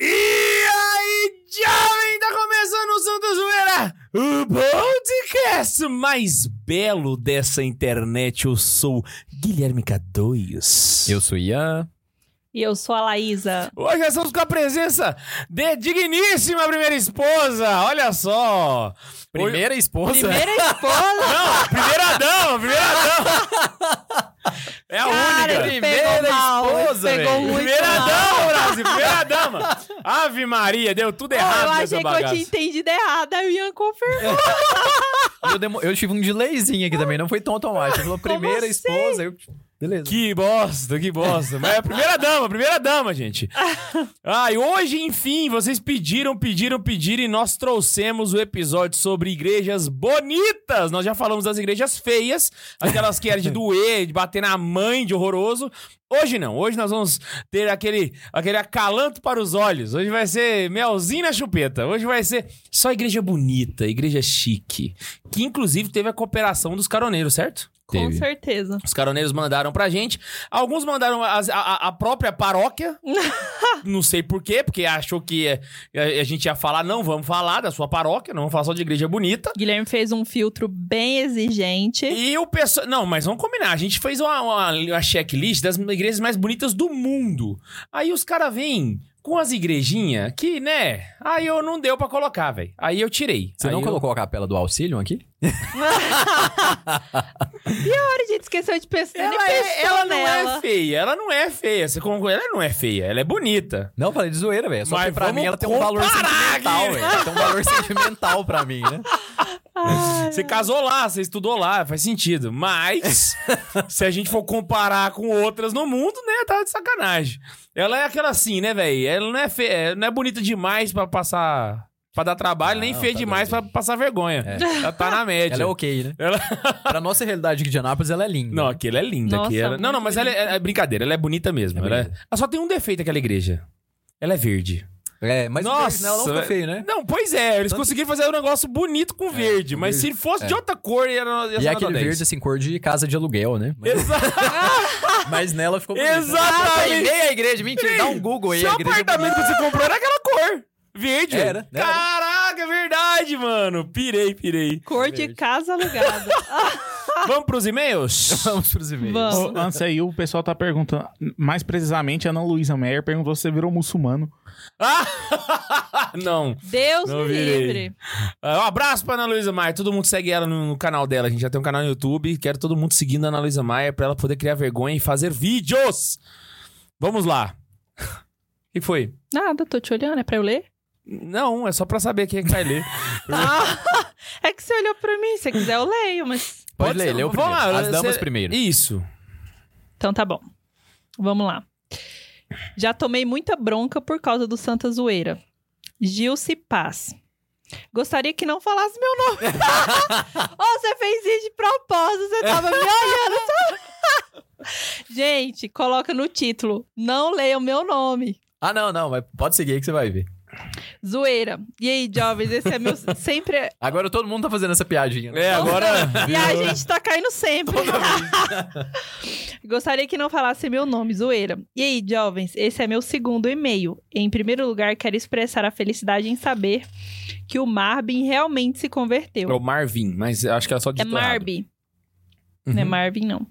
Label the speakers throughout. Speaker 1: E aí, jovem, tá começando o Santa Zoeira, o podcast mais belo dessa internet. Eu sou Guilherme K2.
Speaker 2: Eu sou Ian.
Speaker 3: E eu sou a Laísa.
Speaker 1: Hoje nós estamos com a presença de digníssima primeira esposa, olha só. Hoje-
Speaker 2: Primeira esposa.
Speaker 3: Primeira
Speaker 1: É
Speaker 3: esposa.
Speaker 1: Não, primeira dama, primeira dama. É a
Speaker 3: Cara,
Speaker 1: única.
Speaker 3: ele
Speaker 2: Primeira
Speaker 3: pegou mal, ele
Speaker 2: esposa,
Speaker 3: Pegou
Speaker 2: velho.
Speaker 3: muito
Speaker 1: Primeira
Speaker 3: mal.
Speaker 1: dama, Brasil, primeira dama. Ave Maria, deu tudo errado
Speaker 3: eu
Speaker 1: nessa
Speaker 3: achei que eu
Speaker 1: bagaça.
Speaker 3: tinha entendido errado, aí o Ian confirmou.
Speaker 2: Eu, demo- eu tive um delayzinho aqui também, não foi tão automático. Falou primeira
Speaker 3: assim?
Speaker 2: esposa. eu- Beleza.
Speaker 1: Que bosta, que bosta. Mas é a primeira dama, a primeira dama, gente. Ai, hoje, enfim, vocês pediram, pediram, pediram e nós trouxemos o episódio sobre igrejas bonitas. Nós já falamos das igrejas feias, aquelas que era de doer, de bater na mãe, de horroroso. Hoje não, hoje nós vamos ter aquele, aquele acalanto para os olhos. Hoje vai ser melzinho na chupeta. Hoje vai ser só igreja bonita, igreja chique. Que inclusive teve a cooperação dos caroneiros, certo?
Speaker 3: Com certeza.
Speaker 1: Os caroneiros mandaram pra gente. Alguns mandaram as- a, a- a própria paróquia. não sei por quê, porque achou que é- a, a gente ia falar, não, vamos falar da sua paróquia, não vamos falar só de igreja bonita.
Speaker 3: Guilherme fez um filtro bem exigente.
Speaker 1: E o pessoal. Não, mas vamos combinar. A gente fez uma, uma, uma checklist das igrejas mais bonitas do mundo. Aí os caras vêm com as igrejinhas que, né? Aí eu não deu pra colocar, velho. Aí eu tirei.
Speaker 2: Você
Speaker 1: Aí
Speaker 2: não
Speaker 1: eu-
Speaker 2: colocou a capela do auxílio aqui?
Speaker 3: Cara, a gente esqueceu de pensar. nem
Speaker 1: Ela, é-
Speaker 3: pensou
Speaker 1: ela não
Speaker 3: nela.
Speaker 1: é feia, ela não é feia. Você concorda? Ela não é feia, ela é bonita.
Speaker 2: Não, falei de zoeira, velho. Só
Speaker 1: Mas
Speaker 2: que pra
Speaker 1: vamos
Speaker 2: mim ela tem um valor
Speaker 1: comparar,
Speaker 2: sentimental,
Speaker 1: Guilherme.
Speaker 2: velho. Ela Tem um valor sentimental pra mim, né?
Speaker 3: Ai,
Speaker 1: Você casou lá, você estudou lá, faz sentido. Mas, se a gente for comparar com outras no mundo, né, tá de sacanagem. Ela é aquela assim, né, velho? Ela não é, feia, é- não é bonita demais pra passar. pra dar trabalho, nem
Speaker 2: Não,
Speaker 1: feia
Speaker 2: tá
Speaker 1: demais
Speaker 2: doido.
Speaker 1: pra passar vergonha. Ela tá na média.
Speaker 2: Ela é ok, né?
Speaker 1: Ela-
Speaker 2: Pra nossa realidade aqui de Anápolis, ela é linda.
Speaker 1: Não, aquela é linda.
Speaker 3: Nossa,
Speaker 1: aquela- Não, não, mas ela é, é brincadeira, ela é bonita mesmo.
Speaker 2: É
Speaker 1: ela, é-
Speaker 2: bonita.
Speaker 1: ela só tem um defeito, aquela igreja. Ela é verde.
Speaker 2: É, mas
Speaker 1: Nossa,
Speaker 2: nossa, ela não ficou
Speaker 1: velho.
Speaker 2: feio, né?
Speaker 1: Não, pois é, eles
Speaker 2: Tanto-
Speaker 1: conseguiram fazer um negócio bonito
Speaker 2: É,
Speaker 1: com verde, mas se fosse de outra cor, era. ia ser
Speaker 2: E é
Speaker 1: nota
Speaker 2: aquele
Speaker 1: 10.
Speaker 2: verde, assim, cor de casa de aluguel, né? Mas,
Speaker 1: Exato.
Speaker 2: mas nela ficou bonita.
Speaker 1: Exatamente.
Speaker 2: Nem a igreja, mentira. Dá um Google aí.
Speaker 1: Seu
Speaker 2: a igreja é
Speaker 1: apartamento que você comprou era aquela cor. Verde.
Speaker 2: Era, era.
Speaker 1: Caraca, é verdade, mano. Pirei, pirei.
Speaker 3: Cor de casa alugada.
Speaker 1: Vamos pros e-mails?
Speaker 2: Ah. Vamos pros e-mails.
Speaker 3: Vamos.
Speaker 4: Ô, Antes aí, o pessoal tá perguntando. Mais precisamente, a Ana Luísa Meyer perguntou se você virou muçulmano.
Speaker 1: Ah, não.
Speaker 3: Deus
Speaker 1: Não
Speaker 3: me
Speaker 1: virei.
Speaker 3: livre.
Speaker 1: Ah, Um abraço pra Ana Luísa Maia. Todo mundo segue ela no, no canal dela. A gente já tem um canal no YouTube. Quero todo mundo seguindo a Ana Luísa Maia pra ela poder criar vergonha e fazer vídeos. Vamos lá. O que foi?
Speaker 3: Nada, tô te olhando, é pra eu ler?
Speaker 1: Não, é só pra saber quem é que vai ler.
Speaker 3: Ah, é que você olhou pra mim, se quiser eu leio, mas...
Speaker 2: Pode,
Speaker 1: Pode
Speaker 2: ler,
Speaker 1: ser.
Speaker 2: lê o
Speaker 1: Vamos
Speaker 2: primeiro.
Speaker 1: lá,
Speaker 2: As damas
Speaker 1: você-
Speaker 2: primeiro.
Speaker 1: Isso.
Speaker 3: Então tá bom. Vamos lá. Já tomei muita bronca por causa do Santa Zoeira. Gilce Paz. Gostaria que não falasse meu nome. Ou você fez isso de propósito, você tava me olhando. só- Gente, coloca no título. Não leiam meu nome.
Speaker 2: Ah, não, não, mas pode seguir aí que você vai ver.
Speaker 3: Zoeira. E aí, jovens, esse é meu. Sempre. é-
Speaker 2: Agora todo mundo tá fazendo essa piadinha. né?
Speaker 1: É, agora.
Speaker 3: E a gente tá caindo sempre. Gostaria que não falasse meu nome, zoeira. E aí, jovens, esse é meu segundo e-mail. Em primeiro lugar, quero expressar a felicidade em saber que o Marvin realmente se converteu.
Speaker 1: É o Marvin, mas acho que ela só
Speaker 3: é
Speaker 1: digitou errado. Uhum.
Speaker 3: Marby. Não é Marvin, não.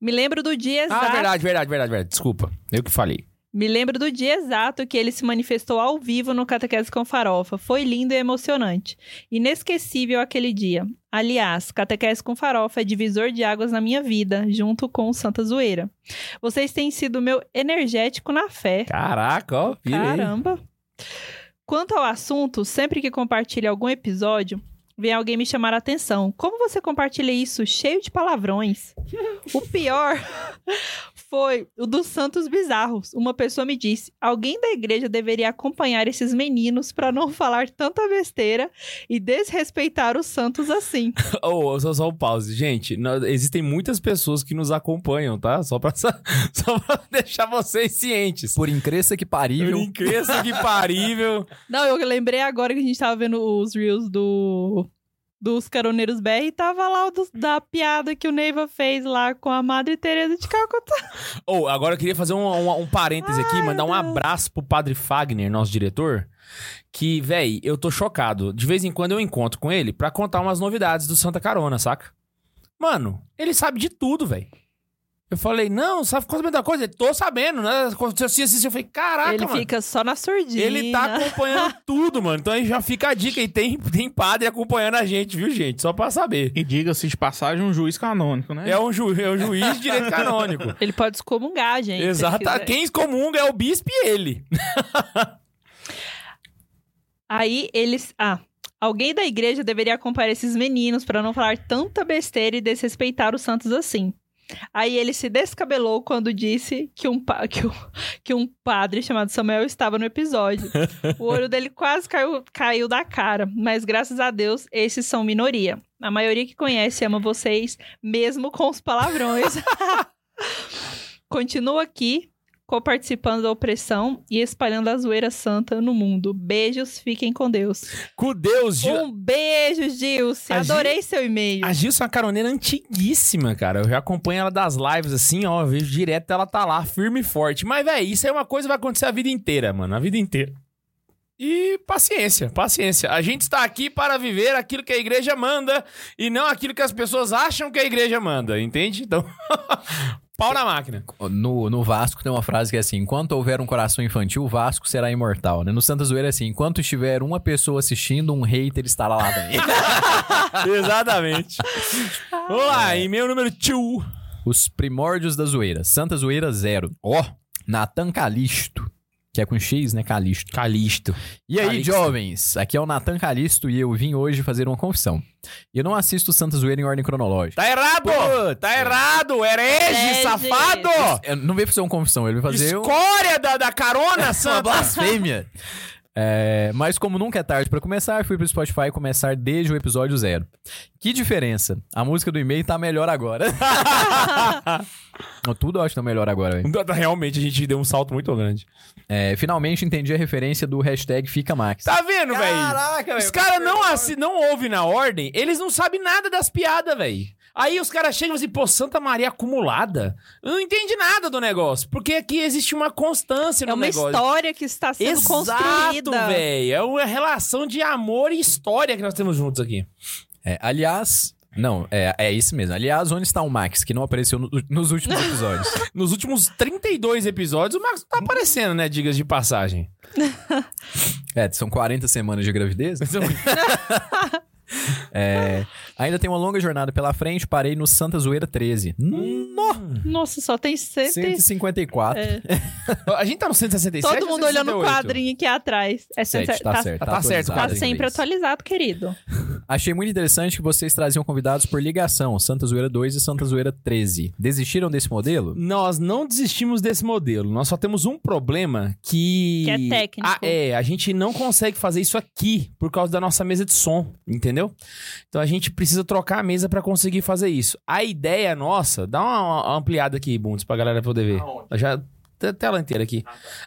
Speaker 3: Me lembro do dia exato.
Speaker 1: Ah, verdade, verdade, verdade, verdade. Desculpa. Eu que falei.
Speaker 3: Me lembro do dia exato que ele se manifestou ao vivo no Catequese com Farofa. Foi lindo e emocionante. Inesquecível aquele dia. Aliás, Catequese com Farofa é divisor de águas na minha vida, junto com o Santa Zoeira. Vocês têm sido meu energético na fé.
Speaker 1: Caraca, ó. Virei.
Speaker 3: Caramba! Quanto ao assunto, sempre que compartilho algum episódio, vem alguém me chamar a atenção. Como você compartilha isso cheio de palavrões? O pior foi o dos Santos Bizarros. Uma pessoa me disse: alguém da igreja deveria acompanhar esses meninos pra não falar tanta besteira e desrespeitar os santos assim.
Speaker 1: Oh, só, só um pause. Gente, nós- existem muitas pessoas que nos acompanham, tá? Só pra, só pra deixar vocês cientes.
Speaker 2: Por incrível que
Speaker 1: Por
Speaker 2: parível.
Speaker 1: incrível que parível.
Speaker 3: Não, eu lembrei agora que a gente tava vendo os reels do. Dos Caroneiros BR e tava lá o dos- da piada que o Neiva fez lá com a Madre Teresa de Calcutá.
Speaker 1: Ou, agora eu queria fazer um, um, um parêntese aqui, mandar um abraço pro Padre Fagner, nosso diretor. Que, véi, eu tô chocado. De vez em quando eu encontro com ele pra contar umas novidades do Santa Carona, saca? Mano, ele sabe de tudo, véi. Eu falei, não, sabe quanto muita coisa? Ele, tô sabendo, né? Aconteceu assim, assim, assim. Eu falei, caraca,
Speaker 3: Ele
Speaker 1: mano.
Speaker 3: fica assim, né?" só na surdina.
Speaker 1: Ele tá acompanhando tudo, mano. Então aí já fica a dica. E tem, tem padre acompanhando a gente, viu, gente? Só pra saber.
Speaker 4: E diga-se de passagem, um juiz canônico, né?
Speaker 1: É um, ju- é um juiz de direito canônico.
Speaker 3: Ele pode excomungar, gente. se ele
Speaker 1: Exato.
Speaker 3: quiser.
Speaker 1: Quem excomunga é o bispo e ele.
Speaker 3: Aí eles. Ah. Alguém da igreja deveria acompanhar esses meninos pra não falar tanta besteira e desrespeitar os santos assim. Aí ele se descabelou quando disse que um, pa- que um, que um padre chamado Samuel estava no episódio. O olho dele quase caiu, caiu da cara, mas graças a Deus esses são minoria. A maioria que conhece ama vocês, mesmo com os palavrões. Continua aqui co-participando da opressão e espalhando a zoeira santa no mundo. Beijos, fiquem com Deus.
Speaker 1: Com Deus, Gil.
Speaker 3: Um beijo, Gilce.
Speaker 1: A Gil-
Speaker 3: Adorei seu e-mail.
Speaker 1: A Gilson é uma caroneira antiguíssima, cara. Eu já acompanho ela das lives, assim, ó. Eu vejo direto ela tá lá, firme e forte. Mas, velho, isso é uma coisa que vai acontecer a vida inteira, mano. A vida inteira. E paciência, paciência. A gente está aqui para viver aquilo que a igreja manda e não aquilo que as pessoas acham que a igreja manda, entende? Então, pau na máquina.
Speaker 2: No, no Vasco tem uma frase que é assim: enquanto houver um coração infantil, o Vasco será imortal. Né? No Santa Zoeira é assim: enquanto estiver uma pessoa assistindo, um hater estará lá dentro.
Speaker 1: Exatamente. Vamos lá, em meu número 2.
Speaker 2: Os primórdios da zoeira. Santa Zoeira Zero. Ó. Natan Calisto. Que é com X, né? Calisto.
Speaker 1: Calisto.
Speaker 2: E aí,
Speaker 1: Calixto.
Speaker 2: jovens? Aqui é o Natan Calisto e eu vim hoje fazer uma confissão. Eu não assisto Santa Zoeira em ordem cronológica.
Speaker 1: Tá errado! Tá errado! Herege,
Speaker 3: Herege.
Speaker 1: safado!
Speaker 2: Eu não veio fazer uma confissão, ele veio fazer um-
Speaker 1: Escória da, da carona,
Speaker 2: uma
Speaker 1: Santa!
Speaker 2: blasfêmia. É, mas como nunca é tarde pra começar, fui pro Spotify começar desde o episódio zero. Que diferença? A música do e-mail tá melhor agora. Não, Tudo eu acho que tá melhor agora, velho.
Speaker 1: Realmente a gente deu um salto muito grande.
Speaker 2: É, finalmente entendi a referência do hashtag Fica Max.
Speaker 1: Tá vendo, velho?
Speaker 2: Caraca,
Speaker 1: Os caras não, assi- não ouvem na ordem, eles não sabem nada das piadas, velho. Aí os caras chegam e dizem, pô, Santa Maria acumulada. Eu não entendi nada do negócio, porque aqui existe uma constância no
Speaker 3: É uma
Speaker 1: negócio.
Speaker 3: história que está sendo
Speaker 1: Exato,
Speaker 3: construída.
Speaker 1: velho. É uma relação de amor e história que nós temos juntos aqui.
Speaker 2: É, aliás... Não, é, é isso mesmo. Aliás, onde está o Max, que não apareceu no- nos últimos episódios?
Speaker 1: Nos últimos 32 episódios, o Marcos tá aparecendo, né? Digas de passagem.
Speaker 2: é, são 40 semanas de gravidez. É, ainda tem uma longa jornada pela frente, parei no Santa Zoeira Hum, 13.
Speaker 3: Nossa, só tem 100.
Speaker 2: 154.
Speaker 3: É.
Speaker 1: A gente tá no 167.
Speaker 3: Todo mundo olhando o
Speaker 1: 168?
Speaker 3: quadrinho aqui atrás. É
Speaker 2: Sete,
Speaker 3: cento-
Speaker 2: tá, certo.
Speaker 1: tá certo,
Speaker 2: atualizado
Speaker 3: Tá
Speaker 2: em
Speaker 3: sempre
Speaker 2: inglês.
Speaker 3: atualizado, querido.
Speaker 2: Achei muito interessante que vocês traziam convidados por ligação, Santa Zoeira 2 e Santa Zoeira 13. Desistiram desse modelo?
Speaker 1: Nós não desistimos desse modelo. Nós só temos um problema que.
Speaker 3: Que é técnico.
Speaker 1: Ah, é, a gente não consegue fazer isso aqui por causa da nossa mesa de som, entendeu? Então a gente precisa trocar a mesa pra conseguir fazer isso. A ideia nossa, dá uma, uma ampliada aqui, Bundes, pra galera poder ver. Já te- tela inteira aqui.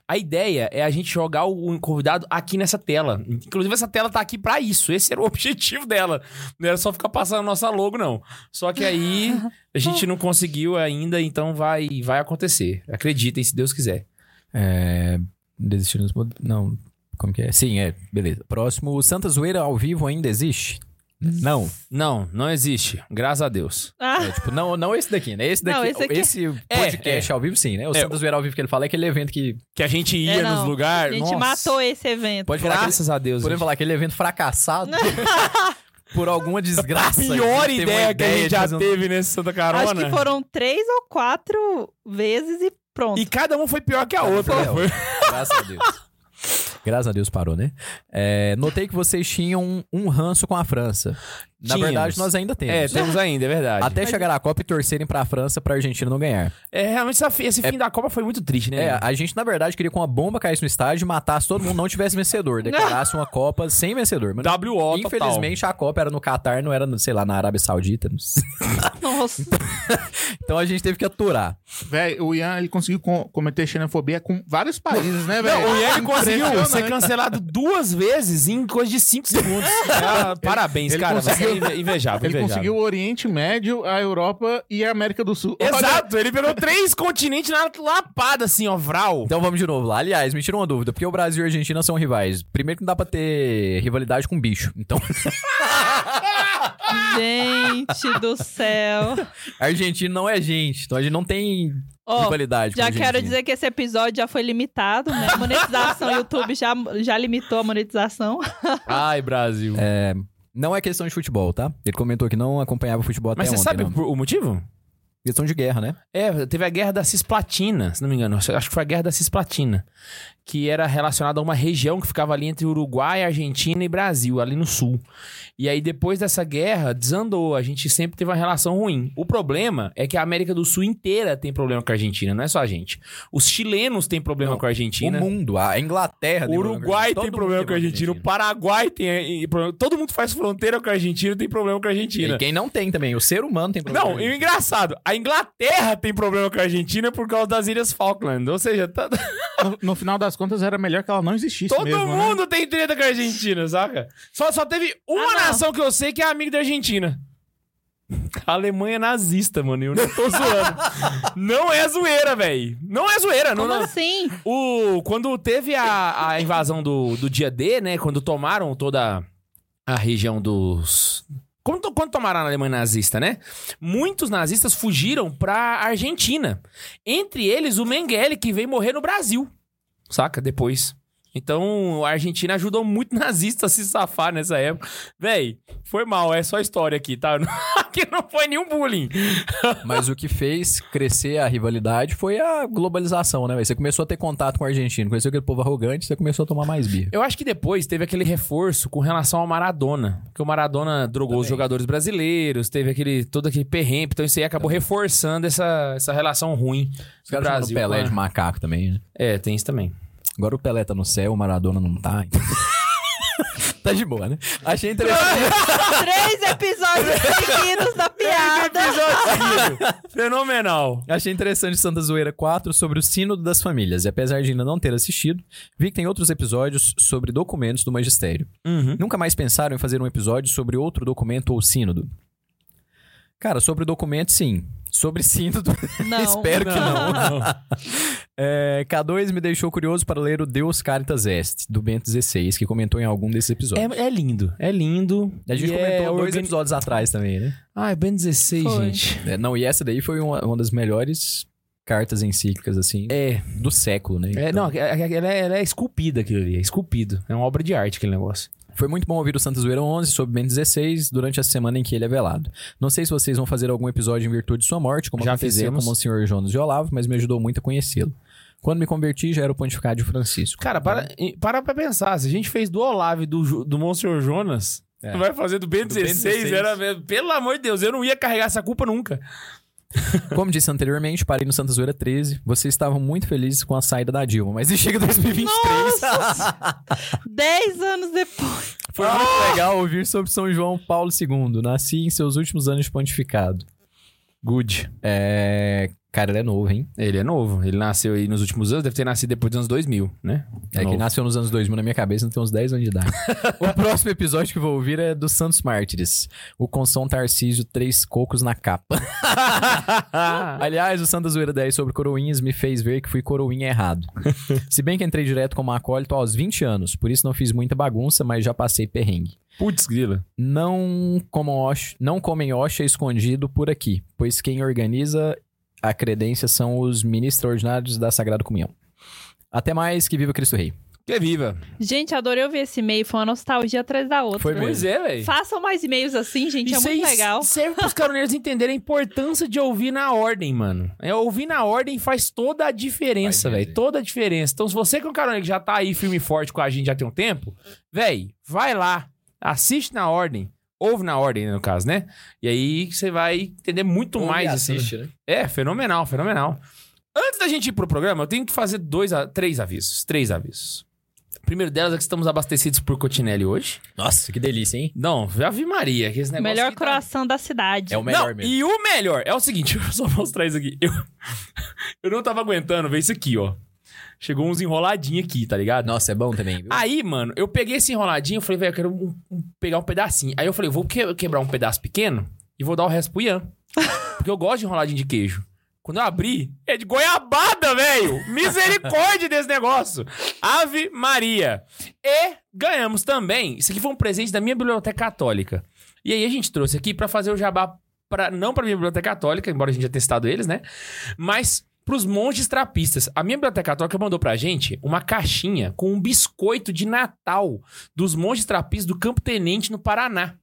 Speaker 1: A ideia é a gente jogar o o convidado aqui nessa tela. Inclusive essa tela tá aqui pra isso. Esse era o objetivo dela. Não era só ficar passando a nossa logo não. Só que aí a gente não conseguiu ainda, então vai vai acontecer. Acreditem se Deus quiser.
Speaker 2: É, desistiram desse modelo? Não. Como que é? Sim, é. Beleza. Próximo, Santa Zoeira ao vivo ainda existe? Não.
Speaker 1: Não, não existe. Graças a Deus.
Speaker 3: Ah,
Speaker 2: É, tipo, não, não esse daqui, né? Esse daqui.
Speaker 3: Não, esse aqui- é,
Speaker 2: podcast ao vivo, sim, né? O
Speaker 1: É.
Speaker 2: Santa Zoeira ao vivo que ele fala é aquele evento que.
Speaker 1: Que a gente ia
Speaker 3: É,
Speaker 1: nos
Speaker 3: não. a
Speaker 1: lugares.
Speaker 3: gente
Speaker 1: Nossa.
Speaker 3: matou esse evento. Tá?
Speaker 2: Pode falar que ele-
Speaker 1: Graças a Deus.
Speaker 2: Podemos
Speaker 1: gente.
Speaker 2: falar aquele evento fracassado por alguma desgraça.
Speaker 1: Pior
Speaker 2: Teve uma
Speaker 1: ideia, que a
Speaker 2: ideia
Speaker 1: gente
Speaker 2: de
Speaker 1: já
Speaker 2: fazer um-
Speaker 1: teve nesse Santa é Carona.
Speaker 3: Acho que foram três ou quatro vezes e pronto.
Speaker 1: E cada um foi pior que a
Speaker 2: Cada um
Speaker 1: outra.
Speaker 2: foi
Speaker 1: né?
Speaker 2: pior. Graças a Deus. Graças a Deus parou, né? É, notei que vocês tinham um, um ranço com a França. Na
Speaker 1: Tínhamos.
Speaker 2: verdade, nós ainda
Speaker 1: É,
Speaker 2: temos.
Speaker 1: temos ainda, é verdade.
Speaker 2: Até chegar à Copa e torcerem pra França pra Argentina não ganhar.
Speaker 1: É, realmente essa fi- esse fim da Copa foi muito triste, né?
Speaker 2: É, a gente, na verdade, queria que uma bomba caísse no estádio, matasse todo mundo, não tivesse vencedor. Declarasse uma Copa sem vencedor. Mas,
Speaker 1: WO
Speaker 2: infelizmente, a Copa era no Catar, não era, no, sei lá, na Arábia Saudita. não sei.
Speaker 3: Nossa.
Speaker 2: Então a gente teve que aturar.
Speaker 4: Véi, o Ian, ele conseguiu co- cometer xenofobia com vários países, né,
Speaker 1: Total.
Speaker 4: velho?
Speaker 1: Não, o Yang conseguiu
Speaker 4: Impressionante.
Speaker 1: ser cancelado duas vezes em coisa de cinco segundos. Ah, parabéns,
Speaker 4: ele
Speaker 1: cara.
Speaker 4: conseguiu-
Speaker 1: Você é inve- invejável,
Speaker 4: Ele
Speaker 1: invejável.
Speaker 4: conseguiu o Oriente Médio, a Europa e a América do Sul. Olha,
Speaker 1: Exato, ele pegou três continentes na lapada, assim, ó, vral.
Speaker 2: Então vamos de novo lá. Aliás, me tira uma dúvida, porque o Brasil e a Argentina são rivais. Primeiro que não dá pra ter rivalidade com bicho. Então,
Speaker 3: Gente do céu.
Speaker 2: a Argentina não é gente. Então a gente não tem
Speaker 3: Ó,
Speaker 1: Tipo,
Speaker 2: rivalidade com
Speaker 3: já
Speaker 2: a
Speaker 3: quero
Speaker 2: Argentina.
Speaker 3: dizer que esse episódio já foi limitado, né? A monetização, o YouTube já, já limitou a monetização.
Speaker 1: Ai, Brasil.
Speaker 2: Não é questão de futebol, tá? Ele comentou que não acompanhava o futebol
Speaker 1: Mas
Speaker 2: até
Speaker 1: você
Speaker 2: ontem.
Speaker 1: sabe
Speaker 2: não.
Speaker 1: o motivo?
Speaker 2: Questão de guerra, né?
Speaker 1: É, teve a guerra da Cisplatina, se não me engano. Acho que foi a guerra da Cisplatina. Que era relacionada a uma região que ficava ali entre Uruguai, Argentina e Brasil, ali no sul. E aí, depois dessa guerra, desandou. A gente sempre teve uma relação ruim. O problema é que a América do Sul inteira tem problema com a Argentina, não é só a gente. Os chilenos têm problema
Speaker 2: Não,
Speaker 1: com a Argentina.
Speaker 2: O mundo, a Inglaterra...
Speaker 1: O
Speaker 2: tem problema
Speaker 1: Uruguai
Speaker 2: com a Argentina.
Speaker 1: tem
Speaker 2: Todo
Speaker 1: problema
Speaker 2: mundo
Speaker 1: com a Argentina, o Paraguai tem eh, problema. Todo mundo faz fronteira com a Argentina tem problema com a Argentina.
Speaker 2: E quem não tem também, o ser humano tem problema.
Speaker 1: Não,
Speaker 2: com a
Speaker 1: e o
Speaker 2: Argentina.
Speaker 1: engraçado, a Inglaterra tem problema com a Argentina por causa das Ilhas Falkland. Ou seja, tá-
Speaker 4: No, no final das contas, era melhor que ela não existisse
Speaker 1: todo
Speaker 4: mesmo, né?
Speaker 1: mundo tem treta com a Argentina, saca? Só, só teve uma
Speaker 3: Ah, não.
Speaker 1: nação que eu sei que é amiga da Argentina. A Alemanha é nazista, mano. e Eu não tô zoando. não é zoeira, velho. Não é zoeira. Não,
Speaker 3: Como
Speaker 1: não,
Speaker 3: assim?
Speaker 1: O, quando teve a, a invasão do, do dia D, né? Quando tomaram toda a região dos. Quando, to- quando tomaram a Alemanha nazista, né? Muitos nazistas fugiram pra Argentina. Entre eles, o Mengele, que veio morrer no Brasil. Saca? Depois. Então, a Argentina ajudou muito nazista a se safar nessa época. Véi, foi mal, é só história aqui, tá? Aqui não foi nenhum bullying.
Speaker 2: Mas o que fez crescer a rivalidade foi a globalização, né? velho? Você começou a ter contato com o argentino, conheceu aquele povo arrogante, você começou a tomar mais birra.
Speaker 1: Eu acho que depois teve aquele reforço com relação ao Maradona. Porque o Maradona drogou os
Speaker 2: Também.
Speaker 1: jogadores brasileiros, teve aquele, todo aquele perrengue. Então isso aí acabou reforçando essa, essa relação ruim
Speaker 2: Os
Speaker 1: do
Speaker 2: caras chamam o
Speaker 1: Brasil.
Speaker 2: Pelé
Speaker 1: né?
Speaker 2: de macaco também, né?
Speaker 1: É, tem isso também.
Speaker 2: Agora o Pelé tá no céu, o Maradona não tá. então- tá de boa, né? Achei interessante.
Speaker 3: Três episódios seguidos da piada.
Speaker 1: Fenomenal.
Speaker 2: Achei interessante Santa Zoeira 4 sobre o Sínodo das Famílias. E apesar de ainda não ter assistido, vi que tem outros episódios sobre documentos do magistério.
Speaker 1: Uhum.
Speaker 2: Nunca mais pensaram em fazer um episódio sobre outro documento ou sínodo? Cara, sobre documento, sim. Sobre sínodo,
Speaker 3: Não.
Speaker 2: espero que não.
Speaker 1: Não, não.
Speaker 2: É, K2 me deixou curioso para ler o Deus Caritas Est, do Bento XVI, que comentou em algum desses episódios.
Speaker 1: É, é lindo, é lindo.
Speaker 2: a gente
Speaker 1: E é
Speaker 2: comentou dois
Speaker 1: organi-
Speaker 2: episódios atrás também, né?
Speaker 1: Ai, Ben 16,
Speaker 3: Foi.
Speaker 1: gente.
Speaker 2: É, não, e essa daí foi uma, uma das melhores cartas encíclicas, assim,
Speaker 1: É,
Speaker 2: do século, né?
Speaker 1: é
Speaker 2: Então,
Speaker 1: não, é- é- ela é, ela é esculpida aquilo ali, é esculpido. É uma obra de arte aquele negócio.
Speaker 2: Foi muito bom ouvir o Santa Zoeira 11 sobre Ben 16 durante a semana em que ele é velado. Não sei se vocês vão fazer algum episódio em virtude de sua morte, como
Speaker 1: Já
Speaker 2: aconteceu
Speaker 1: fizemos.
Speaker 2: com o senhor Jonas de Olavo, mas me ajudou muito a conhecê-lo. Quando me converti, já era o pontificado de Francisco.
Speaker 1: Cara, para, e- para pra pensar. Se a gente fez do Olavo e do, Ju- do Monsenhor Jonas,
Speaker 2: É.
Speaker 1: vai fazer do Ben
Speaker 2: Do Ben
Speaker 1: 16,
Speaker 2: 16.
Speaker 1: era, pelo amor de Deus, eu não ia carregar essa culpa nunca.
Speaker 2: Como disse anteriormente, parei no Santa Zoeira 13. Vocês estavam muito felizes com a saída da Dilma, mas e chega 2023.
Speaker 3: Dez anos depois.
Speaker 2: Foi
Speaker 1: Ah!
Speaker 2: muito legal ouvir sobre São João Paulo II. Nasci em seus últimos anos de pontificado.
Speaker 1: Good.
Speaker 2: É. Cara, ele é novo, hein?
Speaker 1: Ele é novo. Ele nasceu aí nos últimos anos, deve ter nascido depois dos anos 2000, né?
Speaker 2: É que
Speaker 1: Novo.
Speaker 2: nasceu nos anos 2000 na minha cabeça, não tem uns 10 anos de idade. o próximo episódio que eu vou ouvir é do Santos Mártires. O Consom Tarcísio, três cocos na capa. Aliás, o Santa Zoeira 10 sobre coroinhas me fez ver que fui coroinha errado. Se bem que entrei direto como acólito aos 20 anos, por isso não fiz muita bagunça, mas já passei perrengue.
Speaker 1: Putz, grila.
Speaker 2: Não comam Osha, não comem Osha escondido por aqui, pois quem organiza a credência são os ministros ordinários da Sagrada Comunhão. Até mais, que viva Cristo Rei.
Speaker 1: Que viva.
Speaker 3: Gente, adorei ouvir esse e-mail. Foi uma nostalgia atrás da outra.
Speaker 2: Foi
Speaker 1: Pois
Speaker 2: mesmo.
Speaker 1: é, velho.
Speaker 3: Façam mais e-mails assim, gente. é muito legal.
Speaker 1: serve pros caroneiros entenderem a importância de ouvir na ordem, mano. É, ouvir na ordem faz toda a diferença,
Speaker 2: Faz mesmo.
Speaker 1: velho. Toda a diferença. Então, se você que é um caroneiro que já tá aí firme e forte com a gente já tem um tempo, velho, vai lá, assiste na ordem. Ouve na ordem, né, no caso, né? E aí você vai entender muito mais. isso, né?
Speaker 2: assiste, né?
Speaker 1: É, fenomenal, fenomenal. Antes da gente ir pro programa, eu tenho que fazer dois, a- três avisos. Três avisos. O primeiro delas é que estamos abastecidos por Cotinelli hoje.
Speaker 2: Nossa, que delícia, hein?
Speaker 1: Não, já vi Maria, que esse negócio.
Speaker 3: Melhor
Speaker 1: aqui tá-
Speaker 3: coração da cidade.
Speaker 2: É o melhor
Speaker 1: não,
Speaker 2: mesmo.
Speaker 1: E o melhor é o seguinte, deixa eu só mostrar isso aqui. Eu, eu não tava aguentando ver isso aqui, ó. Chegou uns enroladinhos aqui, tá ligado?
Speaker 2: Nossa, é bom também, viu?
Speaker 1: Aí, mano, eu peguei esse enroladinho, eu falei, velho, eu quero um- um- pegar um pedacinho. Aí eu falei, vou que- quebrar um pedaço pequeno e vou dar o resto pro Ian. Porque eu gosto de enroladinho de queijo. Quando eu abri, é de goiabada, velho! Misericórdia desse negócio! Ave Maria! E ganhamos também. Isso aqui foi um presente da minha biblioteca católica. E aí a gente trouxe aqui pra fazer o jabá pra, não pra minha biblioteca católica, embora a gente já tenha citado eles, né? Mas pros monges trapistas. A minha biblioteca católica mandou pra gente uma caixinha com um biscoito de Natal dos monges trapistas do Campo Tenente no Paraná.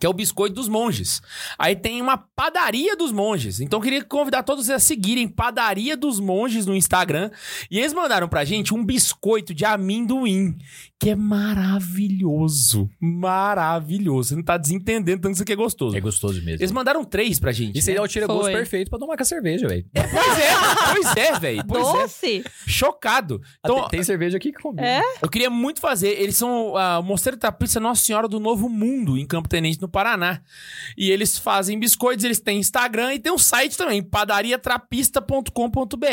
Speaker 1: Que é o biscoito dos monges. Aí tem uma padaria dos monges. Então eu queria convidar todos a seguirem Padaria dos Monges no Instagram. E eles mandaram pra gente um biscoito de amendoim, que é maravilhoso. Maravilhoso. Você não tá desentendendo tanto que isso aqui é gostoso.
Speaker 2: É gostoso mesmo.
Speaker 1: Eles mandaram três pra gente. né?
Speaker 2: Isso aí é o tira-gosto
Speaker 3: Foi.
Speaker 2: perfeito pra tomar com a cerveja, velho.
Speaker 1: Pois é, pois é, velho. Pois é.
Speaker 3: Doce.
Speaker 1: Chocado. Então,
Speaker 2: Ah, tem, tem cerveja aqui que combina.
Speaker 3: É?
Speaker 1: eu queria muito fazer. Eles são ah, o Mosteiro Tapista Nossa Senhora do Novo Mundo, em Campo Tenente, no Paraná. E eles fazem biscoitos, eles têm Instagram e tem um site também, padariatrapista.com.br.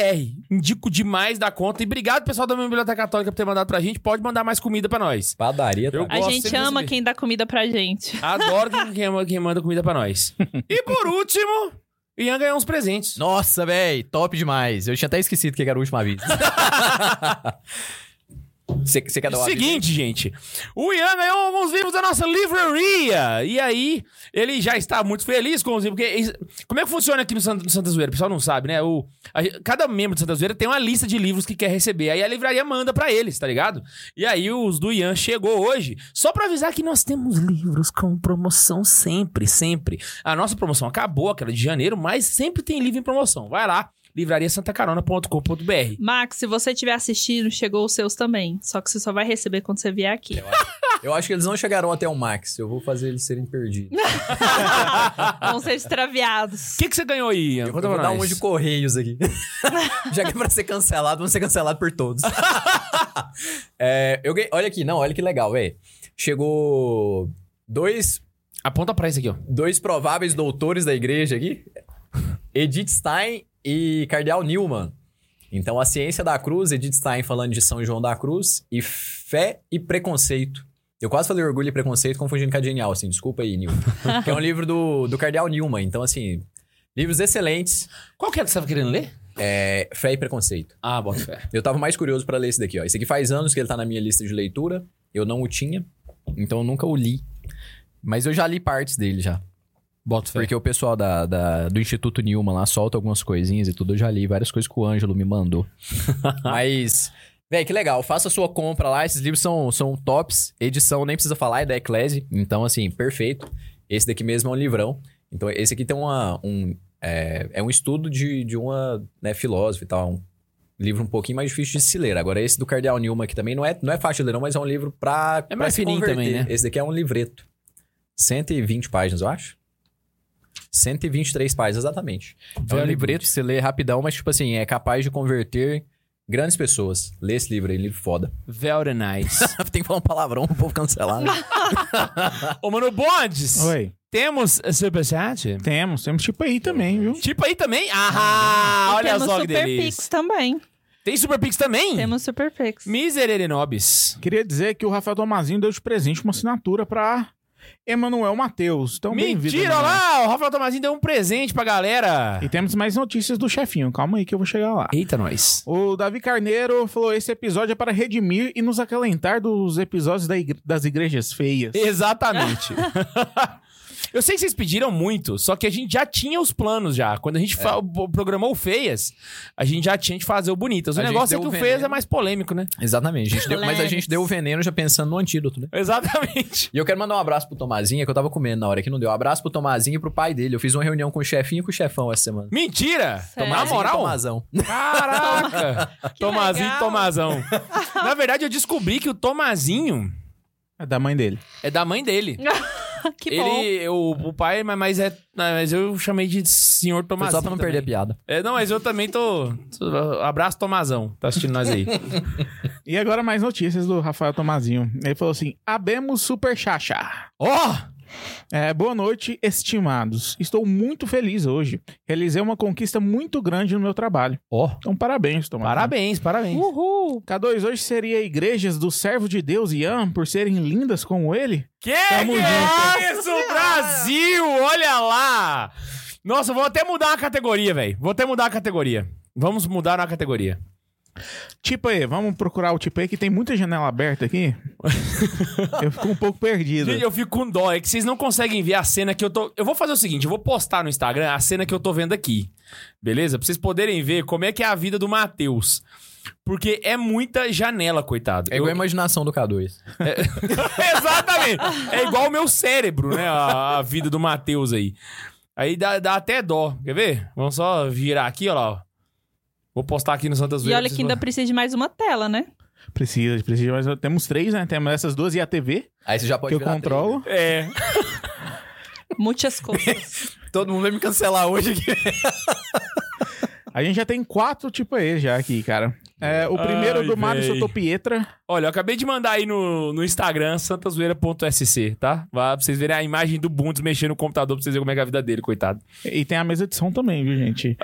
Speaker 1: Indico demais da conta. E obrigado, pessoal da minha Biblioteca Católica, por ter mandado pra gente. Pode mandar mais comida pra nós.
Speaker 2: Padaria, tá?
Speaker 1: Eu
Speaker 3: A
Speaker 1: gosto
Speaker 3: gente
Speaker 1: sempre de
Speaker 3: ama
Speaker 1: receber.
Speaker 3: quem dá comida pra gente.
Speaker 1: Adoro quem, quem ama- quem manda comida pra nós. E por último, Ian ganhou uns presentes.
Speaker 2: Nossa, velho, top demais. Eu tinha até esquecido que era o último aviso. Você você quer dar o aviso?
Speaker 1: Seguinte, gente. O Ian ganhou alguns livros da nossa livraria. E aí, ele já está muito feliz com os livros. Porque isso- como é que funciona aqui no Santa, no Santa Zoeira? O pessoal não sabe, né? O, a gen- cada membro do Santa Zoeira tem uma lista de livros que quer receber. Aí a livraria manda pra eles, tá ligado? E aí, os do Ian chegou hoje. Só pra avisar que nós temos livros com promoção sempre, sempre. A nossa promoção acabou, aquela de janeiro, mas sempre tem livro em promoção. Vai lá, livrariasantacarona.com.br.
Speaker 3: Max, se você tiver assistindo, chegou os seus também. Só que você só vai receber quando você vier aqui.
Speaker 2: Eu acho que eles não chegaram até o Max. Eu vou fazer eles serem perdidos.
Speaker 3: Vão ser extraviados.
Speaker 1: O que, que você ganhou aí, Ian?
Speaker 2: Eu vou
Speaker 1: Conta pra
Speaker 2: dar
Speaker 1: nós.
Speaker 2: um de correios aqui. Já que é pra ser cancelado, vamos ser cancelado por todos. É, eu ganhei- olha aqui, não, olha que legal, velho. Chegou dois,
Speaker 1: Aponta pra isso aqui, ó.
Speaker 2: dois prováveis doutores da igreja aqui: Edith Stein e Cardeal Newman. Então, a ciência da cruz, Edith Stein falando de São João da Cruz, e fé e preconceito. Eu quase falei orgulho e preconceito confundindo com a genial, assim, desculpa aí, Newman. que é um livro do, do Cardeal Newman. Então, assim, livros excelentes.
Speaker 1: Qual que era que você tava querendo ler?
Speaker 2: É, Fé e Preconceito.
Speaker 1: Ah, bota fé.
Speaker 2: Eu tava mais curioso pra ler esse daqui, ó. Esse aqui faz anos que ele tá na minha lista de leitura. Eu não o tinha, então eu nunca o li. Mas eu já li partes dele já.
Speaker 1: Bota
Speaker 2: Porque o pessoal da, da- do Instituto Nilma lá solta algumas coisinhas e tudo. Eu já li várias coisas que o Ângelo me mandou. Mas, véi, que legal. Faça a sua compra lá. Esses livros são, são tops. Edição, nem precisa falar, é da Eclese. Então, assim, perfeito. Esse daqui mesmo é um livrão. Então, esse aqui tem uma, um... É, é um estudo de, de uma né, filósofa e tal. Um livro um pouquinho mais difícil de se ler. Agora, esse do Cardeal Nilma aqui também não é, não é fácil de ler, não, mas é um livro pra
Speaker 1: É
Speaker 2: pra
Speaker 1: mais
Speaker 2: se
Speaker 1: fininho
Speaker 2: converter.
Speaker 1: também, né?
Speaker 2: Esse daqui é um livreto. 120 páginas, eu acho. 123 páginas, exatamente. É um
Speaker 1: Very
Speaker 2: livreto, você lê rapidão, mas, tipo assim, é capaz de converter grandes pessoas. Lê esse livro aí, livro foda.
Speaker 1: Very é nice.
Speaker 2: Tem que falar um palavrão pro povo cancelar. né?
Speaker 1: Ô, mano, Bondes,
Speaker 4: Oi.
Speaker 1: temos superchat?
Speaker 4: Temos, temos tipo aí também, viu?
Speaker 1: Tipo aí também? Ah,
Speaker 3: E
Speaker 1: olha
Speaker 3: temos
Speaker 1: só que
Speaker 3: Super
Speaker 1: delícia.
Speaker 3: Pix também.
Speaker 1: Tem Super Pix também?
Speaker 3: Temos Super Pix.
Speaker 1: Miserere Nobis.
Speaker 4: Queria dizer que o Rafael Tomazinho deu de presente uma assinatura pra Emanuel Matheus. Então, bem-vindo.
Speaker 1: Mentira, olha
Speaker 4: Emanuel.
Speaker 1: lá! O Rafael Tomazinho deu um presente pra galera.
Speaker 4: E temos mais notícias do chefinho. Calma aí que eu vou chegar lá.
Speaker 1: Eita, nós.
Speaker 4: O Davi Carneiro falou: esse episódio é para redimir e nos acalentar dos episódios da igre- das igrejas feias.
Speaker 1: Exatamente. Eu sei que vocês pediram muito, só que a gente já tinha os planos já. Quando a gente
Speaker 2: É.
Speaker 1: fa- bo- programou o Feias, a gente já tinha de fazer o Bonitas. O
Speaker 2: A gente
Speaker 1: negócio é
Speaker 2: deu
Speaker 1: que o
Speaker 2: o
Speaker 1: Feias
Speaker 2: veneno.
Speaker 1: é mais polêmico, né?
Speaker 2: Exatamente. a gente deu- mas a gente
Speaker 3: Lentes.
Speaker 2: deu o veneno já pensando no antídoto, né?
Speaker 1: Exatamente.
Speaker 2: E eu quero mandar um abraço pro Tomazinha, que eu tava comendo na hora que não deu. Um abraço pro Tomazinha e pro pai dele. Eu fiz uma reunião com o chefinho e com o chefão essa semana.
Speaker 1: Mentira!
Speaker 3: Sério?
Speaker 1: Na
Speaker 2: Tomazinho e
Speaker 1: moral?
Speaker 2: Tomazão.
Speaker 1: Caraca!
Speaker 3: Que
Speaker 1: Tomazinho e
Speaker 3: legal.
Speaker 1: Tomazão. Na verdade, eu descobri que o Tomazinho
Speaker 4: É da mãe dele.
Speaker 1: é da mãe dele.
Speaker 3: Que bom.
Speaker 1: Ele, o, o pai, mas, mas é. Mas eu chamei de senhor
Speaker 2: Foi
Speaker 1: Tomazinho.
Speaker 2: só pra não perder a
Speaker 1: também.
Speaker 2: piada.
Speaker 1: É, não, mas eu também tô. tô- Abraço, Tomazão. Tá assistindo nós aí.
Speaker 4: E agora mais notícias do Rafael Tomazinho. Ele falou assim: Abemos Super Chacha.
Speaker 1: Ó!
Speaker 4: É, boa noite, estimados. Estou muito feliz hoje. Realizei uma conquista muito grande no meu trabalho.
Speaker 2: Ó.
Speaker 4: Então, parabéns, Tomazinho.
Speaker 1: parabéns, parabéns.
Speaker 3: Uhul.
Speaker 4: K2, hoje seria igrejas do servo de Deus Ian por serem lindas como ele?
Speaker 1: Que
Speaker 4: Tamo
Speaker 1: que
Speaker 4: junto.
Speaker 1: é isso, Brasil? Olha lá! Nossa, eu vou até mudar a categoria, velho. Vou até mudar a categoria. Vamos mudar a categoria.
Speaker 4: Tipo aí, vamos procurar o tipo aí, que tem muita janela aberta aqui. eu fico um pouco perdido.
Speaker 1: Gente, eu fico com dó. É que vocês não conseguem ver a cena que eu tô. Eu vou fazer o seguinte: eu vou postar no Instagram a cena que eu tô vendo aqui. Beleza? Pra vocês poderem ver como é que é a vida do Matheus. Porque é muita janela, coitado.
Speaker 2: É igual a
Speaker 1: Eu-
Speaker 2: imaginação do K2.
Speaker 1: Exatamente. É igual o meu cérebro, né? A, a vida do Matheus aí. Aí dá, dá até dó. Quer ver? Vamos só virar aqui, ó lá. ó. Vou postar aqui no Santa
Speaker 3: E
Speaker 1: Zoeira.
Speaker 3: olha
Speaker 1: pra
Speaker 3: que
Speaker 1: vocês
Speaker 3: ainda precisa de mais uma tela, né?
Speaker 4: Precisa, precisa, mas temos três, né? Temos essas duas e a TV,
Speaker 2: Aí você já pode
Speaker 4: que eu
Speaker 2: virar
Speaker 4: controlo.
Speaker 1: poderem- É.
Speaker 3: Muitas coisas.
Speaker 2: trailer. Todo mundo vai me cancelar hoje aqui.
Speaker 4: A gente já tem quatro tipo aí já aqui, cara. É, o primeiro
Speaker 1: Ai,
Speaker 4: do Mário
Speaker 1: véi.
Speaker 4: Sotopietra.
Speaker 1: Olha, eu acabei de mandar aí no, no Instagram, santazoeira.sc, tá? Vá pra vocês verem a imagem do Bundes mexendo no computador pra vocês verem como é que é a vida dele, coitado.
Speaker 4: E tem a mesa de som também, viu, gente?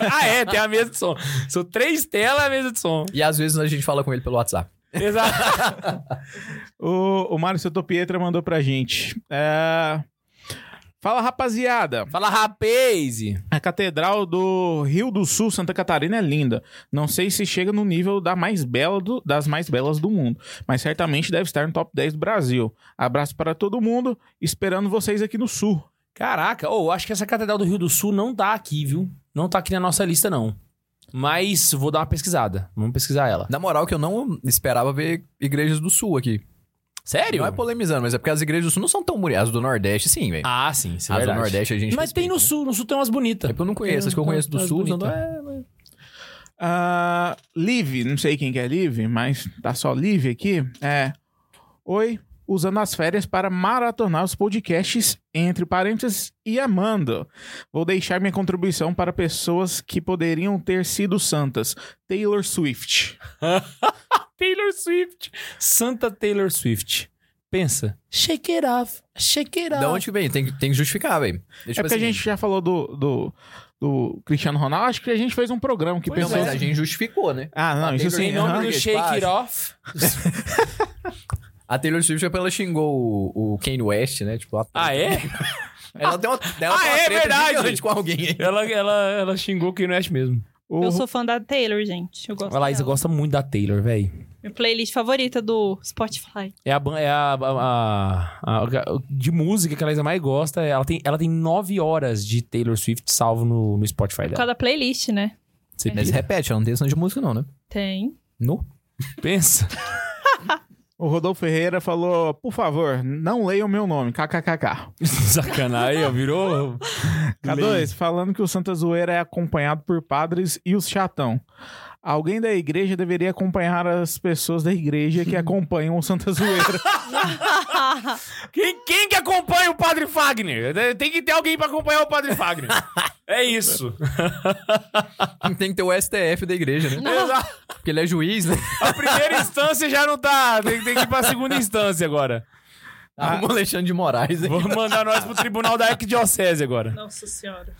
Speaker 1: ah, é, tem a mesa de som. São três telas e a mesa de som.
Speaker 2: E às vezes a gente fala com ele pelo WhatsApp.
Speaker 1: Exato.
Speaker 4: O, o Mário Sotopietra mandou pra gente. É, Fala, rapaziada.
Speaker 1: Fala, rapaz.
Speaker 4: A Catedral do Rio do Sul, Santa Catarina, é linda. Não sei se chega no nível da mais bela do- das mais belas do mundo, mas certamente deve estar no top 10 do Brasil. Abraço para todo mundo, esperando vocês aqui no Sul.
Speaker 1: Caraca, ou acho que essa Catedral do Rio do Sul não tá aqui, viu? Não tá aqui na nossa lista, não. Mas vou dar uma pesquisada. Vamos pesquisar ela.
Speaker 2: Na moral, que eu não esperava ver igrejas do sul aqui.
Speaker 1: Sério?
Speaker 2: Não é polemizando, mas é porque as igrejas do sul não são tão bonitas. As do Nordeste, sim, velho.
Speaker 1: Ah, sim. Isso é
Speaker 2: as
Speaker 1: verdade.
Speaker 2: do Nordeste a gente.
Speaker 1: Mas tem no
Speaker 2: respeita.
Speaker 1: Sul. No Sul tem umas bonitas.
Speaker 2: É porque eu não conheço. As que eu conheço do
Speaker 1: As
Speaker 2: sul, não
Speaker 1: bonitas.
Speaker 2: é.
Speaker 4: Ah, Live, não sei quem que é Live, mas tá só Live aqui. É. Oi, usando as férias para maratonar os podcasts, entre parênteses, e amando. Vou deixar minha contribuição para pessoas que poderiam ter sido santas. Taylor Swift.
Speaker 1: Taylor Swift. Santa Taylor Swift. Pensa. Shake it off. Shake it off.
Speaker 2: Da onde que vem? Tem, que- tem que justificar, velho. assim.
Speaker 3: Tipo
Speaker 4: É
Speaker 3: assim,
Speaker 4: porque a gente já falou do, do, do Cristiano Ronaldo, acho que a gente fez um programa que
Speaker 1: Pois
Speaker 2: Não,
Speaker 3: é.
Speaker 4: pensou.
Speaker 2: mas a gente justificou, né?
Speaker 4: Ah, não, isso
Speaker 1: Em
Speaker 4: sim.
Speaker 1: nome
Speaker 4: aham.
Speaker 1: do
Speaker 2: Aham.
Speaker 1: Shake It Off.
Speaker 2: A Taylor Swift é porque ela xingou o, o Kanye West, né? Tipo, a-
Speaker 1: Ah, é?
Speaker 2: Ela tem uma, ela
Speaker 1: Ah,
Speaker 2: tem uma
Speaker 1: é
Speaker 2: treta
Speaker 1: verdade!
Speaker 2: gigante com alguém aí.
Speaker 1: ela, ela, ela xingou quem não é mesmo.
Speaker 4: O-
Speaker 3: Eu sou fã da Taylor, gente. Eu gosto
Speaker 1: A Laísa
Speaker 3: dela.
Speaker 1: gosta muito da Taylor, velho.
Speaker 3: Minha playlist favorita do Spotify.
Speaker 1: É a, ban- é a, a- a- a- de música que a Laísa mais gosta. Ela tem, ela tem nove horas de Taylor Swift salvo no, no Spotify
Speaker 3: Por
Speaker 1: dela.
Speaker 3: causa da playlist, né?
Speaker 1: Você
Speaker 2: Mas
Speaker 1: pira?
Speaker 2: repete, ela não tem som de música, não, né?
Speaker 3: Tem.
Speaker 2: No?
Speaker 1: pensa.
Speaker 4: o Rodolfo Ferreira falou: por favor, não leiam meu nome, kkkk.
Speaker 1: Sacanagem, ó, virou.
Speaker 4: K2, falando que o Santa Zoeira é acompanhado por padres e os chatão. Alguém da igreja deveria acompanhar as pessoas da igreja que acompanham o Santa Zoeira.
Speaker 1: Quem, quem que acompanha o Padre Fagner? Tem que ter alguém pra acompanhar o Padre Fagner. É isso.
Speaker 2: Ah, Tem que ter o STF da igreja, né?
Speaker 1: Exa-
Speaker 2: Porque ele é juiz, né?
Speaker 1: A primeira instância já não tá. Tem, tem que ir pra segunda instância agora.
Speaker 2: Arruma o Alexandre de Moraes aí.
Speaker 1: Vou mandar nós pro tribunal da Arquidiocese agora.
Speaker 3: Nossa senhora.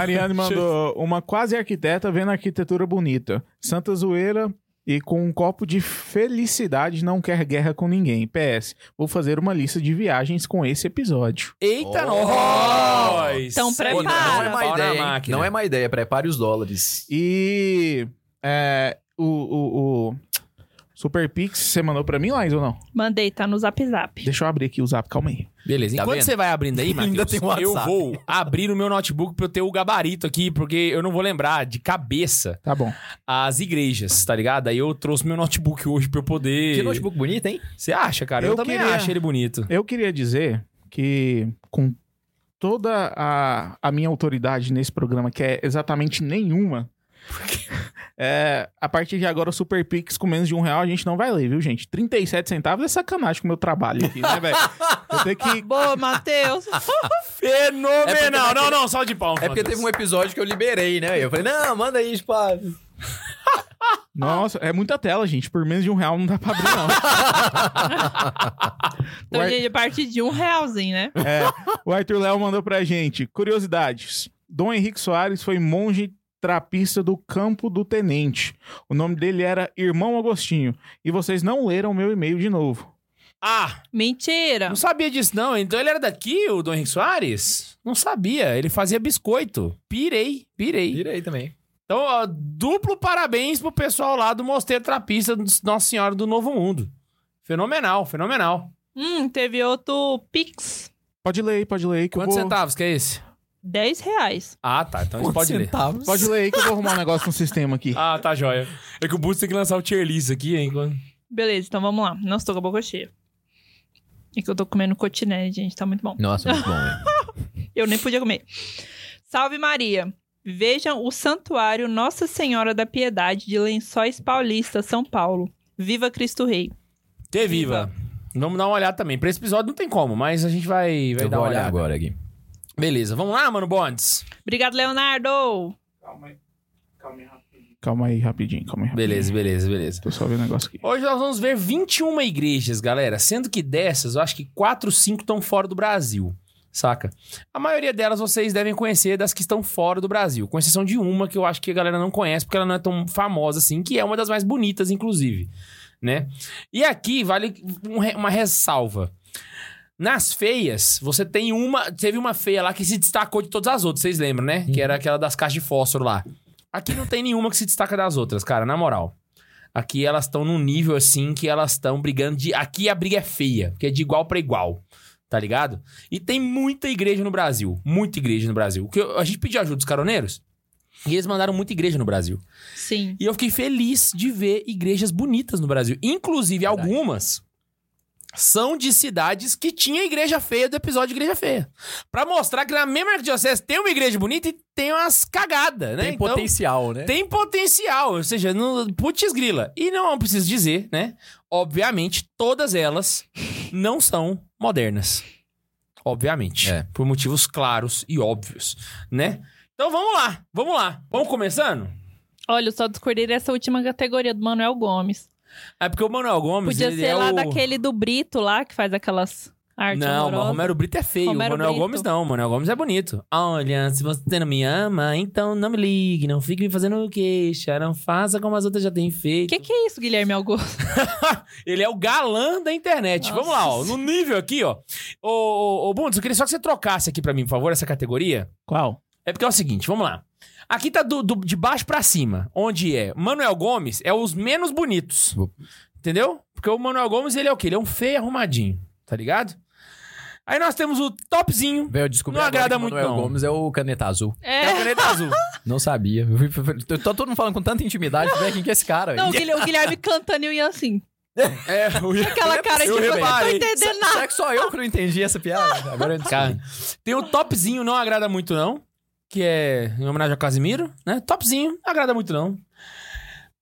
Speaker 4: Ariane mandou uma quase arquiteta vendo a arquitetura bonita. Santa Zoeira e com um copo de felicidade não quer guerra com ninguém. PS, vou fazer uma lista de viagens com esse episódio.
Speaker 1: Eita,
Speaker 2: Oh.
Speaker 1: nós!
Speaker 3: Então
Speaker 2: Pô, Não é
Speaker 3: prepara.
Speaker 2: má
Speaker 1: Pau na
Speaker 2: ideia, hein?
Speaker 1: máquina.
Speaker 2: Não é má ideia, prepare os dólares.
Speaker 4: E é, o, o, o Super Pix, você mandou pra mim, Laís, ou não?
Speaker 3: Mandei, tá no zap zap.
Speaker 4: Deixa eu abrir aqui o zap, calma aí.
Speaker 1: Beleza,
Speaker 2: Tá
Speaker 1: enquanto
Speaker 2: vendo?
Speaker 1: você vai abrindo aí, Matheus,
Speaker 2: Ainda tem o
Speaker 1: eu
Speaker 2: WhatsApp.
Speaker 1: vou abrir o meu notebook pra eu ter o gabarito aqui, porque eu não vou lembrar de cabeça
Speaker 4: Tá bom.
Speaker 1: as igrejas, tá ligado? Aí eu trouxe meu notebook hoje pra eu poder...
Speaker 2: Que notebook bonito, hein?
Speaker 1: Você acha, cara? Eu,
Speaker 4: Eu
Speaker 1: também
Speaker 4: queria-
Speaker 1: acho ele bonito.
Speaker 4: Eu queria dizer que com toda a, a minha autoridade nesse programa, que é exatamente nenhuma, é, a partir de agora o Super Pix com menos de um real a gente não vai ler, viu, gente? 37 centavos é sacanagem com o meu trabalho aqui, né, velho? Eu tenho que...
Speaker 3: Boa, Matheus.
Speaker 1: Fenomenal!
Speaker 2: É porque-
Speaker 1: não, não, só de palmas.
Speaker 2: É porque
Speaker 1: Matheus.
Speaker 2: teve um episódio que eu liberei, né? Eu falei, não, manda aí, tipo, ah,
Speaker 4: Nossa, é muita tela, gente. Por menos de um real não dá pra abrir, não.
Speaker 3: então, gente, a partir de um realzinho, né?
Speaker 4: É, o Arthur Léo mandou pra gente. Curiosidades. Dom Henrique Soares foi monge trapista do Campo do Tenente. O nome dele era Irmão Agostinho. E vocês não leram meu e-mail de novo.
Speaker 1: Ah,
Speaker 3: Mentira.
Speaker 1: não sabia disso não. Então ele era daqui, o Dom Henrique Soares? Não sabia, ele fazia biscoito. Pirei, pirei.
Speaker 2: aí também.
Speaker 1: Então, ó, duplo parabéns pro pessoal lá do Mosteiro Trapista do Nossa Senhora do Novo Mundo. Fenomenal, fenomenal.
Speaker 3: Hum, teve outro Pix.
Speaker 4: Pode ler aí, pode ler aí que
Speaker 1: Quantos
Speaker 4: eu vou...
Speaker 1: centavos que é esse?
Speaker 3: 10 reais.
Speaker 1: Ah, tá. Então a gente pode ler.
Speaker 2: centavos?
Speaker 4: Pode ler aí que eu vou arrumar um negócio no sistema aqui.
Speaker 1: Ah, tá joia. É que o Boots tem que lançar o tier list aqui, hein?
Speaker 3: Beleza, então vamos lá. Nossa, tô com a boca cheia. É que eu tô comendo cotinete, gente. Tá muito bom.
Speaker 2: Nossa, muito bom, velho.
Speaker 3: Eu nem podia comer. Salve Maria! Vejam o Santuário Nossa Senhora da Piedade de Lençóis Paulista, São Paulo. Viva Cristo Rei.
Speaker 1: Te viva. Vamos dar uma olhada também. Pra esse episódio não tem como, mas a gente vai, vai
Speaker 2: Eu
Speaker 1: dar
Speaker 2: vou
Speaker 1: uma
Speaker 2: olhar
Speaker 1: olhada.
Speaker 2: agora aqui.
Speaker 1: Beleza, vamos lá, mano Bondes?
Speaker 3: Obrigado, Leonardo!
Speaker 4: Calma aí, rapidinho, calma aí. rapidinho.
Speaker 1: Beleza, beleza, beleza.
Speaker 4: Tô só vendo o negócio aqui.
Speaker 1: Hoje nós vamos ver 21 igrejas, galera. Sendo que dessas, eu acho que 4, 5 estão fora do Brasil, saca? A maioria delas vocês devem conhecer das que estão fora do Brasil, com exceção de uma que eu acho que a galera não conhece porque ela não é tão famosa assim, que é uma das mais bonitas, inclusive, né? E aqui vale um re- uma ressalva. Nas feias, você tem uma. Teve uma feia lá que se destacou de todas as outras, vocês lembram, né? Que era aquela das caixas de fósforo lá. Aqui não tem nenhuma que se destaca das outras, cara, na moral. Aqui elas estão num nível assim que elas estão brigando de. Aqui a briga é feia, porque é de igual pra igual. Tá ligado? E tem muita igreja no Brasil. Muita igreja no Brasil. O que eu- a gente pediu ajuda dos caroneiros. E eles mandaram muita igreja no Brasil.
Speaker 3: Sim.
Speaker 1: E eu fiquei feliz de ver igrejas bonitas no Brasil. Inclusive,
Speaker 2: Verdade.
Speaker 1: algumas são de cidades que tinha igreja feia do episódio Igreja Feia. Pra mostrar que na mesma arquidiocese tem uma igreja bonita e tem umas cagadas, né?
Speaker 2: Tem
Speaker 1: Então-
Speaker 2: potencial, né?
Speaker 1: tem potencial, ou seja, não, putz grila. E não preciso dizer, né? Obviamente, todas elas não são modernas. Obviamente.
Speaker 2: É.
Speaker 1: Por motivos claros e óbvios, né? Então vamos lá, vamos lá. Vamos começando?
Speaker 3: Olha, eu só discordei dessa última categoria do Manuel Gomes.
Speaker 1: É porque o Manuel Gomes.
Speaker 3: Podia
Speaker 1: ele
Speaker 3: ser
Speaker 1: é
Speaker 3: lá
Speaker 1: o...
Speaker 3: daquele do Brito lá, que faz aquelas artes
Speaker 1: Não, mas
Speaker 3: horrorosas.
Speaker 1: Romero Brito é feio.
Speaker 3: Romero
Speaker 1: o Manuel
Speaker 3: Brito.
Speaker 1: Gomes não. O Manuel Gomes é bonito. Olha, se você não me ama, então não me ligue. Não fique me fazendo queixa. Não faça como as outras já têm feito.
Speaker 3: O que, que é isso, Guilherme Augusto?
Speaker 1: Ele é o galã da internet.
Speaker 3: Nossa
Speaker 1: Vamos lá, ó. No nível aqui, ó. Ô, ô, ô Bundes, eu queria só que você trocasse aqui pra mim, por favor, essa categoria.
Speaker 4: Qual?
Speaker 1: É porque é o seguinte, vamos lá. Aqui tá do, do- de baixo pra cima, onde é Manuel Gomes, é os menos bonitos.
Speaker 2: Opa.
Speaker 1: Entendeu? Porque o Manuel Gomes, ele é o quê? Ele é um feio arrumadinho, tá ligado? Aí nós temos o topzinho.
Speaker 2: Velho, eu descobri
Speaker 1: Não
Speaker 2: agora
Speaker 1: agrada
Speaker 2: que o
Speaker 1: muito,
Speaker 2: Manuel
Speaker 1: não.
Speaker 2: Gomes é o caneta azul.
Speaker 1: É
Speaker 3: É.
Speaker 1: a caneta azul.
Speaker 2: Não sabia. Eu fui- fui- fui- tô- Todo mundo falando com tanta intimidade, velho, quem que é esse cara? velho?
Speaker 3: Não, o Guilherme, o Guilherme cantando e o Ian assim.
Speaker 1: É, o...
Speaker 3: Aquela cara de
Speaker 1: Eu
Speaker 3: tipo, eu não tô
Speaker 1: reparei.
Speaker 3: entendendo nada.
Speaker 2: Será que só eu que não entendi essa piada? Agora eu
Speaker 1: Cara,
Speaker 2: descobri.
Speaker 1: tem o topzinho, não agrada muito não, que é em homenagem ao Casimiro, né? Topzinho, não agrada muito não.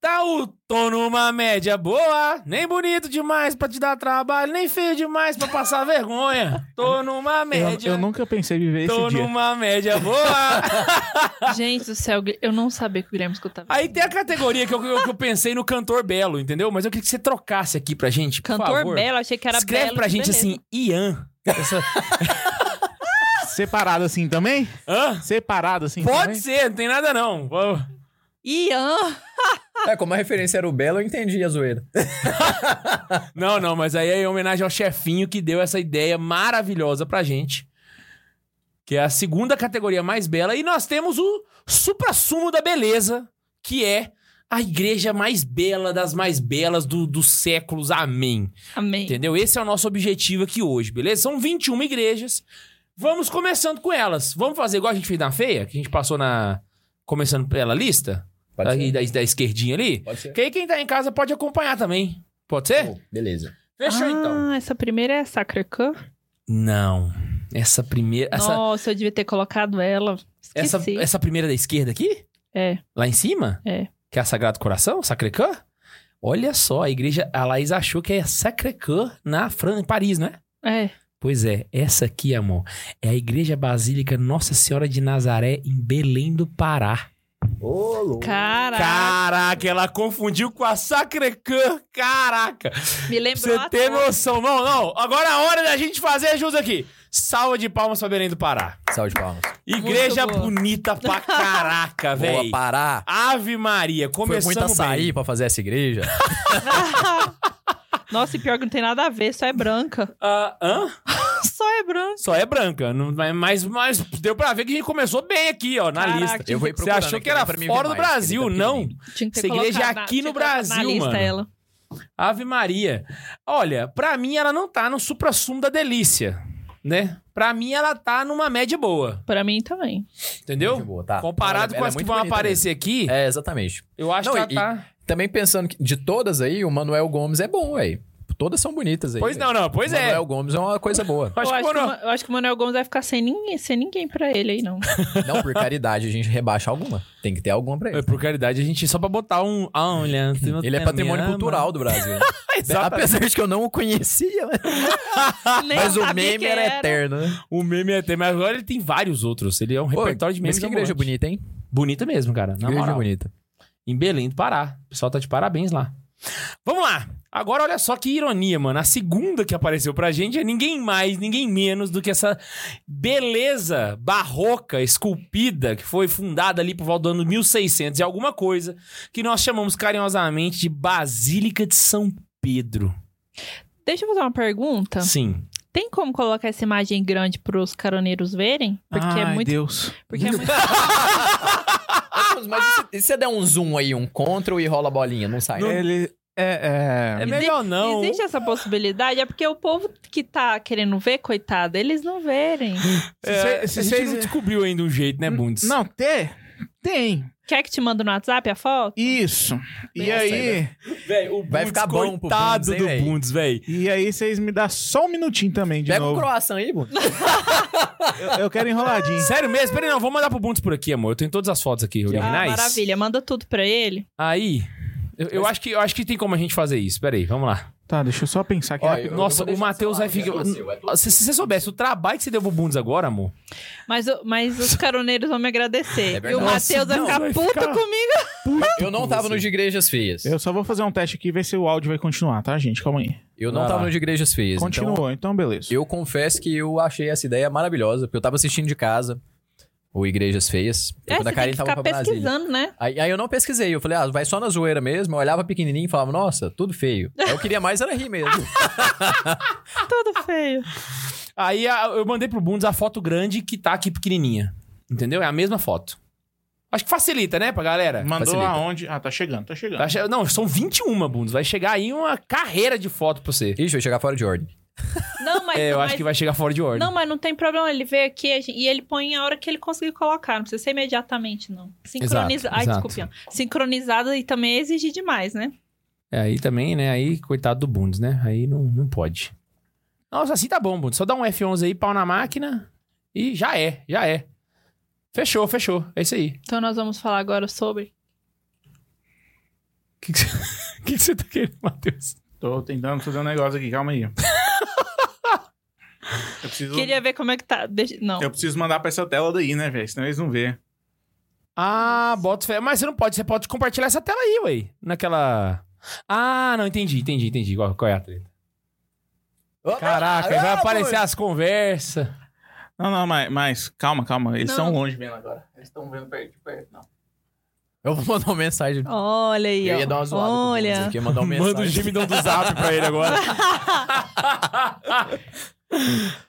Speaker 1: Tá o tô numa média boa, nem bonito demais pra te dar trabalho, nem feio demais pra passar vergonha. Tô numa
Speaker 4: Eu,
Speaker 1: média.
Speaker 4: eu nunca pensei em viver esse
Speaker 1: Tô
Speaker 4: dia.
Speaker 1: numa média boa.
Speaker 3: Gente do céu, Gui- eu não sabia que o Guilherme escutava.
Speaker 1: Aí tem a categoria que eu, que eu pensei no cantor belo, entendeu? Mas eu queria que você trocasse aqui pra gente, por
Speaker 3: Cantor
Speaker 1: favor.
Speaker 3: belo, achei que era
Speaker 1: Escreve
Speaker 3: belo.
Speaker 1: pra
Speaker 3: de
Speaker 1: gente
Speaker 3: beleza.
Speaker 1: assim, Ian. Essa-
Speaker 4: Separado assim também?
Speaker 1: Hã?
Speaker 4: Separado assim também?
Speaker 1: Pode ser, não tem nada não. Vamos-
Speaker 3: Ian!
Speaker 2: É, como a referência era o Belo, eu entendi a zoeira.
Speaker 1: Não, não, mas aí é em homenagem ao chefinho que deu essa ideia maravilhosa pra gente. Que é a segunda categoria mais bela. E nós temos o supra-sumo da beleza, que é a igreja mais bela das mais belas do- dos séculos. Amém.
Speaker 3: Amém.
Speaker 1: Entendeu? Esse é o nosso objetivo aqui hoje, beleza? São 21 igrejas. Vamos começando com elas. Vamos fazer igual a gente fez na feia, que a gente passou na. Começando pela lista,
Speaker 2: Pode
Speaker 1: aí
Speaker 2: ser.
Speaker 1: da, da esquerdinha ali.
Speaker 2: Pode ser.
Speaker 1: Que aí quem tá em casa pode acompanhar também. Pode ser?
Speaker 2: Oh, beleza.
Speaker 1: Fechou
Speaker 3: ah,
Speaker 1: então.
Speaker 3: essa primeira é Sacre Cœur.
Speaker 1: Não. Essa primeira. Essa,
Speaker 3: Nossa, eu devia ter colocado ela.
Speaker 1: essa,
Speaker 3: Esqueci.
Speaker 1: essa primeira da esquerda aqui?
Speaker 3: É.
Speaker 1: Lá em cima?
Speaker 3: É.
Speaker 1: Que é a Sagrado Coração? Sacré-Cœur? Olha só, a igreja, a Laís achou que é Sacré-Cœur na França, em Paris, não é?
Speaker 3: É.
Speaker 1: Pois é, essa aqui, amor, é a Igreja Basílica Nossa Senhora de Nazaré em Belém do Pará.
Speaker 2: Ô, louco.
Speaker 3: Caraca.
Speaker 1: Caraca, ela confundiu com a Sacré-Cœur, caraca.
Speaker 3: Me
Speaker 1: Pra
Speaker 3: lembrou
Speaker 1: você
Speaker 3: a
Speaker 1: ter
Speaker 3: tua.
Speaker 1: noção, não, não. Agora é a hora da gente fazer jus aqui. Salva de palmas pra Belém do Pará.
Speaker 2: Salve de palmas.
Speaker 1: Igreja
Speaker 3: boa.
Speaker 1: bonita pra caraca,
Speaker 2: Boa,
Speaker 1: velho.
Speaker 2: Pará.
Speaker 1: Ave Maria,
Speaker 2: Foi
Speaker 1: começamos
Speaker 2: muito açaí
Speaker 1: bem.
Speaker 2: pra fazer essa igreja.
Speaker 1: um-
Speaker 3: Nossa, e pior que não tem nada a ver, só é branca.
Speaker 1: Ah, hã?
Speaker 3: só é branca.
Speaker 1: Só é branca. Não, mas, mas deu pra ver que a gente começou bem aqui, ó, na
Speaker 3: Caraca.
Speaker 1: lista.
Speaker 2: Eu vou ir
Speaker 1: Você
Speaker 2: procurando
Speaker 1: achou
Speaker 2: aqui
Speaker 1: que era
Speaker 2: pra mim ver
Speaker 1: fora do
Speaker 2: mais, que ele tá
Speaker 1: Brasil, não?
Speaker 2: pequenininho.
Speaker 3: Tinha que ter
Speaker 1: Essa igreja
Speaker 3: colocado
Speaker 1: é
Speaker 3: na-
Speaker 1: aqui
Speaker 3: tinha
Speaker 1: no
Speaker 3: que colocar na
Speaker 1: Brasil,
Speaker 3: lista
Speaker 1: mano.
Speaker 3: ela.
Speaker 1: Ave Maria. Olha, pra mim ela não tá no supra-sumo da delícia, né? Pra mim ela tá numa média boa,
Speaker 3: Pra mim também.
Speaker 1: entendeu?
Speaker 2: Muito boa, tá.
Speaker 1: Comparado com
Speaker 2: Ela- ela é
Speaker 1: as que
Speaker 2: muito
Speaker 1: vão
Speaker 2: bonita
Speaker 1: aparecer aqui,
Speaker 2: mesmo. É, exatamente.
Speaker 1: eu acho
Speaker 2: Não,
Speaker 1: que
Speaker 2: e-
Speaker 1: ela tá...
Speaker 2: Também pensando que de todas aí, o Manuel Gomes é bom, aí. Todas são bonitas aí.
Speaker 1: Pois
Speaker 2: véi.
Speaker 1: não, não, pois
Speaker 2: o
Speaker 1: é.
Speaker 2: Manuel Gomes né? é uma coisa boa.
Speaker 1: Eu
Speaker 3: eu,
Speaker 1: acho que
Speaker 3: acho que, o
Speaker 1: morou.
Speaker 3: Ma- eu acho que o Manuel Gomes vai ficar sem ninguém, sem ninguém pra ele aí, não.
Speaker 2: Não, por caridade a gente rebaixa alguma. Tem que ter alguma pra
Speaker 1: É,
Speaker 2: ele.
Speaker 1: Por caridade, a gente só pra botar um... Ah, olha, você não
Speaker 2: Ele é
Speaker 1: me
Speaker 2: patrimônio
Speaker 1: ama.
Speaker 2: cultural do Brasil. né?
Speaker 1: Exatamente.
Speaker 2: Apesar de que eu não o conhecia, né?
Speaker 3: Nem
Speaker 2: mas o
Speaker 3: sabia
Speaker 2: meme
Speaker 3: quem
Speaker 2: era, eterno, né?
Speaker 1: O meme é até... Mas agora ele tem vários outros. Ele é um repertório de memes
Speaker 2: Mas que igreja
Speaker 1: ambulantes.
Speaker 2: bonita, hein?
Speaker 1: Bonita mesmo, cara. Na
Speaker 2: igreja
Speaker 1: moral.
Speaker 2: bonita.
Speaker 1: em Belém do Pará. O pessoal tá de parabéns lá. Vamos lá. Agora olha só que ironia, mano. A segunda que apareceu pra gente é ninguém mais, ninguém menos do que essa beleza barroca, esculpida, que foi fundada ali por volta do ano 1600 e alguma coisa, que nós chamamos carinhosamente de Basílica de São Pedro.
Speaker 3: Deixa eu fazer uma pergunta.
Speaker 1: Sim.
Speaker 3: Tem como colocar essa imagem grande pros caroneiros verem? Porque é
Speaker 4: Ai,
Speaker 3: muito.
Speaker 4: Deus.
Speaker 3: Porque é muito.
Speaker 2: Ah, Mas e se- e se você der um zoom aí, um control e rola a bolinha, não sai. né?
Speaker 4: Ele é, é,
Speaker 1: É
Speaker 3: Exi-
Speaker 1: melhor não.
Speaker 3: Existe essa possibilidade? É porque o povo que tá querendo ver, coitado, eles não verem.
Speaker 1: É,
Speaker 4: Se
Speaker 1: a
Speaker 4: cê- se
Speaker 1: gente
Speaker 4: cês-
Speaker 1: não descobriu ainda um jeito, né, Bundes?
Speaker 4: Não, tem. Tem.
Speaker 3: Quer que te mande no WhatsApp a foto?
Speaker 4: Isso. E
Speaker 2: Nossa,
Speaker 4: aí,
Speaker 1: velho, o
Speaker 2: Vai
Speaker 1: Bundes,
Speaker 2: ficar bom pro
Speaker 1: coitado
Speaker 2: Bundes, hein,
Speaker 1: do
Speaker 2: velho?
Speaker 1: Bundes, velho.
Speaker 4: e aí vocês me dão só um minutinho também, de
Speaker 2: Pega um
Speaker 4: novo.
Speaker 2: croissant aí, mano.
Speaker 4: Eu, eu quero enroladinho.
Speaker 1: Sério mesmo? Peraí, não, vou mandar pro Bundes por aqui, amor. Eu tenho todas as fotos aqui,
Speaker 3: Ah,
Speaker 1: originais.
Speaker 3: maravilha, manda tudo pra ele.
Speaker 1: Aí, eu, eu acho que, eu acho que tem como a gente fazer isso. Peraí, vamos lá.
Speaker 4: Tá, deixa eu só pensar aqui.
Speaker 2: Ó,
Speaker 4: rapidinho.
Speaker 2: eu-
Speaker 1: Nossa,
Speaker 2: vou
Speaker 1: o
Speaker 2: deixar
Speaker 1: Matheus
Speaker 2: no
Speaker 1: vai
Speaker 2: celular,
Speaker 1: ficar.
Speaker 2: é só seu, é tudo
Speaker 1: Se se você soubesse o trabalho que você deu pro Bundes agora, amor.
Speaker 3: Mas, o- mas os caroneiros vão me agradecer.
Speaker 2: É
Speaker 3: e o
Speaker 2: verdade.
Speaker 3: Matheus vai
Speaker 1: Nossa,
Speaker 3: ficar
Speaker 1: não, vai
Speaker 3: puto
Speaker 1: ficar-
Speaker 3: comigo.
Speaker 2: Eu não tava no de igrejas feias.
Speaker 4: Eu só vou fazer um teste aqui e ver se o áudio vai continuar, tá, gente? Calma aí.
Speaker 2: Eu não
Speaker 1: Vai
Speaker 2: tava
Speaker 1: lá.
Speaker 2: no de igrejas feias. então-
Speaker 4: Continuou, então beleza.
Speaker 2: Eu confesso que eu achei essa ideia maravilhosa, porque eu tava assistindo de casa, ou Igrejas Feias, porque
Speaker 3: É, você
Speaker 2: quando a
Speaker 3: tem
Speaker 2: Karen
Speaker 3: que
Speaker 2: tava
Speaker 3: ficar
Speaker 2: pra Brasília.
Speaker 3: pesquisando, né?
Speaker 2: Aí, aí eu não pesquisei, eu falei, ah, vai só na zoeira mesmo. Eu olhava pequenininho e falava, nossa, tudo feio. Aí eu queria mais era rir mesmo.
Speaker 3: Tudo feio.
Speaker 1: Aí a- eu mandei pro Bundes a foto grande que tá aqui pequenininha. Entendeu? É a mesma foto. Acho que facilita, né, pra galera?
Speaker 4: Mandou
Speaker 2: facilita.
Speaker 4: aonde? Ah, tá chegando, tá chegando.
Speaker 1: Tá che- Não, são 21, Bundes. Vai chegar aí uma carreira de foto pra você.
Speaker 2: Ixi, eu ia chegar fora de ordem.
Speaker 3: Não, mas.
Speaker 1: É, eu
Speaker 3: mas-
Speaker 1: acho que vai chegar fora de ordem.
Speaker 3: Não, mas não tem problema. Ele vê aqui a gente- e ele põe a hora que ele conseguir colocar. Não precisa ser imediatamente, não. Sincronizada. Ai,
Speaker 1: exato.
Speaker 3: desculpa. Sincronizada e também exige demais, né?
Speaker 1: É, aí também, né? Aí, coitado do Bundes, né? Aí não, não pode. Nossa, assim tá bom, Bundes. Só dá um F11 aí, pau na máquina e já é, já é. Fechou, fechou. É isso aí.
Speaker 3: Então nós vamos falar agora sobre.
Speaker 1: O que que você que que você tá querendo, Matheus?
Speaker 4: Tô tentando fazer um negócio aqui, calma aí. eu preciso.
Speaker 3: Queria ver como é que tá. Deixa- Não.
Speaker 4: Eu preciso mandar pra essa tela daí, né, velho? Senão eles não vê.
Speaker 1: Ah, bota fé. Mas você não pode, você pode compartilhar essa tela aí, ué. Naquela. Ah, não, entendi, entendi, entendi. Qual, qual é a treta? Caraca, aí vai aparecer as conversas.
Speaker 4: Não, não, mas, mas calma, calma. Eles
Speaker 3: Não.
Speaker 4: estão longe vendo agora. Eles estão vendo perto, perto, não.
Speaker 2: Eu vou mandar uma mensagem.
Speaker 3: Olha aí,
Speaker 2: Eu
Speaker 3: ó.
Speaker 2: ia dar uma zoada. com vocês
Speaker 3: Olha.
Speaker 1: um
Speaker 2: aqui, ia mandar uma mensagem.
Speaker 1: gemidão do zap pra ele agora.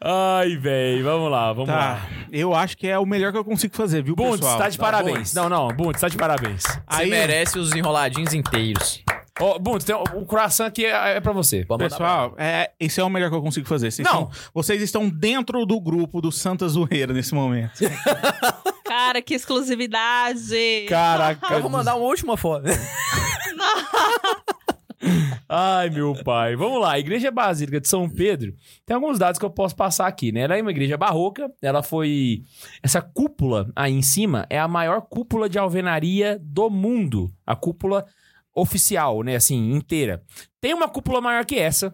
Speaker 1: Ai, velho, vamos lá, vamos lá.
Speaker 4: Tá. Eu acho que é o melhor que eu consigo fazer, viu,
Speaker 1: Bundes,
Speaker 4: pessoal?
Speaker 1: tá de
Speaker 4: Tá,
Speaker 1: parabéns.
Speaker 4: Bundes.
Speaker 1: Não, não, Bundes, tá de parabéns.
Speaker 2: Você
Speaker 4: Aí,
Speaker 2: merece os enroladinhos inteiros.
Speaker 1: Ó, Bundes, tem um- o croissant aqui é, é pra você.
Speaker 2: Vamos mandar
Speaker 4: pessoal, é, esse é o melhor que eu consigo fazer. Vocês
Speaker 1: Não.
Speaker 4: Estão, vocês estão dentro do grupo do Santa Zoeira nesse momento.
Speaker 3: Cara, que exclusividade.
Speaker 1: Caraca.
Speaker 2: Ah, Eu vou mandar uma última foto.
Speaker 1: Ai, meu pai. Vamos lá. A Igreja Basílica de São Pedro tem alguns dados que eu posso passar aqui, né? Ela é uma igreja barroca. Ela foi. Essa cúpula aí em cima é a maior cúpula de alvenaria do mundo. A cúpula oficial, né? Assim, inteira. Tem uma cúpula maior que essa.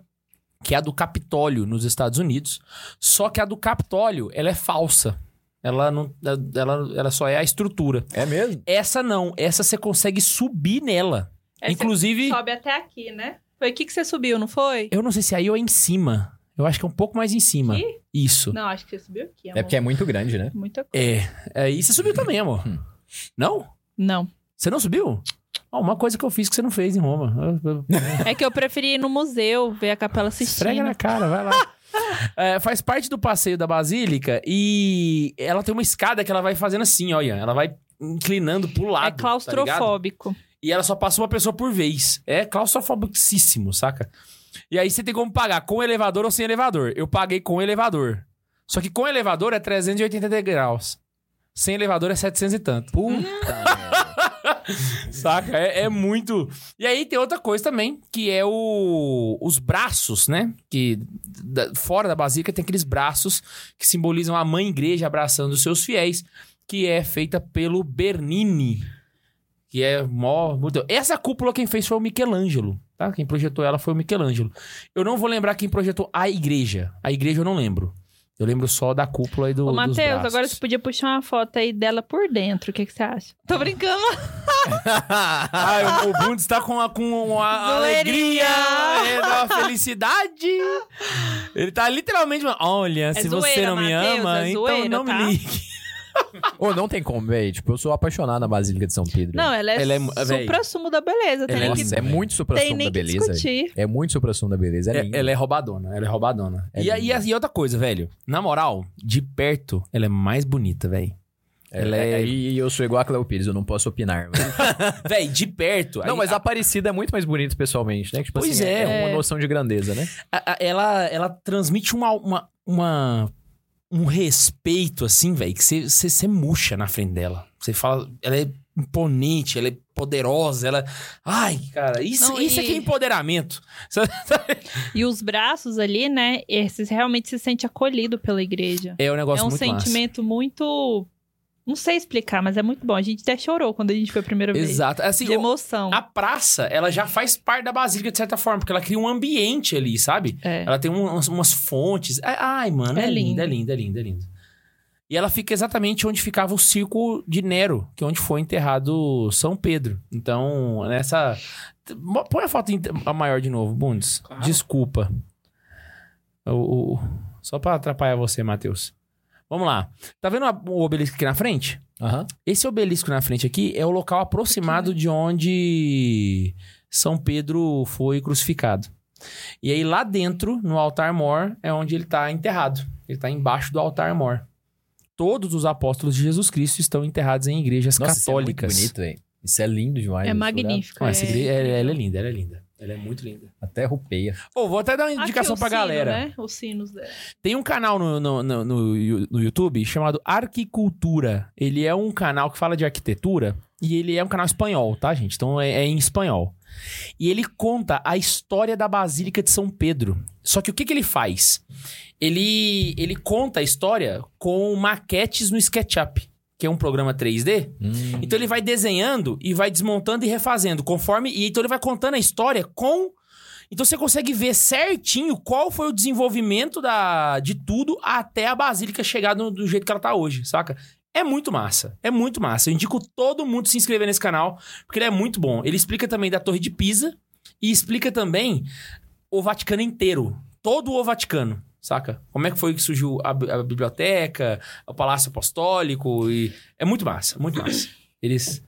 Speaker 1: Que é a do Capitólio nos Estados Unidos. Só que a do Capitólio, ela é falsa. Ela, não, ela, ela só é a estrutura.
Speaker 2: É mesmo?
Speaker 1: Essa não. Essa você consegue subir nela.
Speaker 3: É, você
Speaker 1: Inclusive.
Speaker 3: Sobe até aqui, né? Foi o que, que você subiu, não foi?
Speaker 1: Eu não sei se aí ou é em cima. Eu acho que é um pouco mais em cima.
Speaker 3: Aqui?
Speaker 1: Isso.
Speaker 3: Não, acho que você subiu aqui, amor.
Speaker 2: É porque é muito grande, né?
Speaker 3: Muita coisa.
Speaker 1: É. É. E você subiu também, amor. não?
Speaker 3: Não.
Speaker 1: Você não subiu? Ah, uma coisa que eu fiz que você não fez em Roma. Eu- eu-
Speaker 3: É que eu preferi ir no museu, ver a Capela Sistina.
Speaker 1: Esfrega
Speaker 2: tá
Speaker 1: na cara, vai lá. É, faz parte do passeio da Basílica e ela tem uma escada que ela vai fazendo assim, olha. Ela vai inclinando pro lado.
Speaker 3: É
Speaker 1: tá ligado?
Speaker 3: claustrofóbico.
Speaker 1: e ela só passa uma pessoa por vez. É claustrofobicíssimo, saca? E aí você tem como pagar com elevador ou sem elevador. Eu paguei com elevador. Só que com elevador é 380 graus. Sem elevador é 700 e tanto. Saca? É, é muito. E aí tem outra coisa também, que é o, os braços, né? Que da- fora da basílica tem aqueles braços que simbolizam a mãe igreja abraçando os seus fiéis, que é feita pelo Bernini. Que é mó. muito- Essa cúpula quem fez foi o Michelangelo, tá? Quem projetou ela foi o Michelangelo. Eu não vou lembrar quem projetou a igreja. A igreja eu não lembro. Eu lembro só da cúpula e do.
Speaker 3: Ô,
Speaker 1: dos
Speaker 3: Matheus,
Speaker 1: braços.
Speaker 3: agora você podia puxar uma foto aí dela por dentro. O que, que você acha? Tô brincando.
Speaker 1: Ah, o, o Bundes tá com a, com a alegria,
Speaker 3: Zoeirinha.
Speaker 1: é, da felicidade. Ele tá literalmente. falando, Olha, se você
Speaker 3: É zoeira,
Speaker 1: não me
Speaker 3: Matheus,
Speaker 1: ama,
Speaker 3: é
Speaker 1: então
Speaker 3: zoeira,
Speaker 1: não
Speaker 3: tá?
Speaker 1: me ligue.
Speaker 2: Ô, não tem como, velho. Tipo, eu sou apaixonado na Basílica de São Pedro.
Speaker 3: Não, ela é,
Speaker 1: Ela é- véi.
Speaker 3: supra-sumo da beleza. Tem
Speaker 1: Ela
Speaker 3: nem
Speaker 1: é-
Speaker 3: que,
Speaker 2: Nossa, é muito
Speaker 3: tem
Speaker 2: supra-sumo
Speaker 3: nem
Speaker 2: da
Speaker 3: que
Speaker 2: beleza.
Speaker 3: discutir.
Speaker 2: É muito supra-sumo da beleza. É, linda.
Speaker 1: ela é roubadona, ela é roubadona.
Speaker 2: É
Speaker 1: e, aí,
Speaker 2: linda.
Speaker 1: e outra coisa, velho. Na moral, de perto, ela é mais bonita, velho. ela é-
Speaker 2: E eu sou igual a Cleo Pires, eu não posso opinar. mas-
Speaker 1: Véi, de perto.
Speaker 2: não,
Speaker 1: aí-
Speaker 2: mas a Aparecida é muito mais bonita pessoalmente, né? Tipo
Speaker 1: Pois
Speaker 2: assim,
Speaker 1: é.
Speaker 2: uma noção de grandeza, né?
Speaker 1: a- a- ela, ela transmite uma, uma, uma- um respeito, assim, velho, que você- você você murcha na frente dela. Você fala, ela é imponente, ela é poderosa, ela... Ai, cara, isso,
Speaker 3: Não,
Speaker 1: isso
Speaker 3: e-
Speaker 1: aqui é empoderamento.
Speaker 3: E os braços ali, né? Esses realmente se sente acolhido pela igreja.
Speaker 1: É um negócio
Speaker 3: é um
Speaker 1: muito massa.
Speaker 3: sentimento muito. Não sei explicar, mas é muito bom. A gente até chorou quando a gente foi a primeira vez.
Speaker 1: Exato. Assim,
Speaker 3: De
Speaker 1: o-
Speaker 3: emoção.
Speaker 1: a praça, ela já faz parte da Basílica, de certa forma, porque ela cria um ambiente ali, sabe?
Speaker 3: É.
Speaker 1: Ela tem um- umas, umas fontes. É- Ai, mano, é,
Speaker 3: É
Speaker 1: linda,
Speaker 3: lindo.
Speaker 1: é linda, é linda, é linda. E ela fica exatamente onde ficava o circo de Nero, que é onde foi enterrado São Pedro. Então, nessa. Mo- Põe a foto inte- a maior de novo, Bundes.
Speaker 4: Claro.
Speaker 1: Desculpa. O- o- Só pra atrapalhar você, Matheus. Vamos lá. Tá vendo a- o obelisco aqui na frente?
Speaker 2: Aham.
Speaker 1: Esse obelisco na frente aqui é o local aproximado de onde São Pedro foi crucificado. E aí lá dentro, no altar mor, é onde ele está enterrado. Ele está embaixo do altar mor. Todos os apóstolos de Jesus Cristo estão enterrados em igrejas
Speaker 2: Nossa, isso é muito
Speaker 1: católicas.
Speaker 2: bonito, velho. Isso é lindo demais.
Speaker 3: É
Speaker 2: esse
Speaker 3: magnífico.
Speaker 1: Não, essa
Speaker 3: é
Speaker 1: igreja, ela,
Speaker 3: incrível.
Speaker 1: ela é linda, ela é linda. Ela é muito linda.
Speaker 2: lugar. Até rupeia.
Speaker 1: Ô, vou até dar uma
Speaker 3: Aqui
Speaker 1: indicação
Speaker 3: o
Speaker 1: pra
Speaker 3: sino,
Speaker 1: galera.
Speaker 3: Né? Os sinos dela.
Speaker 1: Tem um canal no, no, no, no Yu- no YouTube chamado Arquicultura. Ele é um canal que fala de arquitetura e ele é um canal espanhol, tá, gente? Então é, é em espanhol. E ele conta a história da Basílica de São Pedro. Só que o que, que ele faz? Ele, ele conta a história com maquetes no SketchUp, que é um programa 3D.
Speaker 2: Hum.
Speaker 1: Então ele vai desenhando e vai desmontando e refazendo, conforme. E então ele vai contando a história com. Então você consegue ver certinho qual foi o desenvolvimento da, de tudo até a Basílica chegar no- do jeito que ela tá hoje, saca? É muito massa, é muito massa. Eu indico todo mundo se inscrever nesse canal, porque ele é muito bom. Ele explica também da Torre de Pisa e explica também o Vaticano inteiro, todo o Vaticano, saca? Como é que foi que surgiu a, bi- a biblioteca, o Palácio Apostólico e é muito massa, muito massa. Eles.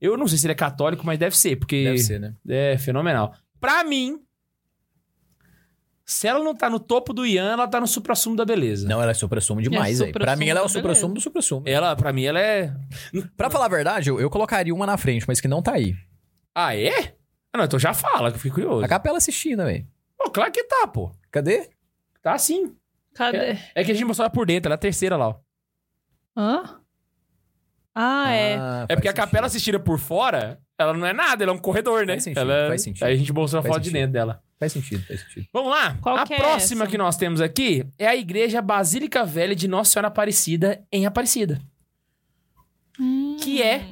Speaker 1: Eu não sei se ele é católico, mas deve ser, porque
Speaker 2: Deve ser, né?
Speaker 1: é fenomenal. Pra mim, Se ela não tá no topo do Ian, ela tá no suprassumo da beleza.
Speaker 2: Não, ela é supra-sumo demais, velho. Pra
Speaker 3: supra-sumo
Speaker 2: mim, ela é o
Speaker 3: da
Speaker 2: supra-sumo do supra-sumo.
Speaker 1: Ela, pra mim, ela é.
Speaker 2: Pra falar a verdade, eu, eu colocaria uma na frente, mas que não tá aí.
Speaker 1: Ah, é? Ah, não, então já fala, que eu fico curioso.
Speaker 2: A capela assistindo, velho.
Speaker 1: Pô, claro que tá, pô.
Speaker 2: Cadê?
Speaker 1: Tá sim.
Speaker 3: Cadê?
Speaker 1: É que a gente mostrou ela por dentro, ela é a terceira lá, ó.
Speaker 3: Hã? Ah, é.
Speaker 1: É porque a
Speaker 2: faz
Speaker 1: capela
Speaker 2: sentido.
Speaker 1: assistida por fora, ela não é nada, ela é um corredor, né?
Speaker 2: Faz sentido,
Speaker 1: Ela-
Speaker 2: faz sentido.
Speaker 1: Aí a gente mostrou a
Speaker 2: Faz
Speaker 1: foto de
Speaker 2: sentido.
Speaker 1: dentro dela.
Speaker 2: Faz sentido, faz sentido.
Speaker 1: Vamos lá?
Speaker 3: Qual
Speaker 1: a
Speaker 3: que é
Speaker 1: próxima
Speaker 3: essa?
Speaker 1: que nós temos aqui é a Igreja Basílica Velha de Nossa Senhora Aparecida, em Aparecida.
Speaker 3: Hum.
Speaker 1: Que é?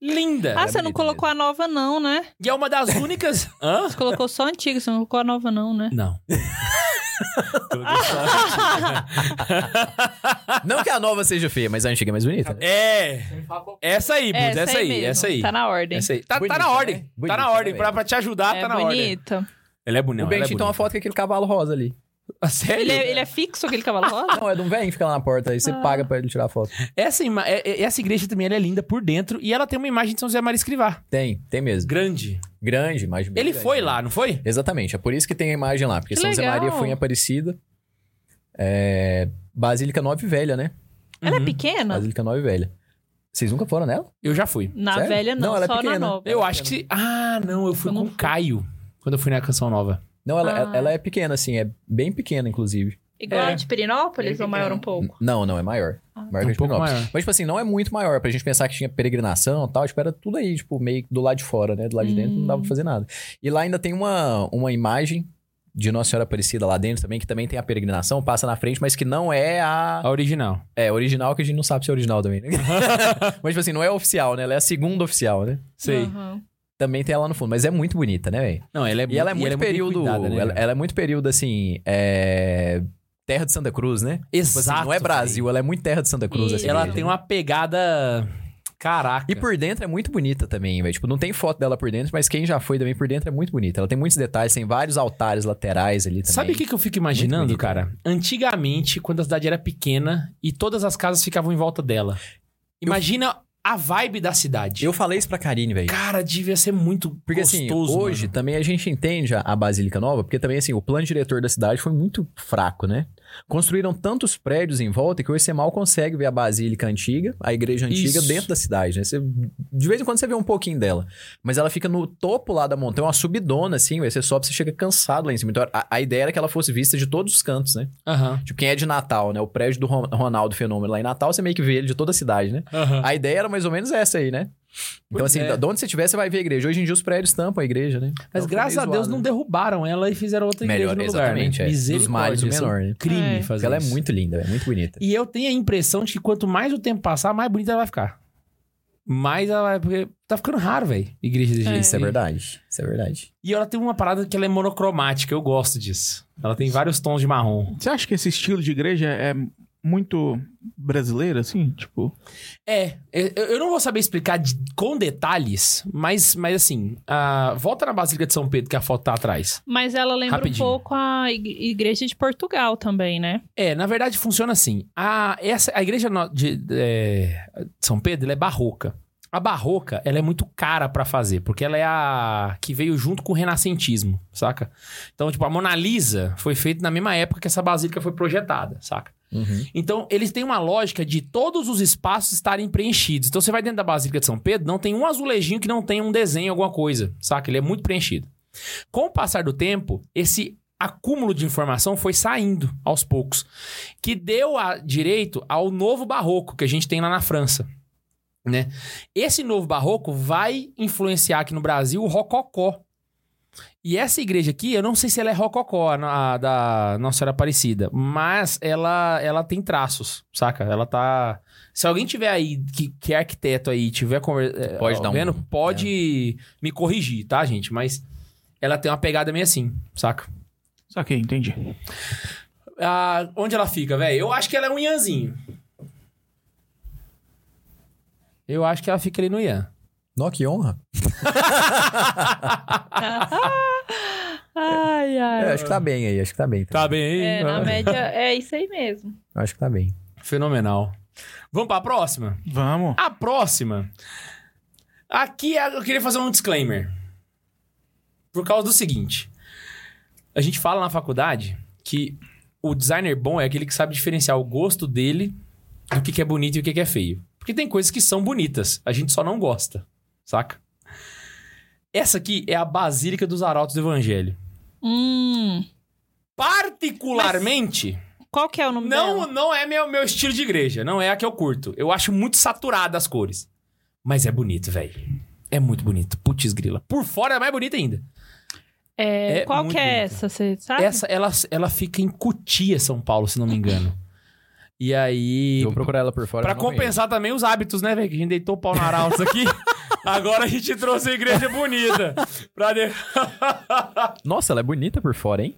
Speaker 1: Linda!
Speaker 3: Ah, você não
Speaker 2: bonito
Speaker 3: colocou a nova, não, né?
Speaker 1: E é uma das únicas. Hã?
Speaker 3: Você colocou só a antiga, você não colocou a nova, não, né?
Speaker 1: Não.
Speaker 2: Não que a nova seja feia, mas a antiga é mais bonita. né?
Speaker 1: É. Essa aí, Bruno, essa, aí,
Speaker 3: É, mesmo.
Speaker 1: essa aí.
Speaker 3: Tá na ordem.
Speaker 1: Essa aí. Tá, tá
Speaker 2: Bonita,
Speaker 1: na
Speaker 2: né? então,
Speaker 1: ordem.
Speaker 2: Bonita
Speaker 1: Tá na ordem.
Speaker 2: também.
Speaker 1: Pra, pra te ajudar,
Speaker 3: é
Speaker 1: tá na ordem.
Speaker 3: bonita.
Speaker 1: Ela é bonita.
Speaker 2: o Bentinho tem uma foto com aquele cavalo rosa ali.
Speaker 1: Sério?
Speaker 3: Ele é, ele é fixo, aquele cavalo rosa?
Speaker 2: Não, é de um velho que fica lá na porta, aí você
Speaker 3: Ah.
Speaker 2: paga pra ele tirar a foto.
Speaker 1: Essa, ima- é- é- essa igreja também ela é linda por dentro e ela tem uma imagem de São José Maria Escrivá.
Speaker 2: Tem, tem mesmo.
Speaker 1: Grande.
Speaker 2: Grande, mais bem
Speaker 1: Ele
Speaker 2: grande. né?
Speaker 1: foi lá, não foi?
Speaker 2: Exatamente, é por isso que tem a imagem lá, porque
Speaker 3: Que
Speaker 2: São Zé Maria
Speaker 3: legal.
Speaker 2: foi em Aparecida. É... Basílica Nova e Velha, né?
Speaker 3: Ela é
Speaker 1: Uhum.
Speaker 3: pequena?
Speaker 2: Basílica Nova e Velha. Vocês nunca foram nela?
Speaker 1: Eu já fui.
Speaker 3: Na
Speaker 2: Sério?
Speaker 3: velha, não,
Speaker 2: Não, ela é
Speaker 3: só
Speaker 2: pequena.
Speaker 3: na nova.
Speaker 1: Eu acho que. Ah, não, eu fui
Speaker 3: Eu não
Speaker 1: com o
Speaker 3: fui.
Speaker 1: Caio quando eu fui na Canção Nova.
Speaker 2: Não, ela,
Speaker 3: Ah.
Speaker 2: ela é pequena, assim, é bem pequena, inclusive.
Speaker 3: Igual
Speaker 1: É.
Speaker 3: a de Perinópolis
Speaker 4: É
Speaker 3: ou maior um
Speaker 2: N-
Speaker 3: pouco?
Speaker 2: Não, não, é maior.
Speaker 3: Ah.
Speaker 2: Maior
Speaker 1: É
Speaker 2: que
Speaker 1: um
Speaker 2: a
Speaker 1: pouco
Speaker 2: Higienópolis.
Speaker 1: maior.
Speaker 2: Mas, tipo assim, não é muito maior pra gente pensar que tinha peregrinação e tal. Tipo, era tudo aí, tipo, meio do lado de fora, né? Do lado de dentro não dava pra fazer nada. E lá ainda tem uma, uma imagem de Nossa Senhora Aparecida lá dentro também, que também tem a peregrinação, passa na frente, mas que não é a.
Speaker 1: A original.
Speaker 2: É, original, que a gente não sabe se é original também, né? mas, tipo assim, não é oficial, né? Ela é a segunda oficial, né?
Speaker 1: Sei.
Speaker 3: Aham.
Speaker 2: Também tem ela no fundo, mas é muito bonita, né, velho?
Speaker 1: Não, ela é
Speaker 2: E ela é muito
Speaker 1: bem
Speaker 2: período.
Speaker 1: cuidada, né,
Speaker 2: ela,
Speaker 1: velho?
Speaker 2: ela é muito período, assim. É... Terra de Santa Cruz, né? Tipo assim,
Speaker 1: Exato.
Speaker 2: não é Brasil, ela é muito Terra de Santa Cruz.
Speaker 3: E-
Speaker 2: Assim,
Speaker 1: Ela
Speaker 2: mesmo.
Speaker 1: tem uma pegada. Caraca.
Speaker 2: E por dentro é muito bonita também, velho. Tipo, não tem foto dela por dentro, mas quem já foi também por dentro é muito bonita. Ela tem muitos detalhes, tem vários altares laterais ali também.
Speaker 1: Sabe o que, que eu fico imaginando,
Speaker 2: bonito.
Speaker 1: cara? Antigamente, quando a cidade era pequena e todas as casas ficavam em volta dela. Imagina a vibe da cidade.
Speaker 2: Eu falei isso pra Karine, velho.
Speaker 1: Cara, devia ser muito
Speaker 2: Porque
Speaker 1: gostoso.
Speaker 2: assim, hoje
Speaker 1: mano.
Speaker 2: também a gente entende a, a Basílica Nova, porque também assim, o plano diretor da cidade foi muito fraco, né? Construíram tantos prédios em volta que hoje você mal consegue ver a Basílica antiga, a igreja antiga
Speaker 1: Isso.
Speaker 2: dentro da cidade, né? Você- de vez em quando você vê um pouquinho dela. Mas ela fica no topo lá da montanha, uma subidona assim, velho. Você sobe, você chega cansado lá em cima. Então a, a ideia era que ela fosse vista de todos os cantos, né?
Speaker 1: Aham.
Speaker 2: Tipo, quem é de Natal, né? O prédio do Ron- Ronaldo Fenômeno lá em Natal, você meio que vê ele de toda a cidade, né?
Speaker 1: Aham.
Speaker 2: A ideia era mais ou menos essa aí, né? Então,
Speaker 1: Pois
Speaker 2: assim,
Speaker 1: é.
Speaker 2: de onde você estiver, você vai ver a igreja. Hoje em dia, os prédios tampam a igreja, né?
Speaker 1: Mas
Speaker 2: Então,
Speaker 1: graças
Speaker 2: fica
Speaker 1: a
Speaker 2: meio
Speaker 1: Deus
Speaker 2: zoado,
Speaker 1: não
Speaker 2: né?
Speaker 1: derrubaram ela e fizeram outra igreja
Speaker 2: Melhor,
Speaker 1: no lugar,
Speaker 2: exatamente.
Speaker 1: né?
Speaker 2: é. Dos males,
Speaker 1: Misericórdia,
Speaker 2: o
Speaker 1: isso é um
Speaker 2: menor, né?
Speaker 1: Crime
Speaker 3: É.
Speaker 1: fazer
Speaker 2: Porque ela é
Speaker 1: isso.
Speaker 2: muito linda, é muito bonita.
Speaker 1: E eu tenho a impressão de que quanto mais o tempo passar, mais bonita ela vai ficar. Mais ela vai... Porque tá ficando raro, velho, igreja desse jeito.
Speaker 2: Isso é verdade, isso é verdade.
Speaker 1: E ela tem uma parada que ela é monocromática, eu gosto disso. Ela tem vários tons de marrom.
Speaker 4: Você acha que esse estilo de igreja é muito brasileiro, assim? Tipo,
Speaker 1: É, eu, eu não vou saber explicar de- com detalhes, mas, mas assim, a- volta na Basílica de São Pedro que a foto tá atrás.
Speaker 3: Mas ela lembra
Speaker 1: Rapidinho.
Speaker 3: um pouco a ig- igreja de Portugal também, né?
Speaker 1: É, na verdade funciona assim. A, essa, a igreja no- de, é, de São Pedro ela é barroca. A barroca ela é muito cara pra fazer, porque ela é a que veio junto com o renascentismo, saca? Então, tipo, a Mona Lisa foi feita na mesma época que essa basílica foi projetada, saca? Então, eles têm uma lógica de todos os espaços estarem preenchidos. Então, você vai dentro da Basílica de São Pedro, não tem um azulejinho que não tenha um desenho, alguma coisa, saca? Ele é muito preenchido. Com o passar do tempo, esse acúmulo de informação foi saindo aos poucos, que deu a- direito ao novo barroco que a gente tem lá na França. Né? Esse novo barroco vai influenciar aqui no Brasil o rococó. E essa igreja aqui, eu não sei se ela é rococó, a, no- a da Nossa Senhora Aparecida, mas ela, ela tem traços, saca? Ela tá... Se alguém tiver aí, que, que é arquiteto aí, tiver conver- eh,
Speaker 2: Pode
Speaker 1: ó,
Speaker 2: dar um- é.
Speaker 1: vendo, pode me corrigir, tá, gente? Mas ela tem uma pegada meio assim, saca?
Speaker 4: só que entendi.
Speaker 1: Ah, onde ela fica, velho? Eu acho que ela é um Ianzinho. Eu acho que ela fica ali no Ian.
Speaker 2: Nó, que honra.
Speaker 3: Ai, ai.
Speaker 2: É, acho que tá bem aí, acho que tá bem. Tá?
Speaker 1: bem aí.
Speaker 3: É, na média é isso aí mesmo.
Speaker 2: Acho que tá bem.
Speaker 1: Fenomenal. Vamos pra próxima?
Speaker 4: Vamos.
Speaker 1: A próxima. é, Aqui eu queria fazer um disclaimer. Por causa do seguinte. A gente fala na faculdade que o designer bom é aquele que sabe diferenciar o gosto dele do que, que é bonito e o que, que é feio. Porque tem coisas que são bonitas, a gente só não gosta, saca? Essa aqui é a Basílica dos Arautos do Evangelho.
Speaker 3: Hum.
Speaker 1: Particularmente,
Speaker 3: Qual que é o nome
Speaker 1: não,
Speaker 3: dela?
Speaker 1: não é meu, meu estilo de igreja, não é a que eu curto. Eu acho muito saturada as cores. Mas é bonito, velho. É muito bonito. Putz grila. Por fora é mais bonita ainda.
Speaker 3: É,
Speaker 1: é
Speaker 3: qual
Speaker 1: muito
Speaker 3: que é
Speaker 1: bonita.
Speaker 3: essa? Você sabe?
Speaker 1: Essa, ela, ela fica em Cotia, São Paulo, se não me engano. E aí...
Speaker 2: Eu vou procurar ela por fora.
Speaker 1: Pra
Speaker 2: eu não conheço.
Speaker 1: compensar também os hábitos, né, velho? Que a gente deitou o pau na arauça aqui. Agora a gente trouxe a igreja bonita. pra de-
Speaker 2: Nossa, ela é bonita por fora, hein?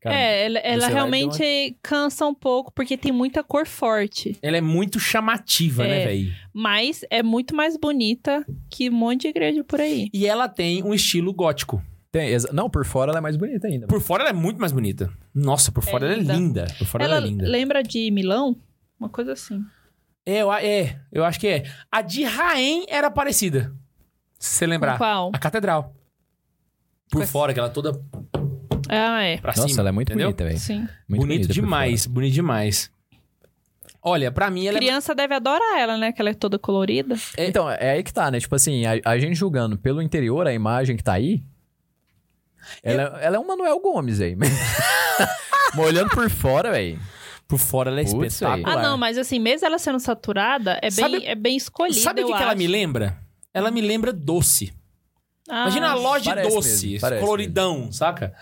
Speaker 2: Cara,
Speaker 3: é, ela, ela
Speaker 2: você vai
Speaker 3: realmente cansa um pouco, porque tem muita cor forte.
Speaker 1: Ela é muito chamativa, né,
Speaker 3: É.
Speaker 1: velho?
Speaker 3: Mas é muito mais bonita que um monte de igreja por aí.
Speaker 1: E ela tem um estilo gótico.
Speaker 2: tem- exa- não, por fora ela é mais bonita ainda.
Speaker 1: Por fora ela é muito mais bonita. Nossa, por fora ela
Speaker 3: linda.
Speaker 1: é linda. Por fora ela,
Speaker 3: ela
Speaker 1: é linda.
Speaker 3: lembra de Milão? Uma coisa assim.
Speaker 1: É, eu, a- é, eu acho que é. A de Raém era parecida. Se você
Speaker 3: Com
Speaker 1: lembrar.
Speaker 3: Um Qual?
Speaker 1: A catedral. Por fora, que ela toda
Speaker 3: Ah, é.
Speaker 1: pra
Speaker 2: Nossa,
Speaker 1: cima.
Speaker 2: ela é muito
Speaker 1: entendeu?
Speaker 2: bonita, velho.
Speaker 3: Sim.
Speaker 2: Muito
Speaker 1: bonito
Speaker 2: bonita por
Speaker 1: demais, bonito demais. Olha, pra mim ela é-
Speaker 3: Criança deve adorar ela, né? Que ela é toda colorida.
Speaker 2: É, Então, é aí que tá, né? Tipo assim, a, a gente julgando pelo interior a imagem que tá aí. Ela, ela é um Manuel Gomes aí. Mas olhando por fora, velho.
Speaker 1: Por fora ela é
Speaker 2: Putz, véi.
Speaker 1: espetacular.
Speaker 3: Ah, não, mas assim, mesmo ela sendo saturada, é bem,
Speaker 1: Sabe-
Speaker 3: é bem escolhida.
Speaker 1: Sabe o que,
Speaker 3: eu
Speaker 1: que ela
Speaker 3: acho.
Speaker 1: me lembra? Ela me lembra doce.
Speaker 3: Ah,
Speaker 1: Imagina a loja de
Speaker 2: parece
Speaker 1: doce,
Speaker 2: mesmo, parece
Speaker 1: coloridão, saca?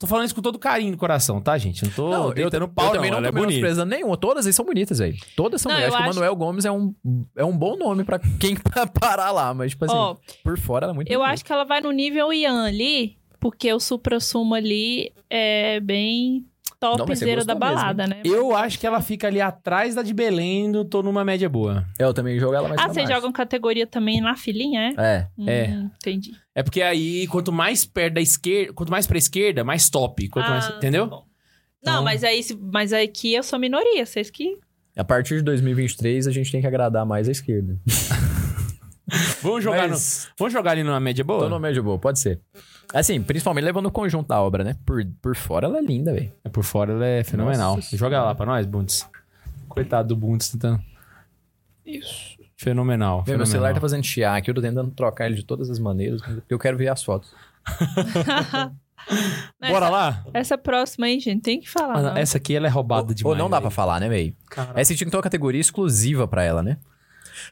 Speaker 1: Tô falando isso com todo carinho no coração, tá, gente? Não tô deitando pau,
Speaker 2: eu também
Speaker 1: não.
Speaker 2: não
Speaker 1: ela é
Speaker 2: tô
Speaker 1: bonita.
Speaker 2: menosprezando nenhuma. Todas aí são bonitas, velho. Todas são
Speaker 3: Não,
Speaker 2: bonitas.
Speaker 3: eu
Speaker 2: Acho que o
Speaker 3: acho-
Speaker 2: Manuel Gomes é um, é um bom nome pra quem parar lá. Mas, tipo assim,
Speaker 3: Ó,
Speaker 2: por fora ela é muito
Speaker 3: eu
Speaker 2: bonita.
Speaker 3: acho que ela vai no nível Ian ali, porque o supra-sumo ali é bem topzera
Speaker 2: gostou
Speaker 3: da
Speaker 2: mesmo,
Speaker 3: balada, né?
Speaker 1: Eu acho que ela fica ali atrás da de Belém, do tô numa média boa.
Speaker 2: É, Eu também jogo ela mais
Speaker 3: Ah,
Speaker 2: pra
Speaker 3: vocês
Speaker 2: baixo.
Speaker 3: jogam categoria também na filhinha, é?
Speaker 2: É.
Speaker 1: É.
Speaker 3: Hum, entendi.
Speaker 1: É porque aí, quanto mais perto da esquerda, quanto mais pra esquerda, mais top. Quanto mais,
Speaker 3: Ah,
Speaker 1: entendeu?
Speaker 3: tá bom.
Speaker 1: Então-
Speaker 3: Não, mas aí, se- mas aqui eu sou minoria, vocês que.
Speaker 2: A partir de 2023, a gente tem que agradar mais a esquerda.
Speaker 1: Vamos jogar,
Speaker 2: Mas-
Speaker 1: no- vamos jogar ali numa média boa?
Speaker 2: Tô no médio boa, pode ser. Assim, principalmente levando o conjunto da obra, né? Por, por fora ela é linda, velho.
Speaker 1: É, Por fora ela é fenomenal.
Speaker 2: Nossa
Speaker 1: Joga lá pra nós, Bundes. Coitado do Bundes tá tentando. Isso. Fenomenal.
Speaker 2: Meu
Speaker 1: fenomenal.
Speaker 2: celular tá fazendo chiar aqui, eu tô tentando trocar ele de todas as maneiras, porque eu quero ver as fotos.
Speaker 1: Bora lá?
Speaker 3: Essa próxima aí, gente, tem que falar.
Speaker 1: Ah,
Speaker 3: não.
Speaker 1: não, essa aqui ela é roubada demais.
Speaker 2: Ou não dá
Speaker 1: velho.
Speaker 2: pra
Speaker 1: Ah.
Speaker 2: falar, né, véi?
Speaker 1: Caralho.
Speaker 2: Essa tinha que ter uma categoria exclusiva pra ela, né?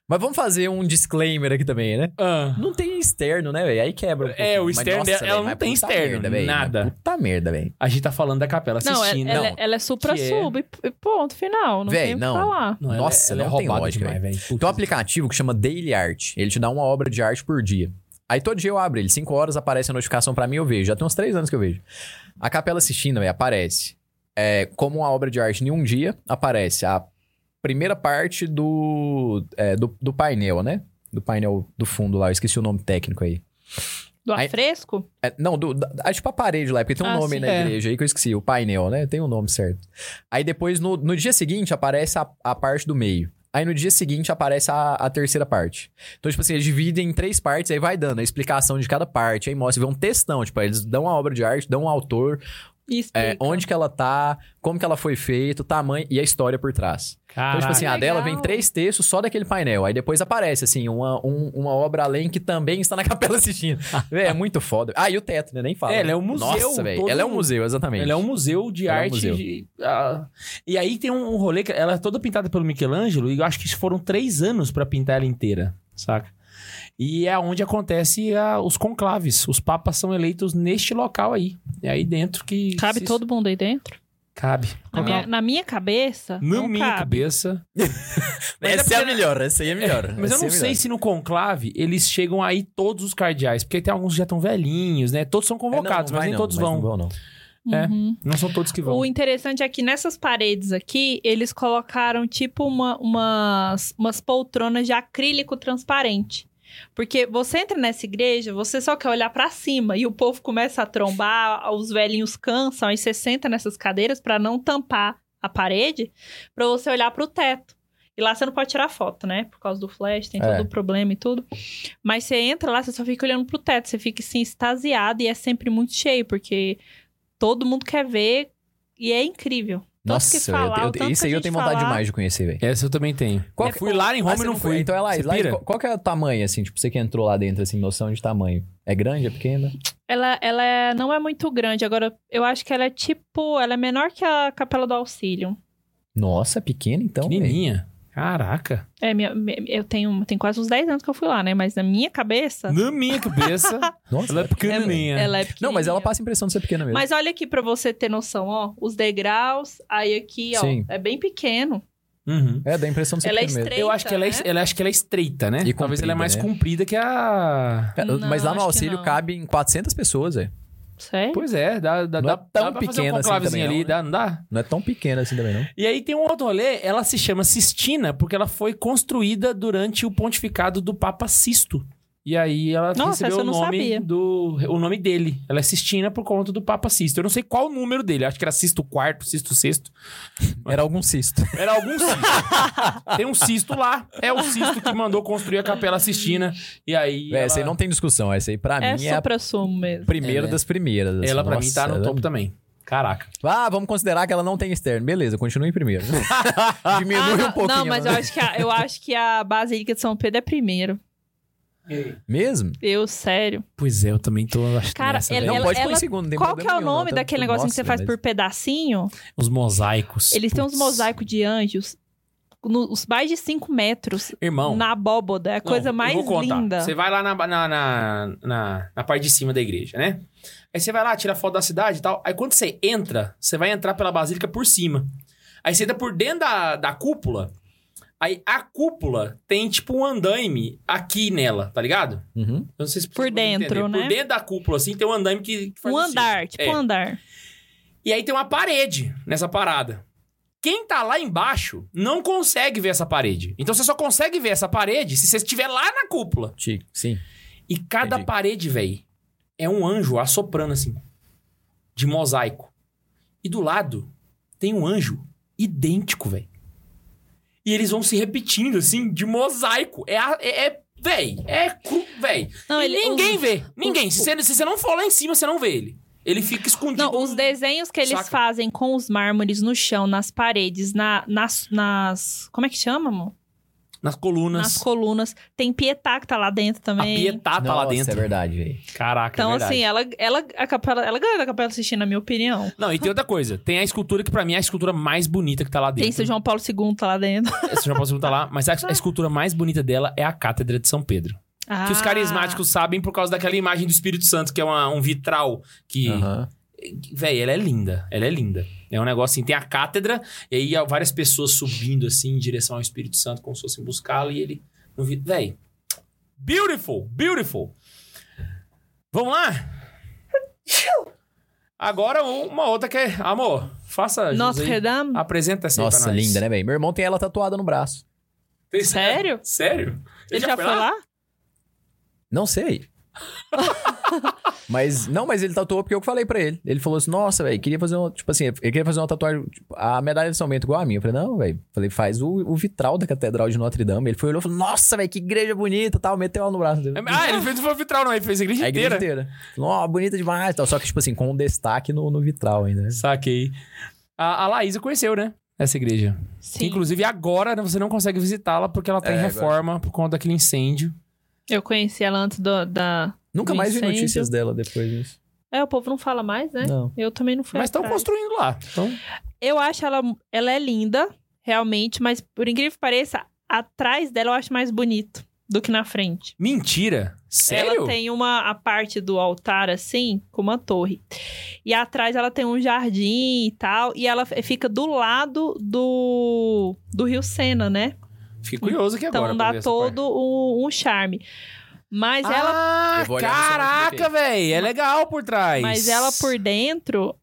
Speaker 2: Mas vamos fazer um disclaimer aqui também, né?
Speaker 1: Ah,
Speaker 2: Não tem externo, né, velho? Aí quebra um
Speaker 1: É,
Speaker 2: pouquinho.
Speaker 1: o
Speaker 2: Mas,
Speaker 1: externo
Speaker 2: nossa,
Speaker 1: dela-
Speaker 2: véi,
Speaker 1: ela
Speaker 2: mas
Speaker 1: não tem
Speaker 2: puta
Speaker 1: externo,
Speaker 2: merda, véi.
Speaker 1: nada.
Speaker 2: Mas Puta merda, velho.
Speaker 1: a gente tá falando da capela
Speaker 3: Não,
Speaker 1: assistindo.
Speaker 3: ela, ela- ela é supra-sub, e ponto final. Não
Speaker 2: Véi,
Speaker 3: tem o que
Speaker 2: não.
Speaker 3: falar.
Speaker 1: Não, ela-
Speaker 2: Nossa,
Speaker 1: ela é
Speaker 2: não tem
Speaker 1: roubada
Speaker 2: lógica,
Speaker 1: demais, velho.
Speaker 2: Tem um aplicativo que chama Daily Art. Ele te dá uma obra de arte por dia. Aí todo dia eu abro ele, 5 horas aparece a notificação pra mim, eu vejo. Já tem uns 3 anos que eu vejo. A Capela Sistina, velho, aparece é, como uma obra de arte em um dia, aparece a primeira parte do, é, do, do painel, né? Do painel do fundo lá, eu esqueci o nome técnico aí.
Speaker 3: Do
Speaker 2: Aí-
Speaker 3: afresco?
Speaker 2: É, não, do, da, é tipo a parede lá, porque tem um
Speaker 3: Ah,
Speaker 2: nome
Speaker 3: sim.
Speaker 2: na
Speaker 1: É.
Speaker 2: igreja aí que eu esqueci, o painel, né? Tem um nome certo. Aí depois, no, no dia seguinte, aparece a, a parte do meio. Aí no dia seguinte aparece a, a terceira parte. Então, tipo assim, eles dividem em três partes, aí vai dando a explicação de cada parte, aí mostra, vê um textão, tipo, aí eles dão a obra de arte, dão um autor,
Speaker 3: Isso.
Speaker 2: é, onde que ela tá, como que ela foi feita, o tamanho e a história por trás. Então, tipo assim, a
Speaker 3: Que
Speaker 2: dela
Speaker 3: Ah, legal.
Speaker 2: vem três textos só daquele painel. Aí depois aparece, assim, uma, um- uma obra além que também está na capela assistindo. Véi, é muito foda. Ah, e o teto, né? Nem fala.
Speaker 1: É, ela é um museu,
Speaker 2: Nossa, velho.
Speaker 1: todo
Speaker 2: Ela é
Speaker 1: um-
Speaker 2: um museu, exatamente.
Speaker 1: Ela é um museu de
Speaker 2: Ela é um
Speaker 1: arte.
Speaker 2: museu.
Speaker 1: de- ah, e aí tem um, um rolê que ela é toda pintada pelo Michelangelo, e eu acho que isso foram três anos pra pintar ela inteira, saca? E é onde acontece ah, os conclaves. Os papas são eleitos neste local aí. É aí dentro que.
Speaker 3: Cabe
Speaker 1: se-
Speaker 3: todo mundo aí dentro?
Speaker 1: Cabe.
Speaker 3: Na minha, na minha cabeça.
Speaker 1: Na
Speaker 3: não
Speaker 1: minha
Speaker 3: cabe.
Speaker 1: cabeça. Mas
Speaker 2: Essa é,
Speaker 1: porque- né,
Speaker 2: a melhor, essa aí é a melhor.
Speaker 1: Mas
Speaker 2: Essa
Speaker 1: eu não
Speaker 2: é a
Speaker 1: sei
Speaker 2: melhor.
Speaker 1: se no conclave eles chegam aí todos os cardeais, porque tem alguns que já estão velhinhos, né? Todos são
Speaker 2: É, não, não
Speaker 1: convocados, mas
Speaker 2: vai
Speaker 1: nem
Speaker 2: não,
Speaker 1: todos
Speaker 2: mas
Speaker 1: vão.
Speaker 2: Não vão, não.
Speaker 1: É.
Speaker 3: Uhum.
Speaker 1: Não são todos que vão.
Speaker 3: O interessante é que nessas paredes aqui, eles colocaram tipo uma- umas, umas poltronas de acrílico transparente. Porque você entra nessa igreja, você só quer olhar pra cima e o povo começa a trombar, os velhinhos cansam, aí você senta nessas cadeiras pra não tampar a parede, pra você olhar pro teto. E lá você não pode tirar foto, né? Por causa do flash, tem
Speaker 2: É.
Speaker 3: todo o problema e tudo. Mas você entra lá, você só fica olhando pro teto, você fica assim, extasiado e é sempre muito cheio, porque todo mundo quer ver e é incrível. Tanto
Speaker 2: Nossa,
Speaker 3: que falar,
Speaker 2: eu- eu-
Speaker 3: o tanto
Speaker 2: isso
Speaker 3: que a
Speaker 2: aí eu
Speaker 3: gente
Speaker 2: tenho vontade
Speaker 3: falar.
Speaker 2: demais de conhecer, velho.
Speaker 1: Essa eu também tenho.
Speaker 2: Qual-
Speaker 1: eu fui lá em
Speaker 2: Ah,
Speaker 1: Roma
Speaker 2: você
Speaker 1: e não
Speaker 2: foi?
Speaker 1: fui.
Speaker 2: Então é lá,
Speaker 1: Você
Speaker 2: lá
Speaker 1: pira?
Speaker 2: qual, qual que é o tamanho, assim? Tipo, você que entrou lá dentro, assim, noção de tamanho. É grande, é pequena?
Speaker 3: Ela, ela é- não é muito grande. Agora, eu acho que ela é tipo. Ela é menor que a Capela do Auxílio.
Speaker 2: Nossa, é pequena então, velho.
Speaker 1: Pequenininha. Caraca.
Speaker 3: É, minha, minha- eu tenho, tem quase uns 10 anos que eu fui lá, né? Mas na minha cabeça.
Speaker 1: Na minha cabeça,
Speaker 2: Nossa,
Speaker 1: ela é
Speaker 3: ela-
Speaker 1: pequenininha.
Speaker 3: Tá. Ela é
Speaker 2: Não, mas
Speaker 3: pequenininha.
Speaker 2: ela passa a impressão de ser pequena mesmo.
Speaker 3: Mas olha aqui pra você ter noção, ó. Os degraus, aí aqui, ó.
Speaker 2: Sim.
Speaker 3: É bem pequeno.
Speaker 1: Uhum.
Speaker 2: É, dá a impressão de ser
Speaker 3: Ela é
Speaker 2: pequena mesmo.
Speaker 3: estreita.
Speaker 1: Eu acho que ela é,
Speaker 3: né?
Speaker 1: ela- acho que ela é estreita, né?
Speaker 2: E
Speaker 1: Talvez
Speaker 2: comprida,
Speaker 1: ela é mais
Speaker 2: né?
Speaker 1: comprida que a.
Speaker 2: É,
Speaker 3: Não,
Speaker 2: mas lá no
Speaker 3: acho que
Speaker 2: auxílio
Speaker 3: não.
Speaker 2: cabe em 400 pessoas, é. velho.
Speaker 3: Sério?
Speaker 1: Pois é, dá, dá,
Speaker 2: Não é
Speaker 1: dá,
Speaker 2: tão
Speaker 1: dá pra fazer um
Speaker 2: pequena assim
Speaker 1: conclavezinho
Speaker 2: também
Speaker 1: ali,
Speaker 2: não,
Speaker 1: dá, não dá?
Speaker 2: Não é tão pequena assim também, não.
Speaker 1: E aí tem um outro rolê, ela se chama Sistina porque ela foi construída durante o pontificado do Papa Sisto. E aí ela
Speaker 3: Nossa,
Speaker 1: recebeu
Speaker 3: essa
Speaker 1: o
Speaker 3: eu não
Speaker 1: nome
Speaker 3: sabia.
Speaker 1: do o nome dele. Ela é Sistina por conta do Papa Sisto. Eu não sei qual o número dele, acho que era Sisto quarto, Sisto sexto.
Speaker 2: Era algum cisto.
Speaker 1: Era algum Sisto. tem um Sisto lá, é o Sisto que mandou construir a Capela Sistina. E aí
Speaker 2: é,
Speaker 1: ela,
Speaker 2: essa aí não tem discussão. Essa aí, pra
Speaker 3: É
Speaker 2: mim, é a
Speaker 3: supra-sumo mesmo.
Speaker 2: primeira
Speaker 1: É, né?
Speaker 2: das primeiras. assim.
Speaker 1: ela pra mim tá
Speaker 2: Nossa,
Speaker 1: no
Speaker 2: ela-
Speaker 1: topo também. Caraca.
Speaker 2: Ah, vamos considerar que ela não tem externo. Beleza, continue em primeiro.
Speaker 3: Ah,
Speaker 2: Diminui um pouquinho.
Speaker 3: não, mas
Speaker 2: né?
Speaker 3: eu acho, que a, eu acho que a Basílica de São Pedro é primeiro.
Speaker 2: Mesmo?
Speaker 3: Eu, sério.
Speaker 1: Pois é, eu também tô achando
Speaker 3: Cara, nessa, ela- é um
Speaker 2: Não,
Speaker 3: ela-
Speaker 2: pode pôr em segundo. não tem
Speaker 3: Qual que
Speaker 2: problema
Speaker 3: é o
Speaker 2: nenhum, não,
Speaker 3: nome
Speaker 2: tá?
Speaker 3: daquele negocinho que
Speaker 2: Nossa,
Speaker 3: você faz
Speaker 2: mas-
Speaker 3: por pedacinho?
Speaker 1: os mosaicos.
Speaker 3: Eles têm uns mosaicos de anjos, no- os mais de 5 metros,
Speaker 1: Irmão,
Speaker 3: na abóboda. É a
Speaker 1: Não,
Speaker 3: coisa
Speaker 1: eu
Speaker 3: mais
Speaker 1: vou contar.
Speaker 3: linda.
Speaker 1: Você vai lá na, na, na, na, na parte de cima da igreja, né? Aí você vai lá, tira foto da cidade e tal. Aí quando você entra, você vai entrar pela basílica por cima. Aí você entra por dentro da, da cúpula. Aí a cúpula tem tipo um andaime aqui nela, tá ligado? Eu
Speaker 2: Uhum.
Speaker 1: não sei se
Speaker 3: Por
Speaker 1: vocês
Speaker 3: dentro,
Speaker 1: entenderam.
Speaker 3: né?
Speaker 1: Por dentro da cúpula, assim, tem um andaime que, que faz
Speaker 3: Um
Speaker 1: assim.
Speaker 3: andar, tipo
Speaker 1: É.
Speaker 3: um andar.
Speaker 1: E aí tem uma parede nessa parada. Quem tá lá embaixo não consegue ver essa parede. Então você só consegue ver essa parede se você estiver lá na cúpula.
Speaker 2: Ti- Sim.
Speaker 1: E cada
Speaker 2: Entendi.
Speaker 1: parede, velho, é um anjo assoprando assim, de mosaico. E do lado tem um anjo idêntico, velho. E eles vão se repetindo assim, de mosaico. É, a- é, é véi, é cru, véi.
Speaker 3: Não,
Speaker 1: e
Speaker 3: ele-
Speaker 1: ninguém
Speaker 3: os-
Speaker 1: vê, ninguém.
Speaker 3: os-
Speaker 1: se, você, se você não for lá em cima, você não vê ele. Ele fica escondido.
Speaker 3: Não, os desenhos que eles
Speaker 1: Tipo Saca?
Speaker 3: fazem com os mármores no chão, nas paredes, na- nas, nas. Como é que chama, amor?
Speaker 1: nas
Speaker 3: Nas
Speaker 1: colunas.
Speaker 3: colunas. Tem Pietá que tá lá dentro
Speaker 1: a
Speaker 3: também.
Speaker 1: Pietá tá lá
Speaker 2: Nossa,
Speaker 1: dentro.
Speaker 2: é verdade, velho.
Speaker 1: Caraca, é
Speaker 3: Então,
Speaker 1: verdade.
Speaker 3: assim, ela, ela, a capela, ela ganha da Capela Sistina, na minha opinião.
Speaker 1: Não, e tem outra coisa. Tem a escultura que pra mim é a escultura mais bonita que tá lá dentro.
Speaker 3: Tem São João Paulo II tá lá dentro.
Speaker 1: Essa eu já posso perguntar lá. Mas a, a escultura mais bonita dela é a Cátedra de São Pedro. Que os
Speaker 3: Ah.
Speaker 1: carismáticos sabem por causa daquela imagem do Espírito Santo, que é uma- um vitral que...
Speaker 2: Aham.
Speaker 1: Véi, ela é linda. Ela é linda. É um negócio assim, tem a cátedra, e aí há várias pessoas subindo assim em direção ao Espírito Santo, como se fossem buscá-lo, e ele... Não vi... Véi, beautiful, beautiful. Vamos lá? Agora uma outra que é... Amor, faça... jus
Speaker 3: Ah, Notre
Speaker 1: aí.
Speaker 3: Dame.
Speaker 1: Apresenta essa aí pra
Speaker 2: Nossa,
Speaker 1: nós.
Speaker 2: linda, né, velho? Meu irmão tem ela tatuada no braço.
Speaker 1: Tem-
Speaker 3: Sério?
Speaker 1: Sério?
Speaker 3: Ele já, foi lá?
Speaker 2: Não sei. mas, não, mas ele tatuou porque eu que falei pra ele. Ele falou assim, nossa, velho, queria fazer um, tipo assim, ele queria fazer uma tatuagem, tipo, a medalha de São Bento igual a minha. Eu falei, não, velho. Falei, faz o, o vitral da Catedral de Notre Dame. Ele foi, olhou e falou, nossa, velho, que igreja bonita tal. Meteu ela no braço dele.
Speaker 1: Ah, ele fez não foi o vitral, não. Ele fez a igreja
Speaker 2: A
Speaker 1: inteira.
Speaker 2: igreja inteira. Falou, ó, bonita demais tal. Só que, tipo assim, com um destaque no, no vitral ainda. né?
Speaker 1: Saquei. A, a Laísa conheceu, né? Essa igreja. Que,
Speaker 3: Sim.
Speaker 1: inclusive, agora né, você não consegue visitá-la porque ela tá
Speaker 2: É,
Speaker 1: em
Speaker 2: agora-
Speaker 1: reforma por conta daquele incêndio.
Speaker 3: Eu conheci ela antes do- da.
Speaker 2: Nunca
Speaker 3: Do
Speaker 2: mais vi
Speaker 3: incêndio.
Speaker 2: notícias dela depois disso.
Speaker 3: É, o povo não fala mais, né?
Speaker 2: Não.
Speaker 3: Eu também não fui.
Speaker 1: mas estão
Speaker 3: atrás.
Speaker 1: construindo lá. Então,
Speaker 3: Eu acho ela, ela é linda, realmente, mas por incrível que pareça, atrás dela eu acho mais bonito do que na frente.
Speaker 1: mentira. Sério?
Speaker 3: Ela tem uma a parte do altar assim, com uma torre. E atrás ela tem um jardim e tal, e ela f- fica do lado do do Rio Sena, né?
Speaker 1: Fiquei curioso aqui agora.
Speaker 3: Então
Speaker 1: pra ver
Speaker 3: dá
Speaker 1: essa parte.
Speaker 3: todo um, um charme. Mas ela
Speaker 1: Ah,
Speaker 2: Eu vou olhar nessa hora que
Speaker 1: caraca,
Speaker 2: eu
Speaker 1: velho. É legal por trás.
Speaker 3: mas ela por dentro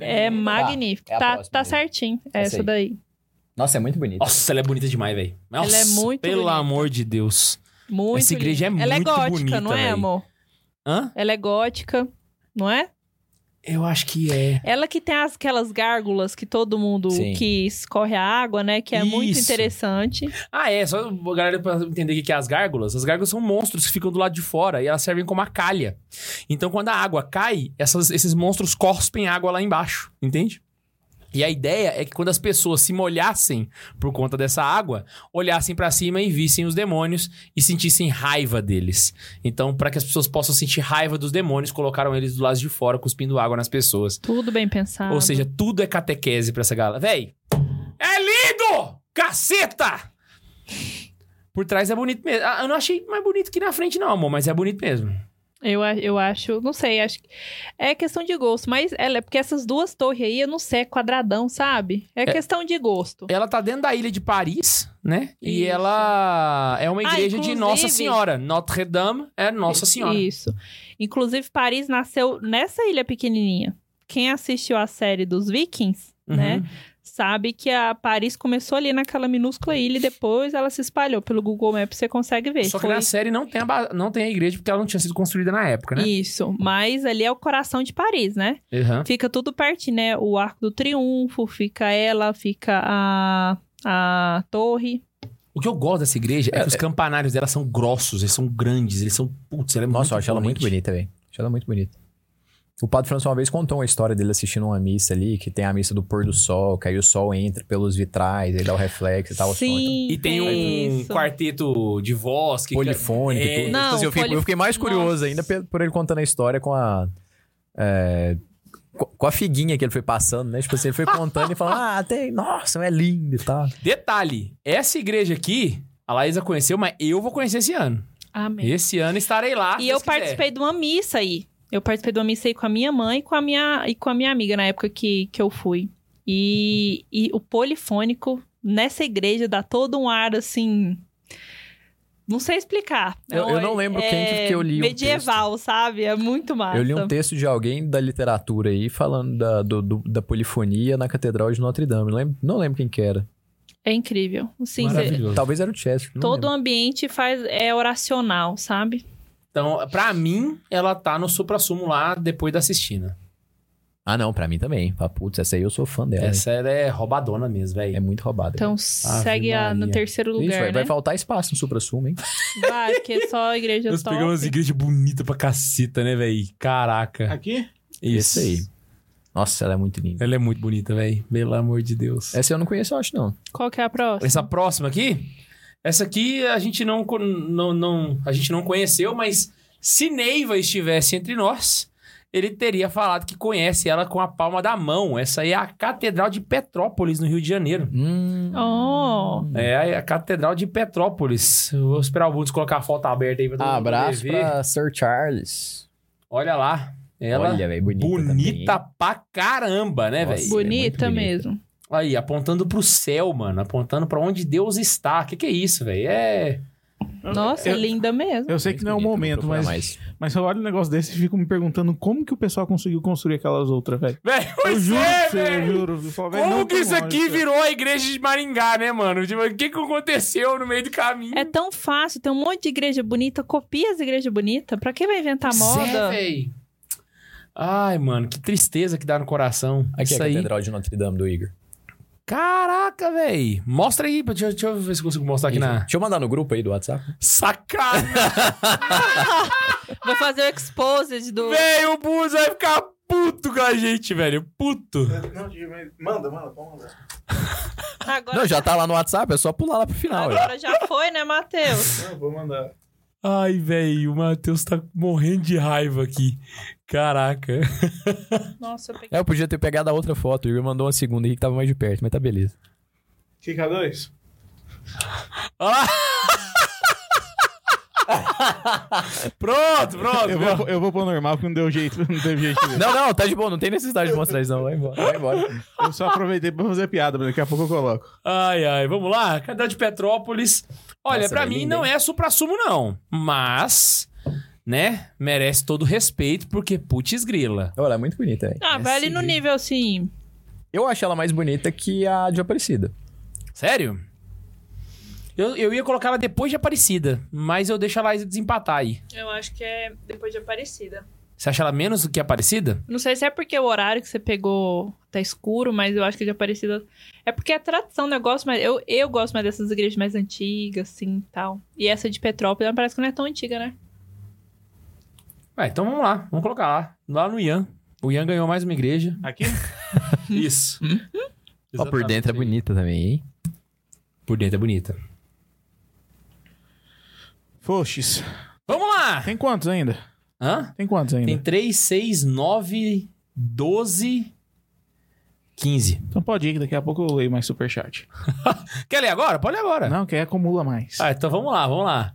Speaker 3: é magnífica.
Speaker 2: é a
Speaker 3: tá
Speaker 2: próxima
Speaker 3: tá
Speaker 2: aí.
Speaker 3: certinho
Speaker 2: Essa
Speaker 3: essa,
Speaker 2: aí.
Speaker 3: daí.
Speaker 2: Nossa, é muito bonita.
Speaker 1: Nossa, ela é bonita demais, velho.
Speaker 3: Ela é muito
Speaker 1: Pelo
Speaker 3: bonita.
Speaker 1: amor de Deus.
Speaker 3: Muito
Speaker 1: Essa igreja
Speaker 3: linda.
Speaker 1: é
Speaker 3: Ela é
Speaker 1: muito
Speaker 3: gótica,
Speaker 1: bonita,
Speaker 3: não é,
Speaker 1: véi.
Speaker 3: amor?
Speaker 1: Hã?
Speaker 3: Ela é gótica, não é?
Speaker 1: Eu acho que é.
Speaker 3: Ela que tem as- aquelas gárgulas que todo mundo
Speaker 2: Sim.
Speaker 3: que escorre a água, né? Que é muito
Speaker 1: Isso.
Speaker 3: interessante.
Speaker 1: Ah, é. Só a galera pra entender o que que é as gárgulas. As gárgulas são monstros que ficam do lado de fora e elas servem como a calha. Então, quando a água cai, essas- esses monstros cospem água lá embaixo, entende? E a ideia é que quando as pessoas se molhassem por conta dessa água, olhassem pra cima e vissem os demônios e sentissem raiva deles. Então, pra que as pessoas possam sentir raiva dos demônios, colocaram eles do lado de fora, cuspindo água nas pessoas.
Speaker 3: Tudo bem pensado.
Speaker 1: Ou seja, tudo é catequese pra essa galera. Véi, é lindo! Caceta! Por trás é bonito mesmo. Ah, Eu não achei mais bonito que na frente, não, amor, mas é bonito mesmo.
Speaker 3: Eu, a- eu acho, não sei, acho que é questão de gosto, mas ela é porque essas duas torres aí, eu não sei, é quadradão, sabe? É, questão de gosto.
Speaker 1: Ela tá dentro da ilha de Paris, né? E
Speaker 3: Isso.
Speaker 1: ela é uma
Speaker 3: Ah,
Speaker 1: igreja de Nossa
Speaker 3: inclusive-
Speaker 1: Senhora. Notre Dame é Nossa Senhora.
Speaker 3: Isso. Inclusive, Paris nasceu nessa ilha pequenininha. Quem assistiu a série dos Vikings,
Speaker 1: Uhum.
Speaker 3: né? Sabe que a Paris começou ali naquela minúscula ilha e depois ela se espalhou. Pelo Google Maps você consegue ver.
Speaker 1: Só que
Speaker 3: Foi-
Speaker 1: na série não tem, a ba- não tem a igreja porque ela não tinha sido construída na época, né? Uhum. Ah.
Speaker 3: Isso, mas ali é o coração de Paris, né?
Speaker 1: Aham.
Speaker 3: Fica tudo pertinho, né? O Arco do Triunfo, fica ela, fica a, a torre.
Speaker 1: O que eu gosto dessa igreja é, que os campanários dela são grossos, eles são grandes, eles são. Putz, ela é
Speaker 2: Nossa, eu acho ela muito
Speaker 1: imponente.
Speaker 2: bonita, velho. Acho ela muito bonita. O Padre François uma vez contou uma história dele assistindo uma missa ali, que tem a missa do pôr do sol, que aí o sol entra pelos vitrais, aí dá o reflexo e tal. o som, então-
Speaker 3: Sim, é
Speaker 1: E tem um
Speaker 3: isso.
Speaker 1: quarteto de voz que.
Speaker 2: Polifônico
Speaker 1: É.
Speaker 2: e tudo.
Speaker 3: Não,
Speaker 2: Então, assim, eu, fiquei,
Speaker 3: poli-
Speaker 2: eu fiquei mais curioso
Speaker 3: Nossa.
Speaker 2: ainda pe- por ele contando a história com a. é, co- com a figuinha que ele foi passando, né? Tipo assim, ele foi contando e falando, ah, tem, nossa, é lindo e tal.
Speaker 1: Detalhe, essa igreja aqui, a Laísa conheceu, mas eu vou conhecer esse ano.
Speaker 3: Amém.
Speaker 1: Esse ano estarei
Speaker 2: Ah,
Speaker 1: lá.
Speaker 3: E
Speaker 1: se
Speaker 3: eu
Speaker 1: Deus quiser.
Speaker 3: participei de uma missa aí. Eu participei de uma missa aí com a minha mãe e com a minha, e com a minha amiga na época que, que eu fui. E, e o polifônico nessa igreja dá todo um ar assim. Não sei explicar. É
Speaker 2: Eu- eu
Speaker 3: um-
Speaker 2: não lembro
Speaker 3: é
Speaker 2: quem que- que eu li o
Speaker 3: Medieval, sabe? É muito massa.
Speaker 2: Eu li um texto de alguém da literatura aí falando da, do- do- da polifonia na Catedral de Notre Dame. Não lembro, não lembro quem que era.
Speaker 3: É incrível. Sim, cê-
Speaker 1: Maravilhoso.
Speaker 2: Talvez era o Chester. não
Speaker 3: todo o
Speaker 2: lembro.
Speaker 3: ambiente faz, é oracional, sabe?
Speaker 1: Então, pra mim, ela tá no supra-sumo lá depois da Sistina.
Speaker 2: Ah, não, pra mim também. Ah, putz, essa aí eu sou fã dela.
Speaker 1: Essa ela é roubadona mesmo,
Speaker 2: hein? É
Speaker 1: velho.
Speaker 2: muito roubada.
Speaker 3: Então segue a- no
Speaker 1: Maria.
Speaker 3: terceiro
Speaker 2: Ixi,
Speaker 3: lugar,
Speaker 2: vai, vai
Speaker 3: né?
Speaker 2: faltar espaço no supra-sumo, hein?
Speaker 3: Vai, porque é só a igreja
Speaker 1: Nós
Speaker 3: top.
Speaker 1: pegamos igreja bonita pra caceta, né, velho? Caraca.
Speaker 4: Aqui?
Speaker 2: Isso aí. Nossa, ela é muito linda.
Speaker 1: Ela é muito bonita, velho. Pelo amor de Deus.
Speaker 2: Essa eu não conheço, eu acho, não.
Speaker 3: Qual que é a próxima?
Speaker 1: Essa próxima aqui, essa aqui a gente não, con- não, não- a gente não conheceu, mas se Neiva estivesse entre nós, ele teria falado que conhece ela com a palma da mão. Essa aí é a Catedral de Petrópolis, no Rio de Janeiro.
Speaker 2: Hum.
Speaker 3: Oh,
Speaker 1: É a Catedral de Petrópolis. Eu vou esperar o Bundes colocar a foto aberta aí pra todo mundo
Speaker 2: Abraço
Speaker 1: ver.
Speaker 2: pra Sir Charles.
Speaker 1: Olha lá. Ela
Speaker 2: Olha, velho, bonita.
Speaker 1: bonita
Speaker 2: também,
Speaker 1: pra caramba, né,
Speaker 2: Nossa.
Speaker 1: velho?
Speaker 3: bonita
Speaker 2: bonita.
Speaker 3: mesmo.
Speaker 1: Aí, apontando pro céu, mano. Apontando pra onde Deus está. Que que é isso, velho? É...
Speaker 3: Nossa,
Speaker 4: Eu-
Speaker 3: linda mesmo.
Speaker 4: Eu sei que não é o
Speaker 2: Bonita, vou
Speaker 4: momento,
Speaker 2: procurar
Speaker 4: mas,
Speaker 2: mais.
Speaker 4: mas eu olho um negócio desse e fico me perguntando como que o pessoal conseguiu construir aquelas outras, velho.
Speaker 1: Velho,
Speaker 4: Eu
Speaker 1: pois
Speaker 4: juro,
Speaker 1: é,
Speaker 4: pra você, eu
Speaker 1: velho.
Speaker 4: juro. Eu falo, velho,
Speaker 1: Como
Speaker 4: não
Speaker 1: que
Speaker 4: tem
Speaker 1: isso aqui
Speaker 4: lógica.
Speaker 1: virou a igreja de Maringá, né, mano? Tipo, o que que aconteceu no meio do caminho?
Speaker 3: É tão fácil, tem um monte de igreja bonita, copia as igrejas bonitas. Pra quem vai inventar moda?
Speaker 1: velho. Ai, mano, que tristeza que dá no coração.
Speaker 2: Aqui
Speaker 1: isso
Speaker 2: é a
Speaker 1: aí.
Speaker 2: Catedral de Notre Dame do Igor.
Speaker 4: Tá
Speaker 1: Caraca, velho. Mostra aí, deixa, eu- deixa eu ver se eu consigo mostrar aqui na...
Speaker 2: Deixa eu mandar no grupo aí do WhatsApp.
Speaker 1: Sacada,
Speaker 3: vai fazer o exposed do.
Speaker 1: velho. O Bus vai ficar puto com a gente, velho. Puto.
Speaker 4: Não, Diego, mas manda, manda, pode mandar.
Speaker 3: Agora,
Speaker 2: Não, já tá lá no WhatsApp, é só pular lá pro final. velho.
Speaker 3: agora já foi, né, Matheus?
Speaker 4: Não, vou mandar.
Speaker 1: Ai, velho, o Matheus tá morrendo de raiva aqui. Caraca.
Speaker 3: Nossa, eu peguei.
Speaker 2: É, eu podia ter pegado a outra foto. O Igor mandou uma segunda aí que tava mais de perto, mas tá beleza.
Speaker 4: Fica dois?
Speaker 1: Pronto, pronto.
Speaker 4: Eu
Speaker 1: pronto.
Speaker 4: vou, eu vou pôr normal porque não deu jeito, não teve jeito mesmo.
Speaker 2: Não, não, tá de boa, não tem necessidade de mostrar isso, não. Vai embora, vai embora.
Speaker 4: Eu só aproveitei pra fazer piada, mas daqui a pouco eu coloco.
Speaker 1: Ai, ai, vamos lá. Cadê a de Petrópolis? Olha,
Speaker 2: Nossa,
Speaker 1: pra
Speaker 2: ela é
Speaker 1: mim
Speaker 2: linda,
Speaker 1: não
Speaker 2: hein?
Speaker 1: é supra-sumo, não. Mas, né, merece todo o respeito, porque putz grila.
Speaker 2: Olha, ela é muito bonita, velho.
Speaker 3: Ah, vai ali no nível assim.
Speaker 2: Eu acho ela mais bonita que a de Aparecida.
Speaker 1: Sério? Eu, eu ia colocar ela depois de Aparecida, mas eu deixo a Laís desempatar aí.
Speaker 3: Eu acho que é depois de Aparecida.
Speaker 1: Você acha ela menos do que a Aparecida?
Speaker 3: Não sei se é porque o horário que você pegou tá escuro, mas eu acho que de Aparecida. É porque é tradição, né? Eu gosto mais. Eu, eu gosto mais dessas igrejas mais antigas, assim e tal. E essa de Petrópolis parece que não é tão antiga, né?
Speaker 1: Ué, então vamos lá, vamos colocar lá. Lá no Ian. O Ian ganhou mais uma igreja.
Speaker 4: Aqui?
Speaker 1: Isso.
Speaker 2: Ó, por dentro é bonita também, hein?
Speaker 1: Por dentro é bonita.
Speaker 4: Foxes.
Speaker 1: Vamos lá!
Speaker 4: Tem quantos ainda?
Speaker 1: Hã?
Speaker 4: Tem quantos ainda?
Speaker 1: Tem 3, 6, 9, 12, 15.
Speaker 4: Então pode ir, que daqui a pouco eu leio mais superchat.
Speaker 1: Quer ler agora? Pode ler agora.
Speaker 4: Não, que aí acumula mais.
Speaker 1: É. Ah, então vamos lá, vamos lá.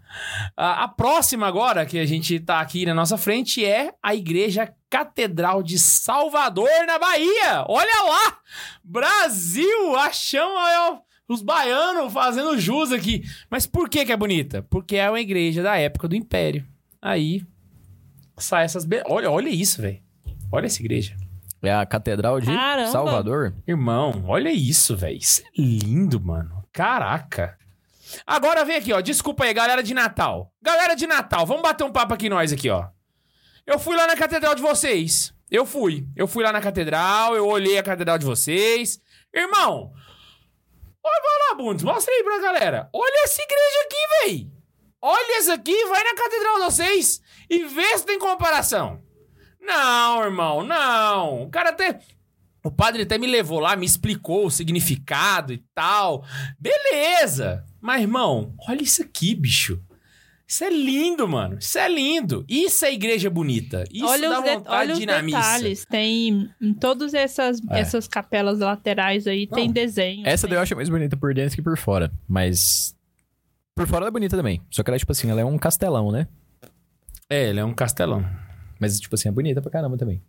Speaker 1: A, a próxima agora que a gente tá aqui na nossa frente é a Igreja Catedral de Salvador, na Bahia. Olha lá! Brasil! Achamos ó, os baianos fazendo jus aqui. Mas por que que é bonita? Porque é uma igreja da época do Império. Aí sai essas... be- Olha, olha isso, velho. Olha essa igreja.
Speaker 2: É a Catedral de
Speaker 3: Caramba.
Speaker 2: Salvador.
Speaker 1: Irmão, olha isso, velho. Isso é lindo, mano. Caraca. Agora vem aqui, ó. Desculpa aí, galera de Natal. Galera de Natal, vamos bater um papo aqui nós aqui, ó. Eu fui lá na catedral de vocês. Eu fui. Eu fui lá na catedral, eu olhei a catedral de vocês. Irmão, olha vai lá, Bundes, mostra aí pra galera. Olha essa igreja aqui, véi. Olha essa aqui, vai na catedral de vocês e vê se tem comparação. Não, irmão, não. O cara até... O padre até me levou lá, me explicou o significado e tal. Beleza! Mas, irmão, olha isso aqui, bicho. Isso é lindo, mano. Isso é lindo. Isso é igreja bonita. Isso
Speaker 3: olha
Speaker 1: dá
Speaker 3: os, de-
Speaker 1: vontade
Speaker 3: olha
Speaker 1: de
Speaker 3: os
Speaker 1: ir na missa.
Speaker 3: detalhes. Tem em todas essas,
Speaker 1: É.
Speaker 3: essas capelas laterais aí, tem
Speaker 1: Não.
Speaker 3: desenho.
Speaker 2: Essa
Speaker 3: tem...
Speaker 2: daí eu acho mais bonita por dentro que por fora. Mas. Por fora ela é bonita também. Só que ela é, tipo assim, ela é um castelão, né?
Speaker 1: É, ele é um castelão.
Speaker 2: Mas, tipo assim, é bonita pra caramba também.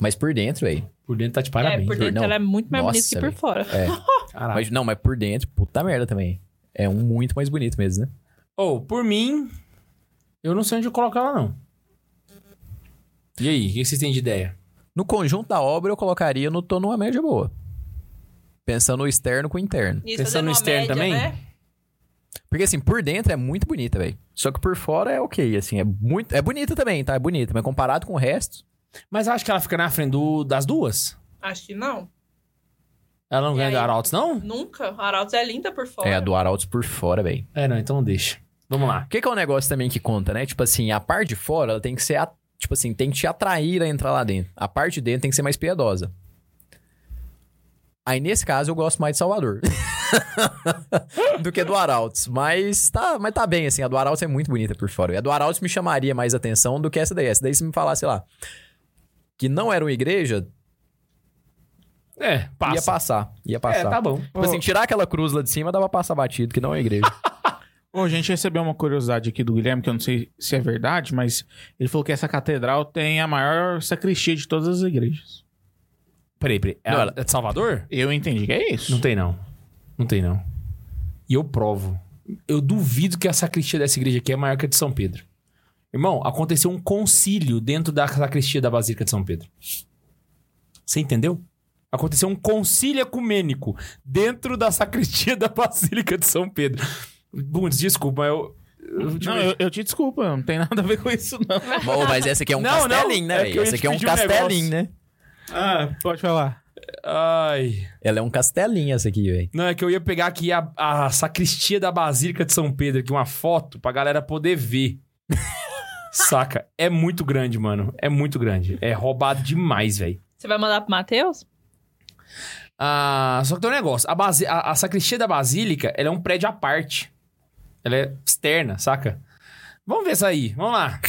Speaker 2: Mas por dentro, velho.
Speaker 1: Por dentro tá de parabéns.
Speaker 3: é, por dentro
Speaker 2: não.
Speaker 3: ela é muito mais bonita que
Speaker 2: Nossa,
Speaker 3: por fora.
Speaker 2: velho. É.
Speaker 1: Caraca.
Speaker 2: Mas, não, mas por dentro, puta merda também. É um muito mais bonito mesmo, né?
Speaker 1: Ou, por mim, eu não sei onde eu coloco ela, não. E aí, o que vocês têm de ideia?
Speaker 2: No conjunto da obra, eu colocaria no tô numa média boa. Pensando o externo com o interno.
Speaker 3: Isso,
Speaker 1: Pensando
Speaker 3: fazendo
Speaker 1: no
Speaker 3: uma
Speaker 1: externo
Speaker 3: média,
Speaker 1: também?
Speaker 3: né?
Speaker 2: Porque, assim, por dentro é muito bonita, velho. Só que por fora é ok, assim. É muito. É bonita também, tá? É bonita. Mas comparado com o resto.
Speaker 1: Mas acho que ela fica na frente do- das duas.
Speaker 3: Acho que não.
Speaker 1: Ela não
Speaker 3: E
Speaker 1: ganha do
Speaker 3: aí?
Speaker 1: Arautos, não?
Speaker 3: Nunca. A Arautos é linda por fora.
Speaker 2: É a do Arautos por fora, velho.
Speaker 1: É, não, então deixa. Vamos lá.
Speaker 2: O que, que é um negócio também que conta, né? Tipo assim, a parte de fora, ela tem que ser. a- Tipo assim, tem que te atrair a entrar lá dentro. A parte de dentro tem que ser mais piedosa. Aí, nesse caso, eu gosto mais de Salvador. do que do Arautos. Mas tá, mas tá bem, assim. A do Arautos é muito bonita por fora. E a do Arautos me chamaria mais atenção do que essa daí. Essa daí, se me falar, sei lá, que não era uma igreja,
Speaker 1: É, passa.
Speaker 2: ia passar. Ia passar.
Speaker 1: É, tá bom.
Speaker 2: Tipo assim, tirar aquela cruz lá de cima, dava pra passar batido, que não é uma igreja.
Speaker 4: Ô, a gente recebeu uma curiosidade aqui do Guilherme, que eu não sei se é verdade, mas ele falou que essa catedral tem a maior sacristia de todas as igrejas.
Speaker 1: Peraí, peraí. É,
Speaker 2: Não,
Speaker 1: a-
Speaker 2: ela-
Speaker 1: é de Salvador?
Speaker 4: Eu entendi que é isso.
Speaker 1: Não tem, não. Não tem, não. E eu provo. Eu duvido que a sacristia dessa igreja aqui é maior que a de São Pedro. Irmão, aconteceu um concílio dentro da sacristia da Basílica de São Pedro. Você entendeu? Aconteceu um concílio ecumênico dentro da sacristia da Basílica de São Pedro. Bundes, desculpa, mas eu. eu te-
Speaker 4: Não, eu, eu te desculpa, não tem nada a ver com isso, não.
Speaker 2: Bom, mas essa aqui é um
Speaker 1: Não, não,
Speaker 2: castelinho, né,
Speaker 1: é que eu
Speaker 2: velho?
Speaker 1: ia
Speaker 2: Essa
Speaker 1: te
Speaker 2: aqui é um
Speaker 1: pedir um
Speaker 2: castelinho, né?
Speaker 4: Ah, pode falar.
Speaker 1: Ai.
Speaker 2: Ela é um castelinho essa aqui, velho.
Speaker 1: Não, é que eu ia pegar aqui a, a sacristia da Basílica de São Pedro, aqui uma foto pra galera poder ver. Saca? É muito grande, mano. É muito grande. É roubado demais, velho.
Speaker 3: Você vai mandar pro Matheus?
Speaker 1: Ah, só que tem um negócio. A, base, a, a sacristia da Basílica, ela é um prédio à parte. Ela é externa, saca? Vamos ver isso aí. Vamos lá.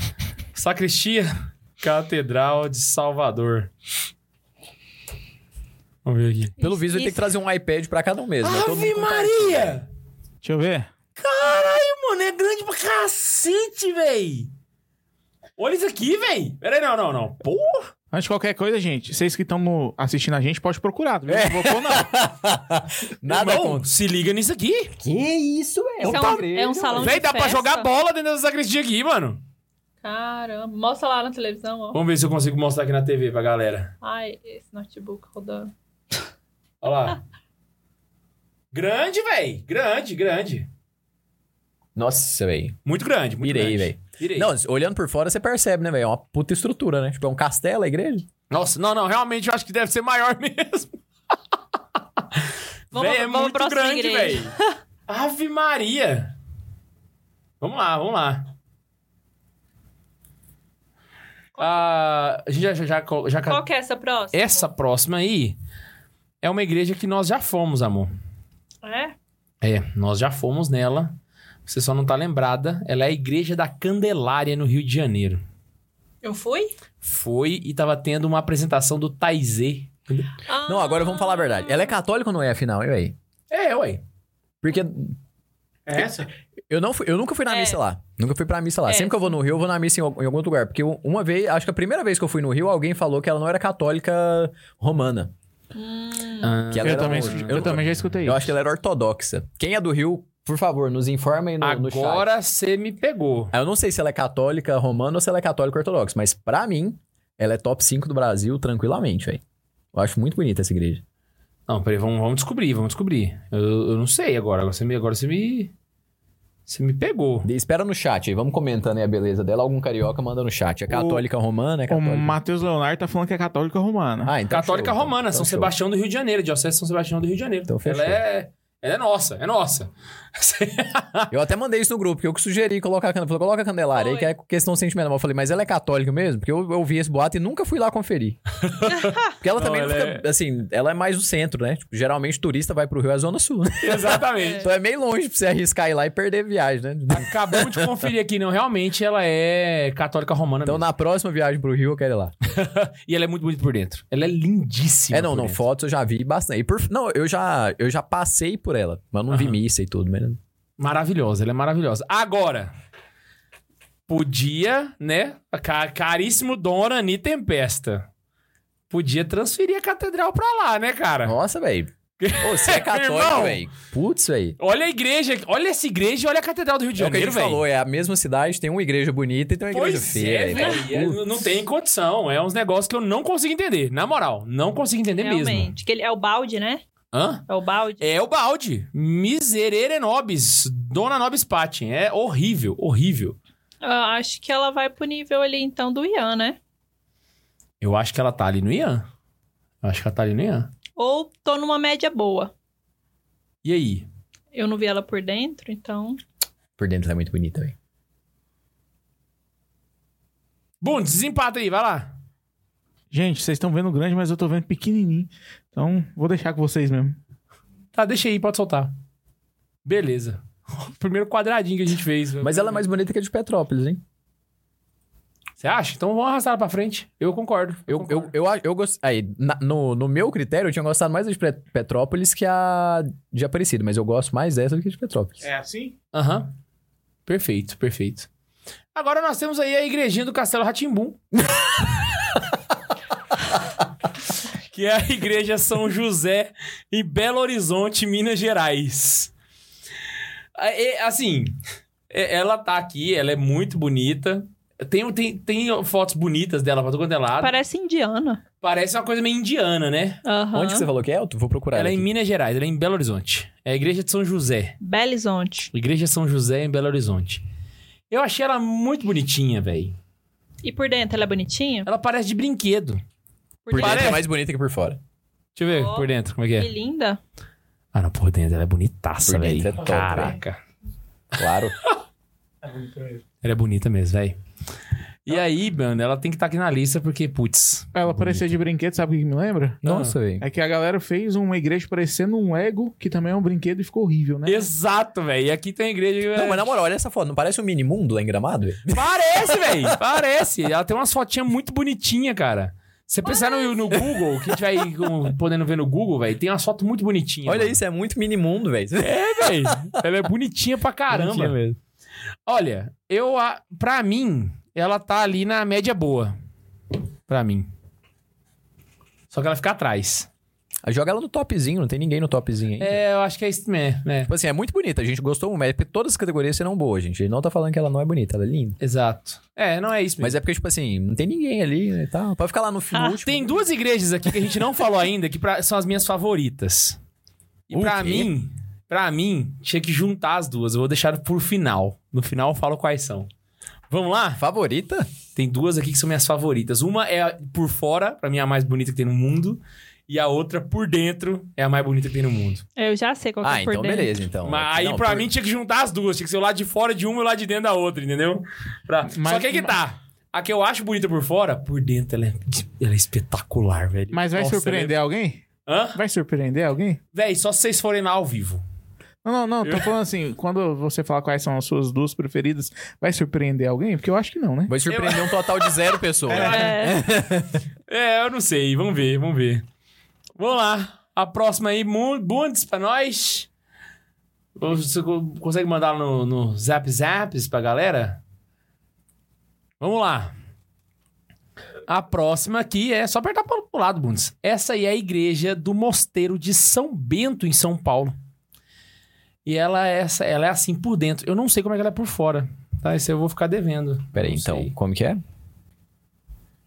Speaker 1: sacristia Catedral de Salvador. Vamos ver aqui.
Speaker 2: Pelo
Speaker 3: Isso-
Speaker 2: visto, eu tenho que
Speaker 3: isso-
Speaker 2: trazer um iPad pra cada um mesmo. né? Todo
Speaker 1: Ave
Speaker 2: mundo com cartão.
Speaker 1: Maria!
Speaker 4: Deixa eu ver.
Speaker 1: Caralho, mano, é grande pra cacete, véi. Olha isso aqui, véi. Peraí, não, não, não. Porra.
Speaker 4: Antes de qualquer coisa, gente, vocês que estão no- assistindo a gente, pode procurar, viu? Não vou pôr, não.
Speaker 2: Nada
Speaker 1: Irmão,
Speaker 2: contra.
Speaker 1: se liga nisso aqui.
Speaker 2: Que
Speaker 3: Isso
Speaker 2: isso,
Speaker 3: é um- é um salão
Speaker 1: Véi,
Speaker 3: de
Speaker 1: dá pra
Speaker 3: festa?
Speaker 1: jogar bola dentro dessa sacristia aqui, mano.
Speaker 3: Caramba. Mostra lá na televisão, ó.
Speaker 1: Vamos ver se eu consigo mostrar aqui na TV pra galera.
Speaker 3: Ai, esse notebook rodando.
Speaker 1: Olha lá. grande, véi. Grande, grande.
Speaker 2: Nossa, velho.
Speaker 1: Muito grande, muito grande.
Speaker 2: Mirei, velho.
Speaker 1: Pirei.
Speaker 2: Não, olhando por fora, você percebe, né, velho? É uma puta estrutura, né? Tipo, é um castelo a igreja.
Speaker 1: Nossa, não, não, realmente eu acho que deve ser maior mesmo.
Speaker 3: Vamos-
Speaker 1: Véi, é
Speaker 3: vamos pra
Speaker 1: muito
Speaker 3: próxima
Speaker 1: grande,
Speaker 3: igreja.
Speaker 1: velho. Ave Maria. Vamos lá, vamos lá. Ah, a gente já, já, já, já
Speaker 3: Qual que é essa próxima?
Speaker 1: Essa próxima aí é uma igreja que nós já fomos, amor.
Speaker 3: É?
Speaker 1: É, nós já fomos nela. Você só não tá lembrada. Ela é a igreja da Candelária no Rio de Janeiro.
Speaker 3: Eu fui?
Speaker 1: Foi e tava tendo uma apresentação do Taizê.
Speaker 3: Ah,
Speaker 2: Não, agora vamos falar a verdade. Ela é católica ou não é, afinal, hein, velho?
Speaker 1: É, ué.
Speaker 2: Porque
Speaker 1: É essa?
Speaker 2: eu, não fui- eu nunca fui na
Speaker 3: É.
Speaker 2: missa lá. Nunca fui pra missa lá.
Speaker 3: É.
Speaker 2: Sempre que eu vou no Rio, eu vou na missa em, al- em algum outro lugar. Porque eu- uma vez, acho que a primeira vez que eu fui no Rio, alguém falou que ela não era católica romana.
Speaker 1: Hum. Ah,
Speaker 2: Que ela
Speaker 4: Eu
Speaker 2: era
Speaker 4: também,
Speaker 2: um-
Speaker 4: eu, também já escutei
Speaker 2: Eu
Speaker 4: isso.
Speaker 2: acho que ela era ortodoxa. Quem é do Rio, por favor, nos informa aí no, no chat.
Speaker 1: Agora você me pegou.
Speaker 2: Ah, Eu não sei se ela é católica romana ou se ela é católica ortodoxa, mas pra mim, ela é top 5 do Brasil tranquilamente, velho. Eu acho muito bonita essa igreja.
Speaker 1: Não, peraí, vamos, vamos descobrir, vamos descobrir. Eu, eu não sei agora. Agora você me. Agora você me, você me pegou.
Speaker 2: De- Espera no chat aí, vamos comentando aí a beleza dela. Algum carioca manda no chat. É católica romana, é
Speaker 4: O
Speaker 2: católica...
Speaker 4: Matheus Leonardo tá falando que é católica romana.
Speaker 2: Ah, então
Speaker 1: Católica
Speaker 2: show, então-
Speaker 1: Romana,
Speaker 2: então
Speaker 1: São
Speaker 2: show.
Speaker 1: Sebastião do Rio de Janeiro, Diocese de São Sebastião do Rio de Janeiro.
Speaker 2: Então fechou.
Speaker 1: ela é. Ela é nossa, é nossa.
Speaker 2: Eu até mandei isso no grupo, porque eu que sugeri colocar a candelária. Coloca a candelária aí, que
Speaker 3: Foi.
Speaker 2: é questão sentimental. Eu falei, mas ela é católica mesmo? Porque eu eu ouvi esse boato e nunca fui lá conferir. porque ela
Speaker 1: Não,
Speaker 2: também não
Speaker 1: ela
Speaker 2: fica, assim, ela é mais do centro, né? Tipo, geralmente turista vai pro Rio, é zona sul.
Speaker 1: Exatamente.
Speaker 2: então é meio longe pra você arriscar ir lá e perder viagem, né?
Speaker 1: Acabamos de conferir aqui, não. Realmente ela é católica romana
Speaker 2: Então,
Speaker 1: mesmo.
Speaker 2: na próxima viagem pro Rio, eu quero ir lá.
Speaker 1: E ela é muito bonita por dentro. Ela é lindíssima.
Speaker 2: é, não,
Speaker 1: por
Speaker 2: não,
Speaker 1: dentro.
Speaker 2: fotos eu já vi bastante. E por- não, eu já, eu já passei por ela, mas não vi
Speaker 1: Aham.
Speaker 2: missa e tudo, mas...
Speaker 1: Maravilhosa, ela é maravilhosa. Agora, podia, né? ca- Caríssimo Dom Arani Tempesta. Podia transferir a catedral pra lá, né, cara?
Speaker 2: Nossa, velho. Ô, Você é católico,
Speaker 1: Irmão!
Speaker 2: velho. Putz, velho.
Speaker 1: Olha a igreja, olha essa igreja e olha a catedral do Rio de
Speaker 2: É o que a
Speaker 1: Janeiro,
Speaker 2: gente
Speaker 1: velho.
Speaker 2: falou, é a mesma cidade, tem uma igreja bonita e tem uma igreja
Speaker 1: Pois
Speaker 2: feia.
Speaker 1: é,
Speaker 2: velho.
Speaker 1: velho. É, Não tem condição. É uns negócios que eu não consigo entender. Na moral, não consigo entender mesmo.
Speaker 3: Realmente. Que ele, é o balde, né?
Speaker 1: Hã?
Speaker 3: É o balde.
Speaker 1: É o balde. Miserere nobis. Dona nobis patin. É horrível, horrível.
Speaker 3: Eu acho que ela vai pro nível ali, então, do Ian, né?
Speaker 1: Eu acho que ela tá ali no Ian. Eu acho que ela tá ali no Ian.
Speaker 3: Ou tô numa média boa.
Speaker 1: E aí?
Speaker 3: Eu não vi ela por dentro, então...
Speaker 2: Por dentro ela é muito bonita, velho.
Speaker 1: Bom, desempata aí, vai lá.
Speaker 4: Gente, vocês estão vendo grande, mas eu tô vendo pequenininho. Então, vou deixar com vocês mesmo.
Speaker 1: Tá, deixa aí, pode soltar. Beleza. Primeiro quadradinho que a gente fez. né?
Speaker 2: Mas ela é mais bonita que a de Petrópolis, hein?
Speaker 1: Você acha? Então vamos arrastar ela pra frente. Eu concordo.
Speaker 2: Eu, eu, eu, eu, gost- Aí, na- no, no meu critério, eu tinha gostado mais da de Pet- Petrópolis que a de Aparecida, mas eu gosto mais dessa do que a de Petrópolis.
Speaker 4: assim?
Speaker 1: Aham. Perfeito, perfeito. Agora nós temos aí a igrejinha do Castelo Ratimbum. que é a igreja São José em Belo Horizonte, Minas Gerais. A- e, Assim, é- ela tá aqui, ela é muito bonita. Tem, tem, tem fotos bonitas dela pra todo quanto é
Speaker 2: Ah,
Speaker 1: lado.
Speaker 3: Parece indiana.
Speaker 1: Parece uma coisa meio indiana, né?
Speaker 3: Aham.
Speaker 2: Onde que você falou que é? Eu vou procurar
Speaker 1: Ela é
Speaker 2: ela
Speaker 1: em
Speaker 2: aqui.
Speaker 1: Minas Gerais, ela é em Belo Horizonte. É a igreja de São José.
Speaker 3: Belo Horizonte.
Speaker 1: Igreja São José em Belo Horizonte. Eu achei ela muito bonitinha, velho.
Speaker 3: E por dentro, ela é bonitinha?
Speaker 1: Ela parece de brinquedo.
Speaker 2: Por dentro
Speaker 1: Parece.
Speaker 2: é mais bonita que por fora.
Speaker 1: Deixa eu ver
Speaker 3: Ó.
Speaker 1: por dentro como é que
Speaker 3: Que
Speaker 1: é.
Speaker 3: linda.
Speaker 1: Ah, não, por dentro ela é bonitaça,
Speaker 2: Por dentro
Speaker 1: velho.
Speaker 2: é top,
Speaker 1: Caraca.
Speaker 2: Claro.
Speaker 1: Ela é bonita mesmo, velho. E aí, mano, ela tem que estar aqui na lista porque, putz.
Speaker 4: Ela parecia de brinquedo, sabe o que me lembra?
Speaker 2: Nossa, velho.
Speaker 4: É que a galera fez uma igreja parecendo um ego, que também é um brinquedo e ficou horrível, né?
Speaker 1: Exato, velho. E aqui tem a igreja. que-
Speaker 2: Não, mas na moral, olha essa foto. Não parece um mini mundo lá em Gramado? velho?
Speaker 1: Parece, velho. Parece. Ela tem umas fotinhas muito bonitinhas, cara. Você pensar no, no Google, que tiver aí com- podendo ver no Google, velho, tem umas fotos muito bonitinhas.
Speaker 2: Olha
Speaker 1: mano.
Speaker 2: isso, é muito mini mundo, velho.
Speaker 1: É, velho. Ela é bonitinha pra caramba.
Speaker 2: mesmo.
Speaker 1: Olha, eu a- pra mim, ela tá ali na média boa. Pra mim. Só que ela fica atrás.
Speaker 2: Ah, Joga ela no topzinho, não tem ninguém no topzinho ainda.
Speaker 1: É, eu acho que é isso mesmo, né?
Speaker 2: Tipo assim, é muito bonita, a gente gostou muito, mas é porque todas as categorias serão boas, gente. A gente não tá falando que ela não é bonita, ela é linda.
Speaker 1: Exato. É, não é isso mesmo.
Speaker 2: Mas é porque, tipo assim, não tem ninguém ali, né, e tal. Pode ficar lá no fim, no
Speaker 3: Ah,
Speaker 2: último.
Speaker 1: Tem duas igrejas aqui que a gente não falou ainda, que pra- são as minhas favoritas. E
Speaker 2: O
Speaker 1: pra
Speaker 2: quê?
Speaker 1: mim, Pra mim, tinha que juntar as duas. Eu vou deixar por final. No final eu falo quais são. Vamos lá?
Speaker 2: Favorita?
Speaker 1: Tem duas aqui que são minhas favoritas. Uma é a por fora, pra mim é a mais bonita que tem no mundo. E a outra, por dentro, é a mais bonita que tem no mundo.
Speaker 3: Eu já sei qual que
Speaker 2: ah,
Speaker 3: é por
Speaker 2: então
Speaker 3: dentro.
Speaker 2: beleza, então.
Speaker 1: Mas aí,
Speaker 2: Não,
Speaker 1: pra
Speaker 2: por-
Speaker 1: mim, tinha que juntar as duas. Tinha que ser o lado de fora de uma e o lado de dentro da outra, entendeu? Pra-
Speaker 4: Mas-
Speaker 1: Só que aí que tá. A que eu acho bonita por fora, por dentro ela é, ela é espetacular, velho.
Speaker 4: Mas vai
Speaker 1: Nossa,
Speaker 4: surpreender alguém?
Speaker 1: ela é- Hã?
Speaker 4: Vai surpreender alguém?
Speaker 1: Véi, só se vocês forem lá ao vivo.
Speaker 4: Não, não, não. Tô falando assim, quando você falar quais são as suas duas preferidas, vai surpreender alguém? Porque eu acho que não, né?
Speaker 2: Vai surpreender um total de zero pessoas.
Speaker 3: É,
Speaker 1: É, eu não sei. Vamos ver, vamos ver. Vamos lá. A próxima aí, Mu- Bundes, pra nós. Você co- consegue mandar no, no Zap Zaps pra galera? Vamos lá. A próxima aqui é só apertar pro pro lado, Bundes. Essa aí é a igreja do Mosteiro de São Bento, em São Paulo. E ela é, essa- ela é assim por dentro. Eu não sei como é que ela é por fora. Tá? Isso eu vou ficar devendo.
Speaker 2: Peraí,
Speaker 1: Não
Speaker 2: então,
Speaker 1: sei.
Speaker 2: como que é?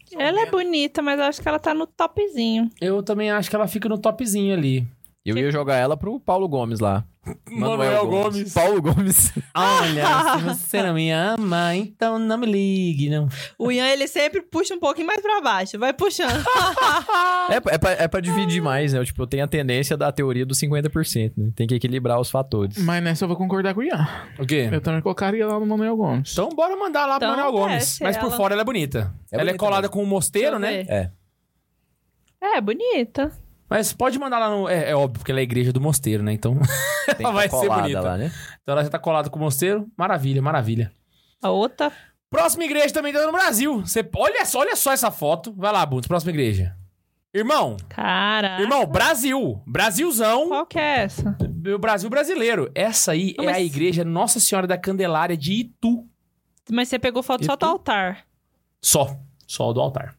Speaker 2: então.
Speaker 3: ela é bonita, mas eu acho que ela tá no topzinho.
Speaker 1: Eu também acho que ela fica no topzinho ali.
Speaker 2: Eu ia jogar ela pro Paulo Gomes lá.
Speaker 1: Manuel Gomes.
Speaker 2: Paulo Gomes.
Speaker 1: Olha, se você não me ama, então não me ligue, não.
Speaker 3: O Ian, ele sempre puxa um pouquinho mais pra baixo. Vai puxando.
Speaker 2: É, pra- é, pra, é pra dividir mais, né? Eu, Tipo, eu tenho a tendência da teoria dos 50%, né? Tem que equilibrar os fatores.
Speaker 4: Mas nessa eu vou concordar com o Ian.
Speaker 1: O quê?
Speaker 4: Eu também colocaria lá no Manuel Gomes.
Speaker 1: Então bora mandar lá pro
Speaker 3: Então,
Speaker 1: Manuel Gomes.
Speaker 3: desce
Speaker 1: Mas por
Speaker 3: ela.
Speaker 1: fora ela é bonita.
Speaker 2: É
Speaker 1: ela é
Speaker 2: bonita
Speaker 1: colada
Speaker 2: mesmo.
Speaker 1: com o mosteiro, né?
Speaker 3: Deixa eu ver.
Speaker 2: É.
Speaker 3: É, bonita.
Speaker 1: Mas pode mandar lá no... É, é óbvio, porque ela é a igreja do mosteiro, né? Então,
Speaker 2: Tem que tá
Speaker 1: Vai ser
Speaker 2: colada
Speaker 1: bonita.
Speaker 2: lá, né?
Speaker 1: então ela já tá colada com o mosteiro. Maravilha, maravilha.
Speaker 3: A outra.
Speaker 1: Próxima igreja também tá no Brasil. Você... Olha só, olha só essa foto. Vai lá, Bundes, próxima igreja. Irmão,
Speaker 3: Cara.
Speaker 1: irmão, Brasil. Brasilzão.
Speaker 3: Qual que é essa?
Speaker 1: O Brasil brasileiro. Essa aí
Speaker 3: Não,
Speaker 1: é
Speaker 3: mas-
Speaker 1: a igreja Nossa Senhora da Candelária de Itu.
Speaker 3: Mas você pegou foto
Speaker 1: E
Speaker 3: só do
Speaker 1: tu?
Speaker 3: altar.
Speaker 1: Só. Só do altar.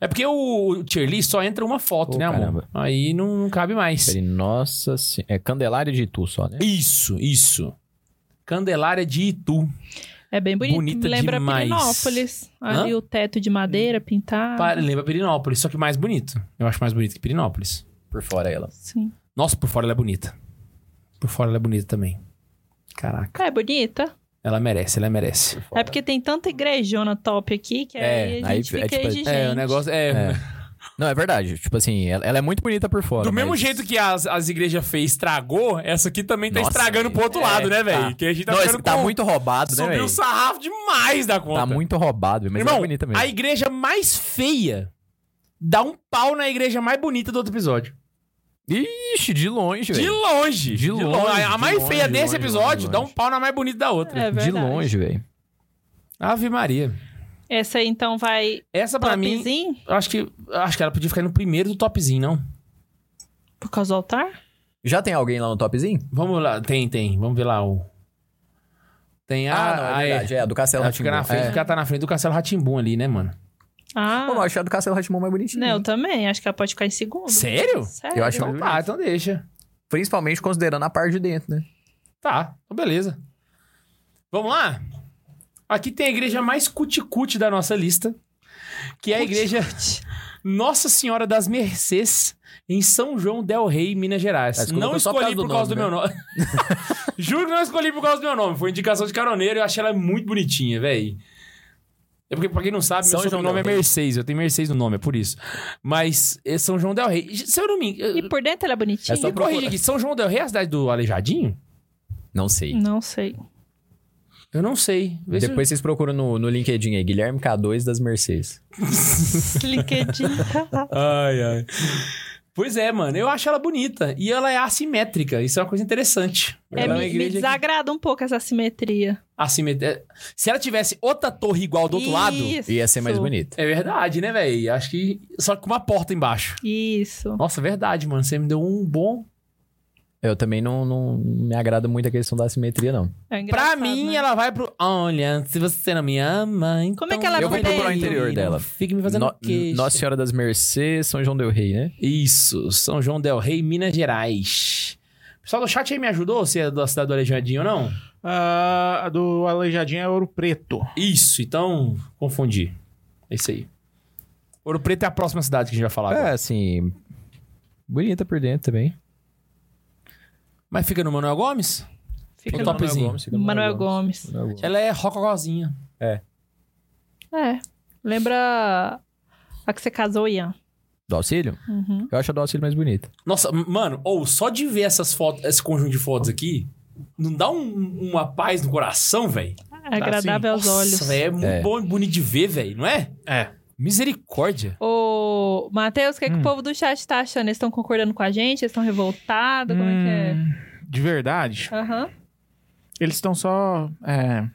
Speaker 1: É porque o tier list só entra uma foto,
Speaker 2: Ô,
Speaker 1: né, amor?
Speaker 2: caramba.
Speaker 1: Aí não, não cabe mais.
Speaker 2: Peraí, nossa senhora. É Candelária de Itu só, né?
Speaker 1: Isso, isso. Candelária de Itu.
Speaker 3: É bem bonita.
Speaker 1: Bonita
Speaker 3: Me lembra
Speaker 1: demais.
Speaker 3: Pirinópolis. Ali
Speaker 1: Hã?
Speaker 3: o teto de madeira pintado.
Speaker 1: Pa- Lembra Pirinópolis, só que mais bonito. Eu acho mais bonito que Pirinópolis.
Speaker 2: Por fora ela.
Speaker 3: Sim.
Speaker 1: Nossa, por fora ela é bonita. Por fora ela é bonita também. Caraca,
Speaker 3: É bonita.
Speaker 1: ela merece, ela merece.
Speaker 2: Por fora.
Speaker 3: É porque tem tanta igrejona top aqui que
Speaker 2: É,
Speaker 3: aí a
Speaker 2: aí
Speaker 3: gente
Speaker 2: é
Speaker 3: fica
Speaker 2: tipo-
Speaker 3: exigente.
Speaker 1: É, o negócio é.
Speaker 2: É. Não, é verdade. Tipo assim, ela, ela é muito bonita por fora.
Speaker 1: Do mesmo
Speaker 2: mas-
Speaker 1: jeito que as, as igrejas feias estragou, essa aqui também tá
Speaker 2: Nossa,
Speaker 1: estragando pro outro
Speaker 2: é,
Speaker 1: lado, né,
Speaker 2: tá.
Speaker 1: velho? Que a gente tá
Speaker 2: Não, esse
Speaker 1: ficando
Speaker 2: tá
Speaker 1: com-
Speaker 2: muito roubado, né,
Speaker 1: Subiu
Speaker 2: velho?
Speaker 1: o sarrafo demais da conta.
Speaker 2: Tá muito roubado, mas
Speaker 1: Irmão,
Speaker 2: é bonita mesmo.
Speaker 1: a igreja mais feia dá um pau na igreja mais bonita do outro episódio.
Speaker 2: Ixi, de longe,
Speaker 1: De
Speaker 2: velho.
Speaker 1: longe.
Speaker 2: De longe,
Speaker 1: A
Speaker 2: de
Speaker 1: mais
Speaker 2: longe,
Speaker 1: feia
Speaker 2: de
Speaker 1: desse
Speaker 2: longe,
Speaker 1: episódio
Speaker 2: de
Speaker 1: dá um
Speaker 2: longe.
Speaker 1: pau na mais bonita da outra.
Speaker 3: É
Speaker 2: de
Speaker 3: verdade.
Speaker 2: longe, velho.
Speaker 1: Ave Maria.
Speaker 3: Essa aí, então, vai
Speaker 1: Essa pra mim,
Speaker 3: topzinho
Speaker 1: eu acho que eu acho que ela podia ficar no primeiro do topzinho, não?
Speaker 3: por causa do altar?
Speaker 2: Já tem alguém lá no topzinho?
Speaker 1: Vamos lá, tem, tem. Vamos ver lá o Tem a
Speaker 2: Ah, não,
Speaker 1: a-
Speaker 2: é verdade. É, a do Castelo É.
Speaker 1: Ela fica na frente, porque ela tá na frente do Castelo Ratimbum ali, né,
Speaker 2: Tá
Speaker 1: mano?
Speaker 3: Ah,
Speaker 2: eu acho a do Castelo Ratimão mais bonitinha.
Speaker 3: não, eu também. Acho que ela pode ficar em segundo.
Speaker 1: Sério?
Speaker 3: Sério.
Speaker 2: Eu acho
Speaker 1: Então tá, então deixa.
Speaker 2: Principalmente considerando a parte de dentro, né?
Speaker 1: Tá, então beleza. Vamos lá? Aqui tem a igreja mais cuticute da nossa lista, que é a igreja Nossa Senhora das Mercês, em São João del Rei, Minas Gerais.
Speaker 2: Ah, você
Speaker 1: não
Speaker 2: colocou só por
Speaker 1: escolhi
Speaker 2: causa do
Speaker 1: por causa do, meu
Speaker 2: nome,
Speaker 1: nome. Juro que não escolhi por causa do meu nome. Foi indicação de caroneiro e eu achei ela muito bonitinha, velho. É porque, pra quem não sabe,
Speaker 2: São
Speaker 1: meu
Speaker 2: João
Speaker 1: sobrenome é
Speaker 2: del Rei.
Speaker 1: Mercedes. Eu tenho Mercedes no nome, é por isso. Mas é São João del Rei. Se eu não me...
Speaker 3: E por dentro ela é bonitinha?
Speaker 2: É só
Speaker 1: Me corrija aqui. São João del Rei é a cidade do Aleijadinho?
Speaker 2: Não sei.
Speaker 3: Não sei.
Speaker 1: Eu não sei. Vê se eu-
Speaker 2: Depois vocês procuram no, no LinkedIn aí, Guilherme K2 das Mercedes.
Speaker 3: LinkedIn.
Speaker 1: Ai, ai. Pois é, mano. Eu acho ela bonita. E ela é assimétrica. Isso é uma coisa interessante.
Speaker 3: É,
Speaker 1: ela é uma
Speaker 3: me, me
Speaker 1: igreja que-
Speaker 3: desagrada um pouco essa simetria.
Speaker 1: assimetri- é, Se ela tivesse outra torre igual do outro lado...
Speaker 3: Isso.
Speaker 2: Ia ser mais bonita.
Speaker 1: É verdade, né, velho? Acho que... Só com uma porta embaixo.
Speaker 3: Isso.
Speaker 1: Nossa, verdade, mano. Você me deu um bom...
Speaker 2: Eu também não, não me agrada muito a questão da simetria, não.
Speaker 3: É
Speaker 1: pra
Speaker 3: engraçado,
Speaker 1: mim,
Speaker 3: né?
Speaker 1: ela vai pro... Olha, se você não me ama, então...
Speaker 3: Como é que ela
Speaker 2: Eu vou
Speaker 3: não tem?
Speaker 2: procurar o interior dela.
Speaker 1: Fica me fazendo um
Speaker 2: No-
Speaker 1: queixa.
Speaker 2: Nossa Senhora das Mercês, São João Del Rei, né?
Speaker 1: Isso, São João del Rei, Minas Gerais. Pessoal do chat aí me ajudou, se é da cidade do Aleijadinho ou não?
Speaker 4: Ah, a do Aleijadinho é Ouro Preto.
Speaker 1: Isso, então confundi. É isso aí. Ouro Preto é a próxima cidade que a gente vai falar
Speaker 2: É,
Speaker 1: agora.
Speaker 2: assim. Bonita por dentro também.
Speaker 1: Mas fica no Manuel Gomes?
Speaker 3: Fica
Speaker 1: O
Speaker 3: no-
Speaker 1: top- topzinho.
Speaker 3: Manuel Gomes.
Speaker 1: Ela é rococozinha.
Speaker 3: É. Lembra a que você casou, Ian?
Speaker 2: Do auxílio?
Speaker 3: Uhum.
Speaker 2: Eu acho a do auxílio mais bonita.
Speaker 1: Nossa, m- mano, ou só de ver essas fotos, esse conjunto de fotos aqui, não dá um- uma paz no coração, velho?
Speaker 3: É agradável aos olhos.
Speaker 1: Nossa, velho, é muito
Speaker 2: É.
Speaker 1: bom e bonito de ver, velho, não é?
Speaker 4: É.
Speaker 1: Misericórdia.
Speaker 3: Ô, Matheus, o que, é que
Speaker 4: Hum.
Speaker 3: o povo do chat tá achando? Eles estão concordando com a gente? Eles estão revoltados? Como é
Speaker 4: Hum, De verdade,
Speaker 3: que é? Aham.
Speaker 4: eles estão só é,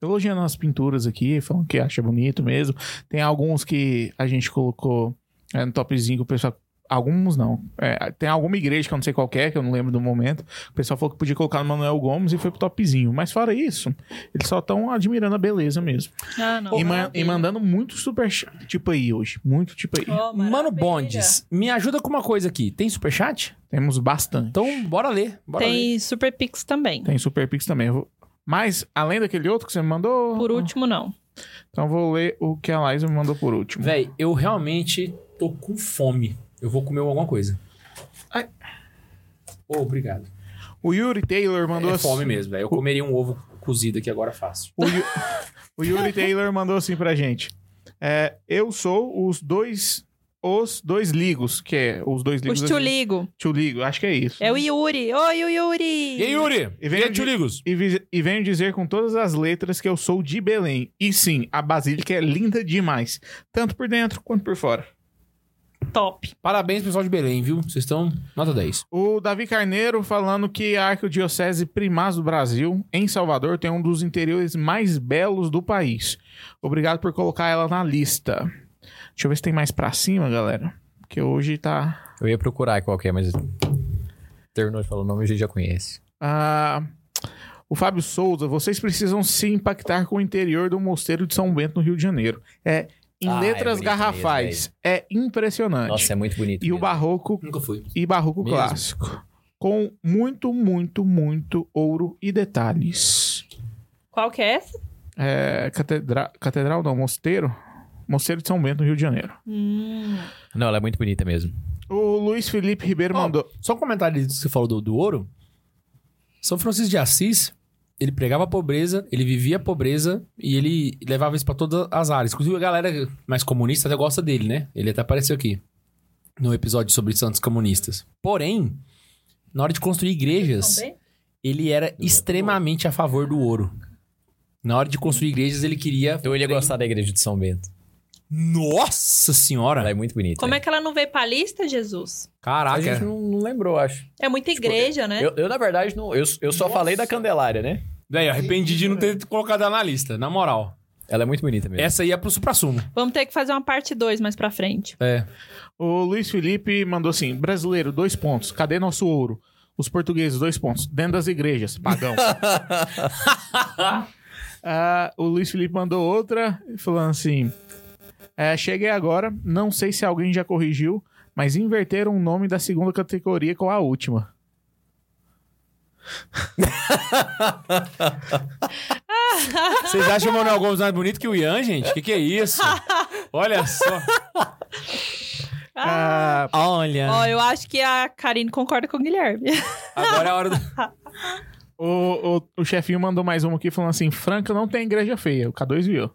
Speaker 4: elogiando as pinturas aqui, falando que acha bonito mesmo. Tem alguns que a gente colocou é, no topzinho que o pessoal. Alguns não. É, tem alguma igreja que eu não sei qual que é, que eu não lembro do momento. O pessoal falou que podia colocar no Manuel Gomes e foi pro topzinho. Mas fora isso, eles só estão admirando a beleza mesmo.
Speaker 3: Ah, não.
Speaker 4: e, ma-
Speaker 3: maravilha.
Speaker 4: e mandando muito super tipo aí hoje. Muito tipo aí.
Speaker 3: Ó,
Speaker 1: Mano
Speaker 3: maravilha.
Speaker 1: Bondes, me ajuda com uma coisa aqui. Tem superchat?
Speaker 4: Temos bastante.
Speaker 1: Então, bora ler. Bora ler.
Speaker 3: Tem Super Pix também.
Speaker 4: Tem Super Pix também. Eu vou- Mas, além daquele outro que você me mandou.
Speaker 3: Por último, não.
Speaker 4: Então eu vou ler o que a Laís me mandou por último.
Speaker 1: Véi, eu realmente tô com fome. Eu vou comer alguma coisa.
Speaker 4: Ai.
Speaker 1: Ô, obrigado.
Speaker 4: O Yuri Taylor mandou
Speaker 1: é
Speaker 4: assim-
Speaker 1: fome mesmo, velho. Eu comeria um ovo cozido aqui agora fácil.
Speaker 4: O, Yu- o Yuri Taylor mandou assim pra gente. É, eu sou os dois. Os dois ligos, que é os dois ligos.
Speaker 3: Os
Speaker 4: assim,
Speaker 3: Tchuligo.
Speaker 4: tio ligo, acho que é isso.
Speaker 3: É o Yuri. Oi, o Yuri.
Speaker 1: E aí, Yuri?
Speaker 4: E vem
Speaker 1: E aí,
Speaker 4: de-
Speaker 1: Tio Ligos?
Speaker 4: E, vi- e venho dizer com todas as letras que eu sou de Belém. E sim, a Basílica é linda demais. Tanto por dentro quanto por fora.
Speaker 3: Top.
Speaker 1: Parabéns, pessoal de Belém, viu? Vocês estão nota 10.
Speaker 4: O Davi Carneiro falando que a Arquidiocese Primaz do Brasil, em Salvador, tem um dos interiores mais belos do país. Obrigado por colocar ela na lista. Deixa eu ver se tem mais pra cima, galera. Porque hoje tá.
Speaker 2: Eu ia procurar qual que é, mas. Terminou de falar o nome, a gente já conhece.
Speaker 4: Ah, o Fábio Souza, vocês precisam se impactar com o interior do Mosteiro de São Bento, no Rio de Janeiro. É em
Speaker 2: Ah, é
Speaker 4: letras
Speaker 2: bonito
Speaker 4: garrafais. é impressionante.
Speaker 2: Nossa, é muito bonito.
Speaker 4: e o
Speaker 2: mesmo.
Speaker 4: barroco
Speaker 1: Nunca fui.
Speaker 4: e barroco
Speaker 1: Mesmo.
Speaker 4: clássico. Com muito, muito, muito ouro e detalhes.
Speaker 3: Qual que é essa?
Speaker 4: É, catedra... Catedral não, Mosteiro. Mosteiro de São Bento, no Rio de Janeiro.
Speaker 3: Hum.
Speaker 2: Não, ela é muito bonita mesmo.
Speaker 4: O Luiz Felipe Ribeiro
Speaker 1: Ó,
Speaker 4: mandou.
Speaker 1: Só um comentário que você falou do, do ouro. São Francisco de Assis, ele pregava a pobreza, ele vivia a pobreza e ele levava isso pra todas as áreas. Inclusive, a galera mais comunista até gosta dele, né? Ele até apareceu aqui no episódio sobre santos comunistas. Porém, na hora de construir igrejas, ele
Speaker 2: é
Speaker 1: era extremamente a favor do ouro. Na hora de construir igrejas, ele queria.
Speaker 2: Eu ia gostar da igreja de São Bento.
Speaker 1: Nossa
Speaker 2: Um Ela é
Speaker 1: senhora!
Speaker 2: muito bonita.
Speaker 3: Como é que ela não veio pra lista, Jesus?
Speaker 2: A
Speaker 1: Caraca!
Speaker 2: gente não, não lembrou, acho.
Speaker 3: É muita igreja, né?
Speaker 2: Eu, eu, na verdade, não, eu, eu só
Speaker 1: Nossa.
Speaker 2: falei da Candelária, né?
Speaker 1: Véi, eu arrependi de não ter colocado ela na lista, na moral.
Speaker 2: Ela é muito bonita mesmo.
Speaker 1: Essa aí é pro supra-sumo.
Speaker 3: Vamos ter que fazer uma parte 2 mais pra frente.
Speaker 1: É.
Speaker 4: O Luiz Felipe mandou assim: brasileiro, dois pontos. Cadê nosso ouro? Os portugueses, dois pontos. Dentro das igrejas, pagão. Ah, o Luiz Felipe mandou outra, falando assim: é, Cheguei agora, não sei se alguém já corrigiu, mas inverteram o nome da segunda categoria com a última.
Speaker 1: Vocês acham o Manuel Gomes mais bonito que o Ian, gente? Que que é isso? Olha só.
Speaker 3: Ah.
Speaker 4: Ah,
Speaker 1: Olha.
Speaker 3: Ó, eu acho que a Karine concorda com o Guilherme.
Speaker 1: Agora é a hora do...
Speaker 4: O, o, o chefinho mandou mais uma aqui falando assim: Franca não tem igreja feia. O K2 viu.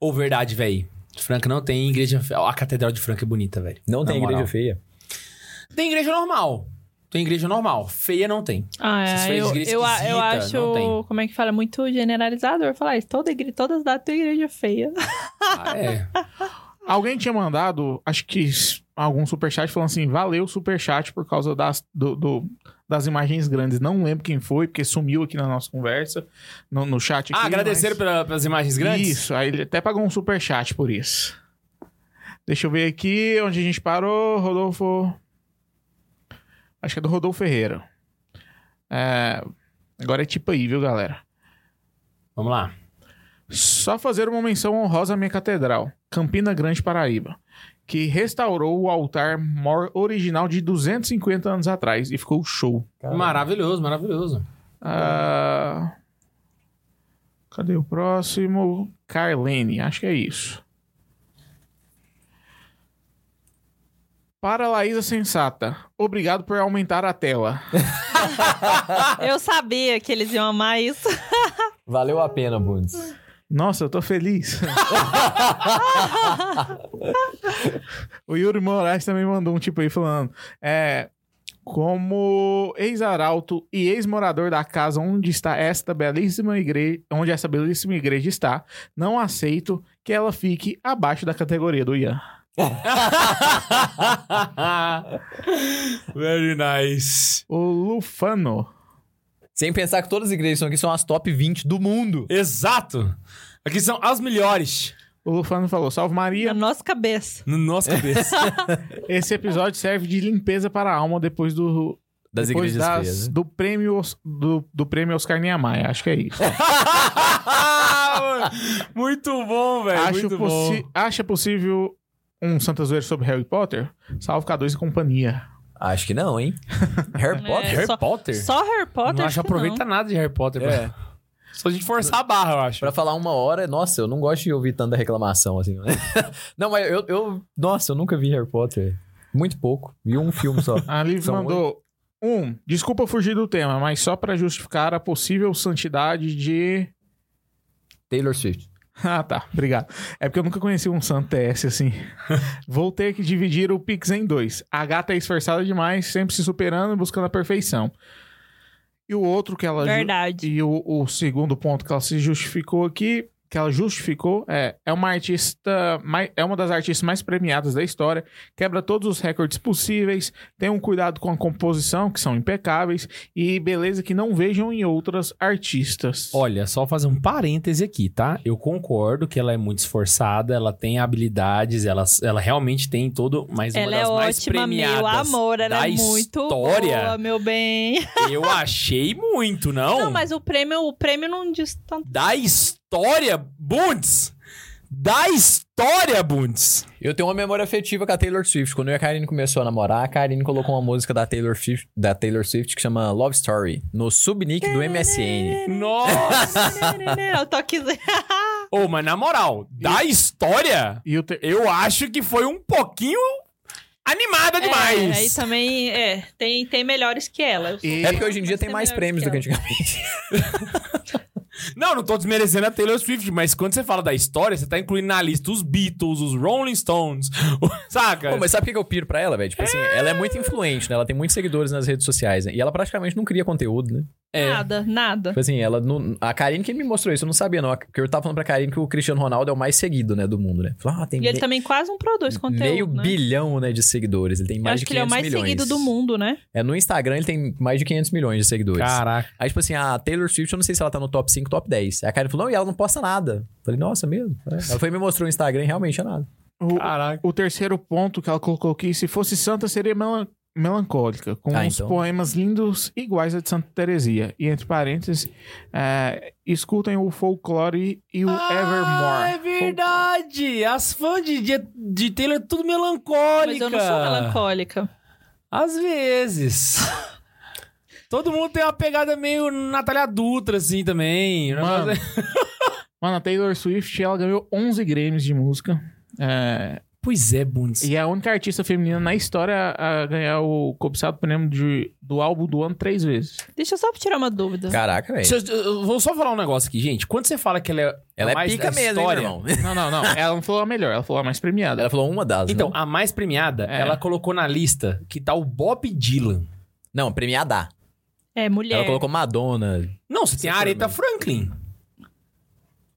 Speaker 1: Ô, verdade, velho. Franca não tem igreja... fe- Ó, A catedral de Franca é bonita, velho.
Speaker 2: Não tem
Speaker 1: Na
Speaker 2: igreja
Speaker 1: moral.
Speaker 2: feia.
Speaker 1: Tem igreja normal. Tem igreja normal. Feia não tem. Essas
Speaker 3: Ah, é,
Speaker 1: feias
Speaker 3: eu,
Speaker 1: igrejas
Speaker 3: eu, a- eu
Speaker 1: esquisitas, não tem.
Speaker 3: acho, como é que fala, muito generalizador falar isso. Toda igre, todas datas tem igreja feia.
Speaker 1: Ah, é.
Speaker 4: Alguém tinha mandado, acho que s- algum superchat falando assim: Valeu, superchat, por causa das, do- do- das imagens grandes. Não lembro quem foi, porque sumiu aqui na nossa conversa, no, no chat. Aqui,
Speaker 1: Ah, agradeceram
Speaker 4: mas-
Speaker 1: pela- pelas imagens grandes?
Speaker 4: Isso, aí ele até pagou um superchat por isso. Deixa eu ver aqui onde a gente parou, Rodolfo. Acho que é do Rodolfo Ferreira. É, agora é tipo aí, viu, galera?
Speaker 1: Vamos lá.
Speaker 4: Só fazer uma menção honrosa à minha catedral, Campina Grande, Paraíba, que restaurou o altar mor original de 250 anos atrás e ficou show.
Speaker 1: Maravilhoso, maravilhoso.
Speaker 4: Ah, Cadê o próximo? Carlene, acho que é isso. Para Laísa Sensata, obrigado por aumentar a tela.
Speaker 3: Eu sabia que eles iam amar isso.
Speaker 2: Valeu a pena, Bundes.
Speaker 4: Nossa, eu tô feliz. o Yuri Moraes também mandou um tipo aí falando: é, como ex-arauto e ex-morador da casa onde está esta belíssima igreja, onde essa belíssima igreja está, não aceito que ela fique abaixo da categoria do Ian.
Speaker 1: Very nice.
Speaker 4: O Lufano.
Speaker 2: Sem pensar que todas as igrejas que são aqui são as top 20 do mundo.
Speaker 1: Exato. Aqui são as melhores.
Speaker 4: O Lufano falou: Salve
Speaker 3: Na
Speaker 4: Maria,
Speaker 3: nossa cabeça.
Speaker 1: No nosso cabeça.
Speaker 4: esse episódio serve de limpeza para a alma depois do.
Speaker 2: Das
Speaker 4: depois
Speaker 2: igrejas
Speaker 4: das-
Speaker 2: feias. né?
Speaker 4: do prêmio Os- do, do prêmio Oscar Niemeyer, acho que é isso.
Speaker 1: muito bom, velho.
Speaker 4: Acho
Speaker 1: é muito
Speaker 4: possi-
Speaker 1: bom.
Speaker 4: acha possível um Santa Zoeira sobre Harry Potter? Salve K2 e companhia.
Speaker 2: Acho que não, hein? Harry
Speaker 3: É,
Speaker 2: Potter?
Speaker 3: só-
Speaker 1: Potter?
Speaker 3: Só Harry Potter.
Speaker 1: não
Speaker 3: acho que
Speaker 1: acho aproveita nada de Harry Potter.
Speaker 2: É.
Speaker 1: pra- Só a gente forçar a barra, eu acho.
Speaker 2: Pra falar uma hora, nossa, eu não gosto de ouvir tanta reclamação assim. né? não, mas eu, eu. Nossa, eu nunca vi Harry Potter. Muito pouco. Vi um filme só.
Speaker 4: A Liv
Speaker 2: São
Speaker 4: mandou. Um, desculpa fugir do tema, mas só pra justificar a possível santidade de.
Speaker 2: Taylor Swift.
Speaker 4: Ah, tá. Obrigado. É porque eu nunca conheci um santo TS assim. Vou ter que dividir o Pix em dois. A gata é esforçada demais, sempre se superando e buscando a perfeição. E o outro que ela. ju-
Speaker 3: Verdade.
Speaker 4: E o, o segundo ponto que ela se justificou aqui, que ela justificou, é, é uma artista, mai- é uma das artistas mais premiadas da história, quebra todos os recordes possíveis, tem um cuidado com a composição, que são impecáveis, e beleza que não vejam em outras artistas.
Speaker 1: Olha, só fazer um parêntese aqui, tá? Eu concordo que ela é muito esforçada, ela tem habilidades, ela, ela realmente tem todo, mas uma
Speaker 3: Ela
Speaker 1: das
Speaker 3: é
Speaker 1: mais
Speaker 3: ótima,
Speaker 1: premiadas
Speaker 3: meu amor. Ela
Speaker 1: da
Speaker 3: é muito
Speaker 1: história.
Speaker 3: boa, meu bem.
Speaker 1: Eu achei muito, não?
Speaker 3: Não, mas o prêmio, o prêmio não diz tanto.
Speaker 1: Da história, Bundes! Da história, Bundes!
Speaker 2: Eu tenho uma memória afetiva com a Taylor Swift. Quando eu e a Karine começou a namorar, a Karine colocou uma música da Taylor Swift, da Taylor Swift que chama Love Story, no subnick do MSN.
Speaker 1: Nossa!
Speaker 3: Eu tô aqui.
Speaker 1: Ô, mas na moral, da história,
Speaker 4: E o ter-
Speaker 1: eu acho que foi um pouquinho animada demais.
Speaker 3: É, aí também, é, tem, tem melhores que ela. Eu sou-
Speaker 4: E-
Speaker 2: É porque hoje em dia tem
Speaker 3: Vai ser
Speaker 2: mais
Speaker 3: melhor
Speaker 2: prêmios
Speaker 3: que
Speaker 2: do que antigamente.
Speaker 1: Não, não tô desmerecendo a Taylor Swift, mas quando você fala da história, você tá incluindo na lista os Beatles, os Rolling Stones, saca?
Speaker 2: Pô, mas sabe por que que eu piro pra ela, velho? Tipo assim, ela é muito influente, né? Ela tem muitos seguidores nas redes sociais, né? E ela praticamente não cria conteúdo, né?
Speaker 1: É.
Speaker 3: Nada, nada.
Speaker 2: Tipo assim, ela. Não... A Karine que me mostrou isso, eu não sabia, não. Porque eu tava falando pra Karine que o Cristiano Ronaldo é o mais seguido, né, do mundo, né? Falou, ah, tem
Speaker 3: E ele
Speaker 2: me-
Speaker 3: também quase não produz conteúdo.
Speaker 2: meio
Speaker 3: né?
Speaker 2: bilhão, né, de seguidores. Ele tem
Speaker 3: Eu
Speaker 2: mais
Speaker 3: acho
Speaker 2: de
Speaker 3: que ele é o
Speaker 2: 500
Speaker 3: mais
Speaker 2: milhões.
Speaker 3: seguido do mundo, né?
Speaker 2: É, no Instagram ele tem mais de 500 milhões de seguidores.
Speaker 1: Caraca.
Speaker 2: Aí, tipo assim, a Taylor Swift, eu não sei se ela tá no top 5, top 10. Aí a Karen falou, não, e ela não posta nada. Eu Falei, nossa, mesmo? É. Ela foi e me mostrou o Instagram e realmente é nada.
Speaker 4: o,
Speaker 1: Caraca.
Speaker 4: o terceiro ponto que ela colocou aqui, se fosse santa, seria melan- melancólica, com
Speaker 2: Ah,
Speaker 4: uns
Speaker 2: então.
Speaker 4: poemas lindos iguais a de Santa Teresia. E entre parênteses, é, escutem o Folklore e o
Speaker 2: Ah,
Speaker 4: Evermore.
Speaker 1: é verdade. As fãs de, de, de Taylor é tudo melancólica.
Speaker 3: Mas eu não sou melancólica.
Speaker 1: Às vezes. Todo mundo tem uma pegada meio Natália Dutra, assim, também.
Speaker 4: Mano. Mano, a Taylor Swift, ela ganhou 11 Grammys de música. É,
Speaker 1: Pois é, Bundes.
Speaker 4: e é a única artista feminina na história a ganhar o cobiçado prêmio de, do álbum do ano três vezes.
Speaker 3: Deixa eu só tirar uma dúvida.
Speaker 2: Caraca, velho.
Speaker 1: Deixa eu- eu vou só falar um negócio aqui, gente. Quando você fala que ela é.
Speaker 2: Ela é
Speaker 1: mais da
Speaker 2: pica mesmo, hein, meu
Speaker 1: história,
Speaker 2: irmão?
Speaker 4: Não, não, não. Ela não falou a melhor, ela falou a mais premiada.
Speaker 2: Ela falou uma das, né?
Speaker 1: Então,
Speaker 2: não?
Speaker 1: a mais premiada,
Speaker 4: É.
Speaker 1: ela colocou na lista que tá o Bob Dylan.
Speaker 2: Não, premiada.
Speaker 3: É, mulher.
Speaker 2: Ela colocou Madonna.
Speaker 1: Não, você tem a Aretha Franklin.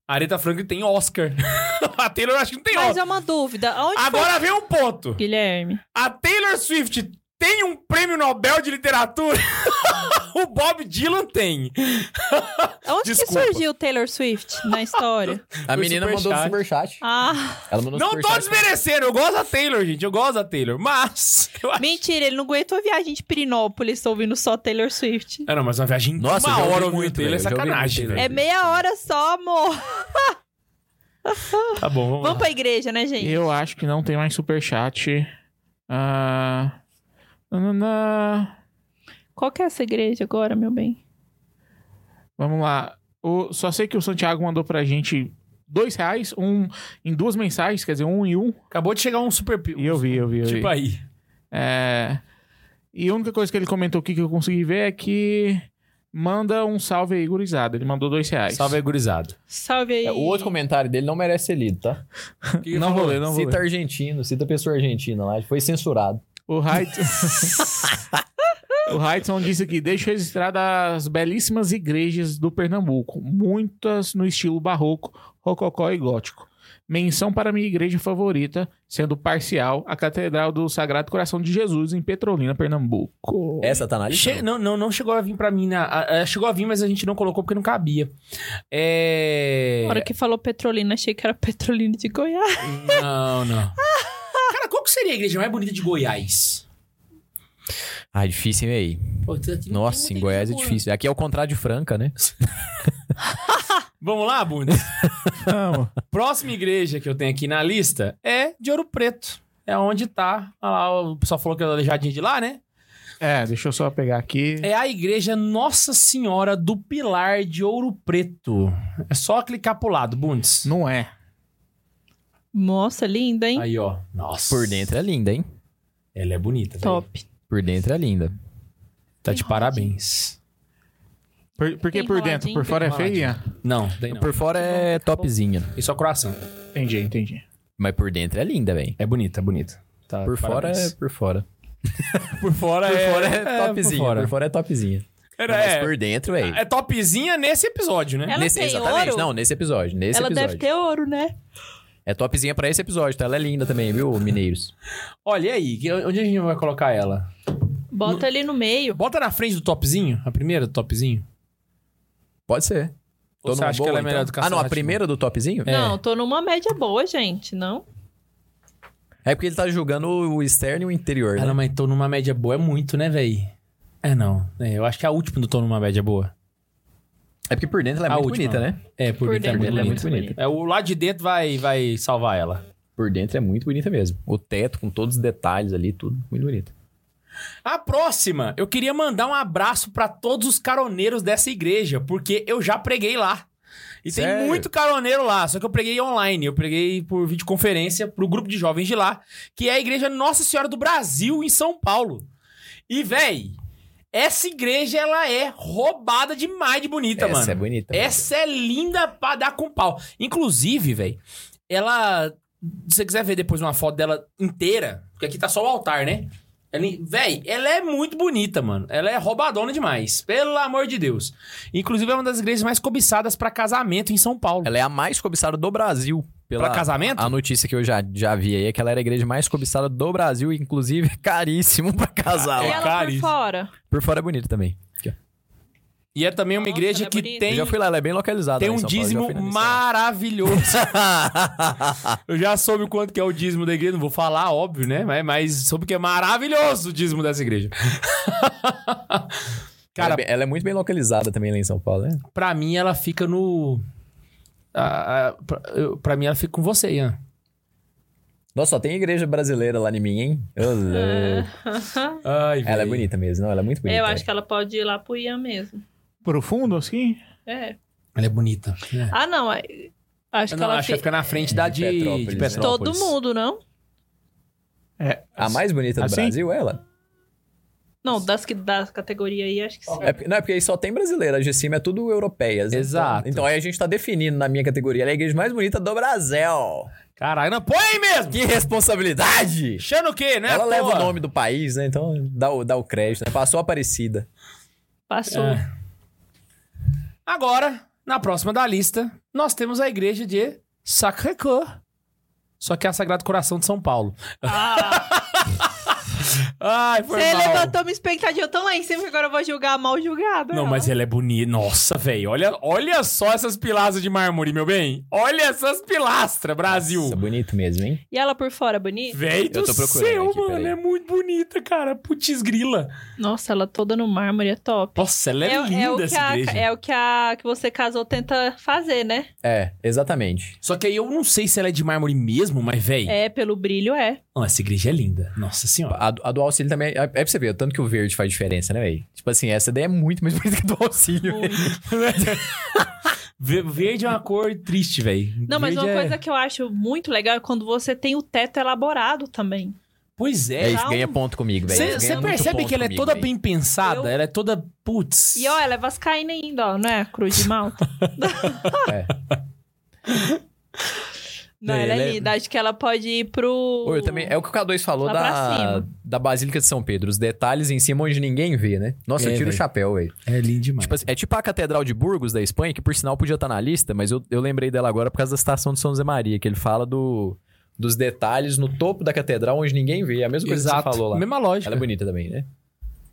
Speaker 1: A Aretha Franklin tem Oscar. a Taylor acho que não tem
Speaker 3: Mas
Speaker 1: Oscar.
Speaker 3: é uma dúvida. Onde
Speaker 1: Agora vem um ponto.
Speaker 3: foi, Guilherme?
Speaker 1: A Taylor Swift tem um prêmio Nobel de literatura? o Bob Dylan tem.
Speaker 3: Onde
Speaker 1: Desculpa.
Speaker 3: que surgiu Taylor Swift na história?
Speaker 2: A
Speaker 1: Foi
Speaker 2: menina mandou
Speaker 1: superchat.
Speaker 2: um superchat.
Speaker 3: ah,
Speaker 2: Ela mandou um
Speaker 1: não tô
Speaker 2: superchat.
Speaker 1: desmerecendo, eu gosto da Taylor, gente. Eu gosto da Taylor, mas... Eu acho...
Speaker 3: mentira, ele não aguentou a viagem de Pirinópolis ouvindo só Taylor Swift.
Speaker 1: Ah, não, mas uma viagem de
Speaker 2: Nossa, eu
Speaker 1: uma
Speaker 2: já
Speaker 1: hora
Speaker 2: ouvi
Speaker 1: ouvindo
Speaker 2: muito,
Speaker 1: Taylor é
Speaker 2: velho, eu já ouvi muito
Speaker 1: sacanagem,
Speaker 2: Taylor.
Speaker 1: velho.
Speaker 3: É meia hora só, amor.
Speaker 1: Tá bom, vamos lá.
Speaker 3: Vamos pra igreja, né, gente?
Speaker 4: Eu acho que não tem mais superchat. Ah, nananã.
Speaker 3: Qual que é essa igreja agora, meu bem?
Speaker 4: Vamos lá. O- só sei que o Santiago mandou pra gente dois reais, um em duas mensagens, quer dizer, um Tipo, em um.
Speaker 1: Acabou de chegar um super...
Speaker 4: E eu vi, eu vi, eu vi.
Speaker 1: Tipo aí.
Speaker 4: É, E a única coisa que ele comentou aqui que eu consegui ver é que manda um salve aí, gurizada. Ele mandou dois reais.
Speaker 1: Salve aí, gurizado.
Speaker 3: Salve aí.
Speaker 2: É, O outro comentário dele não merece ser lido, tá?
Speaker 4: Não vou ler, não vou
Speaker 2: cita
Speaker 4: ler.
Speaker 2: argentino, cita pessoa argentina lá, ele foi censurado.
Speaker 4: O Height... O Heidson disse aqui, deixa registrado as belíssimas igrejas do Pernambuco, muitas no estilo barroco, rococó e gótico. Menção para minha igreja favorita, sendo parcial, a Catedral do Sagrado Coração de Jesus, em Petrolina, Pernambuco.
Speaker 2: Essa tá na lista?
Speaker 1: Che- não, não, não chegou a vir pra mim. Na, a- a- chegou a vir, mas a gente não colocou porque não cabia. É.
Speaker 3: Na hora que falou Petrolina, achei que era Petrolina de Goiás.
Speaker 1: Não, não. Cara, qual que seria a igreja mais bonita de Goiás?
Speaker 2: Ah, difícil, hein, aí.
Speaker 1: Pô, aqui não tem
Speaker 2: Nossa, em
Speaker 1: muita
Speaker 2: Goiás
Speaker 1: igreja
Speaker 2: é
Speaker 1: boa.
Speaker 2: difícil. Aqui é o contrário de Franca, né?
Speaker 1: Vamos lá, Bundes? Próxima igreja que eu tenho aqui na lista é de Ouro Preto. É onde tá. Olha lá, o pessoal falou que era aleijadinho de lá, né?
Speaker 4: É, deixa eu só pegar aqui.
Speaker 1: É a igreja Nossa Senhora do Pilar de Ouro Preto. É só clicar pro lado, Bundes.
Speaker 4: Não é.
Speaker 3: Nossa, linda, hein?
Speaker 1: Aí, ó. Nossa.
Speaker 2: Por dentro é linda, hein?
Speaker 1: Ela é bonita. velho.
Speaker 3: Top.
Speaker 2: Por dentro é linda.
Speaker 1: Tá de parabéns.
Speaker 4: Por, por que
Speaker 3: Tem
Speaker 4: por dentro?
Speaker 3: enroladinho,
Speaker 4: Por
Speaker 3: tem
Speaker 4: fora é
Speaker 1: enroladinho.
Speaker 4: feia?
Speaker 1: Não, tem não.
Speaker 2: Por fora é
Speaker 3: Acabou.
Speaker 2: topzinha.
Speaker 1: E só coração.
Speaker 4: Entendi, entendi.
Speaker 2: Mas por dentro é linda, velho.
Speaker 1: É bonita, é bonita. Tá
Speaker 2: Por
Speaker 1: de
Speaker 2: fora é
Speaker 1: parabéns.
Speaker 2: por fora.
Speaker 1: Por fora
Speaker 2: Por
Speaker 1: é.
Speaker 2: fora é topzinha.
Speaker 1: Por fora.
Speaker 2: é topzinha.
Speaker 1: Era,
Speaker 2: Mas
Speaker 1: é,
Speaker 2: por dentro, velho.
Speaker 1: é topzinha nesse episódio,
Speaker 2: É.
Speaker 1: né?
Speaker 3: Ela tem
Speaker 2: exatamente,
Speaker 3: ouro?
Speaker 2: não, nesse episódio. Nesse
Speaker 3: Ela
Speaker 2: episódio.
Speaker 3: deve ter ouro, né?
Speaker 2: É topzinha pra esse episódio, tá? Ela é linda também, viu, mineiros?
Speaker 1: Olha, e aí? Que- Onde a gente vai colocar ela?
Speaker 3: Bota ali no meio.
Speaker 1: Bota na frente do topzinho? A primeira do topzinho?
Speaker 2: Pode ser.
Speaker 1: Ou
Speaker 2: Tô
Speaker 1: você
Speaker 2: numa
Speaker 1: acha
Speaker 2: boa,
Speaker 1: que ela é
Speaker 2: então?
Speaker 1: melhor do que
Speaker 2: Ah, não, a
Speaker 1: Castelo
Speaker 2: primeira do topzinho?
Speaker 1: É.
Speaker 3: Não, tô numa média boa, gente, não?
Speaker 2: É porque ele tá julgando o externo e o interior, né?
Speaker 1: Ela, Ah, mas tô numa média boa é muito, né, véi? É, não. É, eu acho que é a última do tô numa média boa.
Speaker 2: É porque por dentro ela é
Speaker 1: A
Speaker 2: muito
Speaker 1: última.
Speaker 2: bonita, né?
Speaker 1: É, por,
Speaker 3: Por
Speaker 1: dentro,
Speaker 3: dentro
Speaker 1: é
Speaker 3: ela
Speaker 1: muito bonita. É, o lado de dentro vai, vai salvar ela.
Speaker 2: Por dentro é muito bonita mesmo. O teto, com todos os detalhes ali, tudo muito bonito.
Speaker 1: A próxima, eu queria mandar um abraço pra todos os caroneiros dessa igreja, porque eu já preguei lá. E
Speaker 2: Sério?
Speaker 1: tem muito caroneiro lá, só que eu preguei online, eu preguei por videoconferência pro grupo de jovens de lá, que é a igreja Nossa Senhora do Brasil em São Paulo. E véi, essa igreja ela é roubada demais de bonita,
Speaker 2: Essa
Speaker 1: mano.
Speaker 2: é bonita.
Speaker 1: Essa é linda pra dar com pau. Inclusive, velho, ela. Se você quiser ver depois uma foto dela inteira, porque aqui tá só o altar, né? Ela, véi, ela é muito bonita, mano. Ela é roubadona demais. Pelo amor de Deus. Inclusive, é uma das igrejas mais cobiçadas pra casamento em São Paulo.
Speaker 2: Ela é a mais cobiçada do Brasil. Pela...
Speaker 1: Pra casamento?
Speaker 2: A notícia que eu já, já vi aí é que ela era a igreja mais cobiçada do Brasil, inclusive é caríssimo pra casar.
Speaker 1: É,
Speaker 3: e
Speaker 2: lá.
Speaker 3: ela
Speaker 1: caríssimo.
Speaker 3: por fora.
Speaker 2: Por fora é bonita também.
Speaker 1: E é também uma
Speaker 3: Nossa,
Speaker 1: igreja
Speaker 3: ela é
Speaker 1: que
Speaker 3: bonita.
Speaker 2: Eu
Speaker 1: tem,
Speaker 2: já fui lá, ela é bem localizada.
Speaker 1: tem
Speaker 2: lá em
Speaker 1: um
Speaker 2: São Paulo, já
Speaker 1: dízimo
Speaker 2: fui na missão.
Speaker 1: maravilhoso. Eu já soube quanto que é o dízimo da igreja. Não vou falar, óbvio, né? Mas, mas soube que é maravilhoso o dízimo dessa igreja.
Speaker 2: Ela
Speaker 1: Cara,
Speaker 2: é bem- ela é muito bem localizada também lá em São Paulo, né?
Speaker 1: pra mim ela fica no. Ah, ah, pra, eu- pra mim ela fica com você, Ian.
Speaker 2: Nossa, só tem igreja brasileira lá em mim, hein? Ô,
Speaker 1: É.
Speaker 2: louco.
Speaker 1: Ai,
Speaker 2: ela é bonita mesmo, não? Ela é muito bonita.
Speaker 3: eu acho que ela pode ir lá pro Ian mesmo.
Speaker 4: Profundo, assim?
Speaker 3: É.
Speaker 1: Ela é bonita. É.
Speaker 3: Ah, não. é- Acho que
Speaker 1: não,
Speaker 3: ela
Speaker 1: acho que
Speaker 3: fica.
Speaker 1: é fica na frente da de
Speaker 2: De
Speaker 1: Petrópolis.
Speaker 2: Petrópolis,
Speaker 1: De
Speaker 2: né?
Speaker 3: Todo
Speaker 1: Petrópolis.
Speaker 3: mundo, não?
Speaker 4: É.
Speaker 2: A mais bonita do
Speaker 1: Ah,
Speaker 4: Assim?
Speaker 2: Brasil é ela.
Speaker 3: Não, das que da categoria aí, acho que sim.
Speaker 2: É porque- não, é porque aí só tem brasileira. A de cima é tudo europeias. né?
Speaker 1: Exato.
Speaker 2: Então, então aí a gente tá definindo na minha categoria. Ela é a igreja mais bonita do Brasil.
Speaker 1: Caralho, não, põe aí mesmo!
Speaker 2: Que responsabilidade!
Speaker 1: Achando o quê, né?
Speaker 2: Ela
Speaker 1: à
Speaker 2: leva
Speaker 1: toa.
Speaker 2: o nome do país, né? Então dá o, dá o crédito. Né? Passou Aparecida.
Speaker 3: Passou.
Speaker 1: É. Agora, na próxima da lista, nós temos a igreja de Sacré-Cœur. Só que é a Sagrado Coração de São Paulo.
Speaker 3: Ah,
Speaker 1: Ai, foi
Speaker 3: você
Speaker 1: mal.
Speaker 3: levantou minha expectativa tão lá em cima que agora eu vou julgar mal julgada.
Speaker 1: Não, mas ela é bonita. Nossa, velho. Olha, olha só essas pilastras de mármore, meu bem. Olha essas pilastras, Brasil.
Speaker 2: Nossa, bonito mesmo, hein?
Speaker 3: E ela por fora, é bonita?
Speaker 1: Véi
Speaker 2: Eu
Speaker 1: do
Speaker 2: tô procurando
Speaker 1: céu,
Speaker 2: aqui,
Speaker 1: mano.
Speaker 2: peraí.
Speaker 1: É muito bonita, cara. Putz grila.
Speaker 3: Nossa, ela toda no mármore é top.
Speaker 1: Nossa, ela é, linda
Speaker 3: o que
Speaker 1: essa
Speaker 3: a,
Speaker 1: igreja.
Speaker 3: é o que a que você casou tenta fazer, né?
Speaker 2: É, exatamente.
Speaker 1: Só que aí eu não sei se ela é de mármore mesmo, mas, véi.
Speaker 3: É, pelo brilho é.
Speaker 1: Não, essa igreja é linda. Nossa senhora.
Speaker 2: A, do- a do auxílio também. É é pra você ver, o tanto que o verde faz diferença, né, velho? Tipo assim, essa daí é muito mais bonita que a do auxílio. véi.
Speaker 1: Ver- Verde é uma cor triste, véi.
Speaker 3: Não, mas
Speaker 1: Verde
Speaker 3: uma
Speaker 1: é-
Speaker 3: coisa que eu acho muito legal é quando você tem o teto elaborado também.
Speaker 1: Pois
Speaker 2: É
Speaker 1: é.
Speaker 2: isso,
Speaker 3: Não.
Speaker 2: ganha ponto comigo, velho.
Speaker 1: Você
Speaker 2: Ganha muito
Speaker 1: percebe
Speaker 2: ponto
Speaker 1: que ela é
Speaker 2: comigo,
Speaker 1: toda
Speaker 2: véi.
Speaker 1: bem pensada,
Speaker 3: Eu-
Speaker 1: ela é toda putz.
Speaker 3: E ó, ela é vascaína ainda, ó, não é? Cruz de malta.
Speaker 2: É.
Speaker 3: Não,
Speaker 1: É,
Speaker 3: ela
Speaker 1: ela
Speaker 3: é
Speaker 1: é-
Speaker 3: linda. Acho que ela pode ir pro...
Speaker 2: Ô, eu também, é o que o K2 falou
Speaker 3: Lá pra
Speaker 2: da,
Speaker 3: cima.
Speaker 2: da Basílica de São Pedro. Os detalhes em cima onde ninguém vê, né? Nossa,
Speaker 1: É,
Speaker 2: eu tiro
Speaker 1: véi.
Speaker 2: o chapéu, velho.
Speaker 1: É lindo demais.
Speaker 2: Tipo assim, é tipo a Catedral de Burgos, da Espanha, que por sinal podia estar na lista, mas eu, eu lembrei dela agora por causa da estação de São José Maria, que ele fala do, dos detalhes no topo da catedral onde ninguém vê. É a mesma coisa
Speaker 1: Exato.
Speaker 2: que você falou lá.
Speaker 1: Mesma lógica.
Speaker 2: Ela é bonita também, né?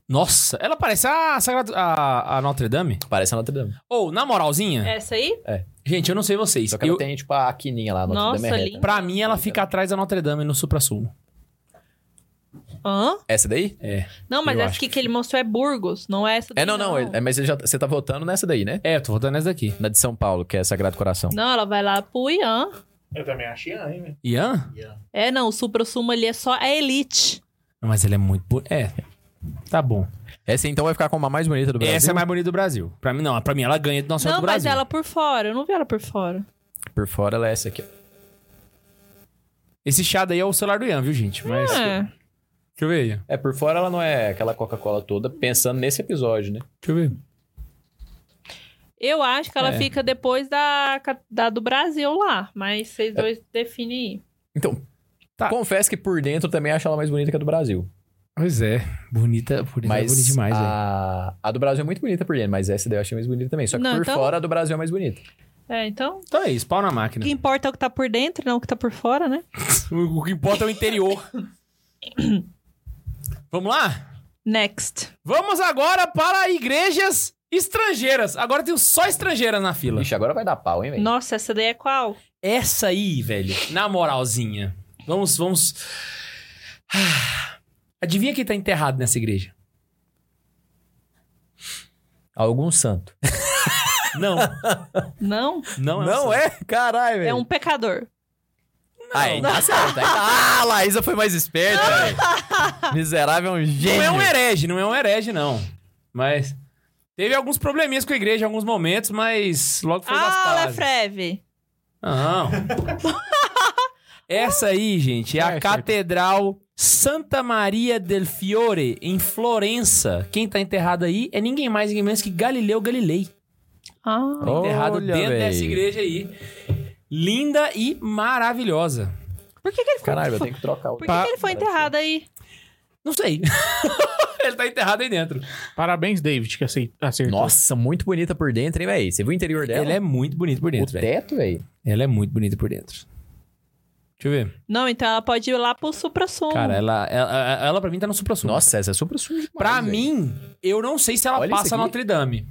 Speaker 1: Nossa, ela parece a, Sagrada- a, a Notre Dame.
Speaker 2: Parece a Notre Dame.
Speaker 1: Ou, na moralzinha,
Speaker 3: Essa aí?
Speaker 1: gente, eu não sei vocês.
Speaker 2: Só que
Speaker 1: eu,
Speaker 2: ela tem, tipo, a quininha lá. A Notre
Speaker 3: Nossa,
Speaker 2: Dame é reta.
Speaker 3: linda.
Speaker 1: Pra mim, ela fica atrás da Notre Dame no Supra Sul.
Speaker 3: Hã?
Speaker 2: Essa daí?
Speaker 1: É.
Speaker 3: Não, mas
Speaker 1: Eu
Speaker 3: essa
Speaker 1: acho
Speaker 3: aqui que ele mostrou é Burgos, não é essa daí,
Speaker 2: É, não, não. é- é, mas ele já- você tá votando nessa daí, né?
Speaker 1: É, eu tô voltando nessa daqui.
Speaker 2: Na de São Paulo, que é Sagrado Coração.
Speaker 3: Não, ela vai lá pro Ian.
Speaker 5: Eu também achei ainda.
Speaker 1: Ian?
Speaker 3: É, não, o Supra Sumo ali é só a Elite.
Speaker 1: Mas ela é muito bonita. É. Tá bom.
Speaker 2: Essa então vai ficar como a mais bonita do Brasil.
Speaker 1: Essa é a mais bonita do Brasil. Pra mim, não. Pra mim, ela ganha do Nossa Senhora
Speaker 3: não,
Speaker 1: do
Speaker 3: mas
Speaker 1: Brasil.
Speaker 3: ela por fora. Eu não vi ela por fora.
Speaker 2: Por fora ela é essa aqui. ó.
Speaker 1: Esse chá daí é o celular do Ian, viu, gente? Mas.
Speaker 3: É.
Speaker 1: Deixa eu ver, Ian.
Speaker 2: É, por fora ela não é aquela Coca-Cola toda, pensando nesse episódio, né?
Speaker 1: Deixa eu ver.
Speaker 3: Eu acho que ela
Speaker 1: É.
Speaker 3: fica depois da, ca- da do Brasil lá, mas vocês dois definem aí.
Speaker 2: Então,
Speaker 1: Tá.
Speaker 2: confesso que por dentro eu também acho ela mais bonita que a do Brasil.
Speaker 1: Pois é. Bonita, bonita,
Speaker 2: mas
Speaker 1: bonita demais, velho.
Speaker 2: a... a do Brasil é muito bonita por dentro, mas essa daí eu achei mais bonita também. Só que
Speaker 3: Não,
Speaker 2: por
Speaker 3: então-
Speaker 2: fora a do Brasil é mais bonita.
Speaker 3: É, então.
Speaker 1: Então é isso, pau na
Speaker 3: O
Speaker 1: máquina.
Speaker 3: que importa é o que tá por dentro, não o que tá por fora, né?
Speaker 1: O que importa é o interior. Vamos lá?
Speaker 3: Next.
Speaker 1: Vamos agora para igrejas estrangeiras. Agora tem só estrangeiras na fila.
Speaker 2: Ixi, agora vai dar pau, hein, velho?
Speaker 3: Nossa, essa daí é qual?
Speaker 1: Essa aí, velho, na moralzinha. Vamos, vamos. Ah, Adivinha quem tá enterrado nessa igreja?
Speaker 2: Algum santo.
Speaker 1: Não,
Speaker 3: Não?
Speaker 1: não é. um santo.
Speaker 2: é? Caralho,
Speaker 3: É um pecador.
Speaker 2: Aí, tá certo. aí tá- Ah, a Laísa foi mais esperta, velho. Miserável é um gênio.
Speaker 1: Não é um herege, não é um herege, não. Mas. Teve alguns probleminhas com a igreja em alguns momentos, mas logo foi
Speaker 3: Ah,
Speaker 1: das pazes.
Speaker 3: Lefreve.
Speaker 1: Não. Essa aí, gente, é a
Speaker 2: Vai, Felipe.
Speaker 1: Catedral Santa Maria del Fiore, em Florença. Quem tá enterrado aí é ninguém mais, ninguém menos que Galileu Galilei.
Speaker 3: Ah,
Speaker 1: Tá enterrado
Speaker 2: Olha,
Speaker 1: dentro
Speaker 2: véi.
Speaker 1: dessa igreja aí. Linda e maravilhosa.
Speaker 3: por que, que ele foi,
Speaker 2: Caralho, eu tenho que trocar o.
Speaker 3: por que, que ele foi enterrado aí?
Speaker 1: Não sei. Ele tá enterrado aí dentro.
Speaker 4: Parabéns, David, que acei- acertou.
Speaker 2: Nossa, muito bonita por dentro, hein, velho? Você viu o interior dela?
Speaker 1: Ela é muito bonita por
Speaker 2: o
Speaker 1: dentro, velho.
Speaker 2: teto, velho.
Speaker 1: Ela é muito bonita por dentro. Deixa eu ver.
Speaker 3: Não, então ela pode ir lá pro Supra Sumo.
Speaker 1: Cara, ela, ela, ela pra mim tá no supra
Speaker 2: Oh. Nossa, essa é super suja.
Speaker 1: Pra mim, eu não sei se ela
Speaker 2: Olha isso
Speaker 1: passa
Speaker 2: aqui.
Speaker 1: Notre Dame.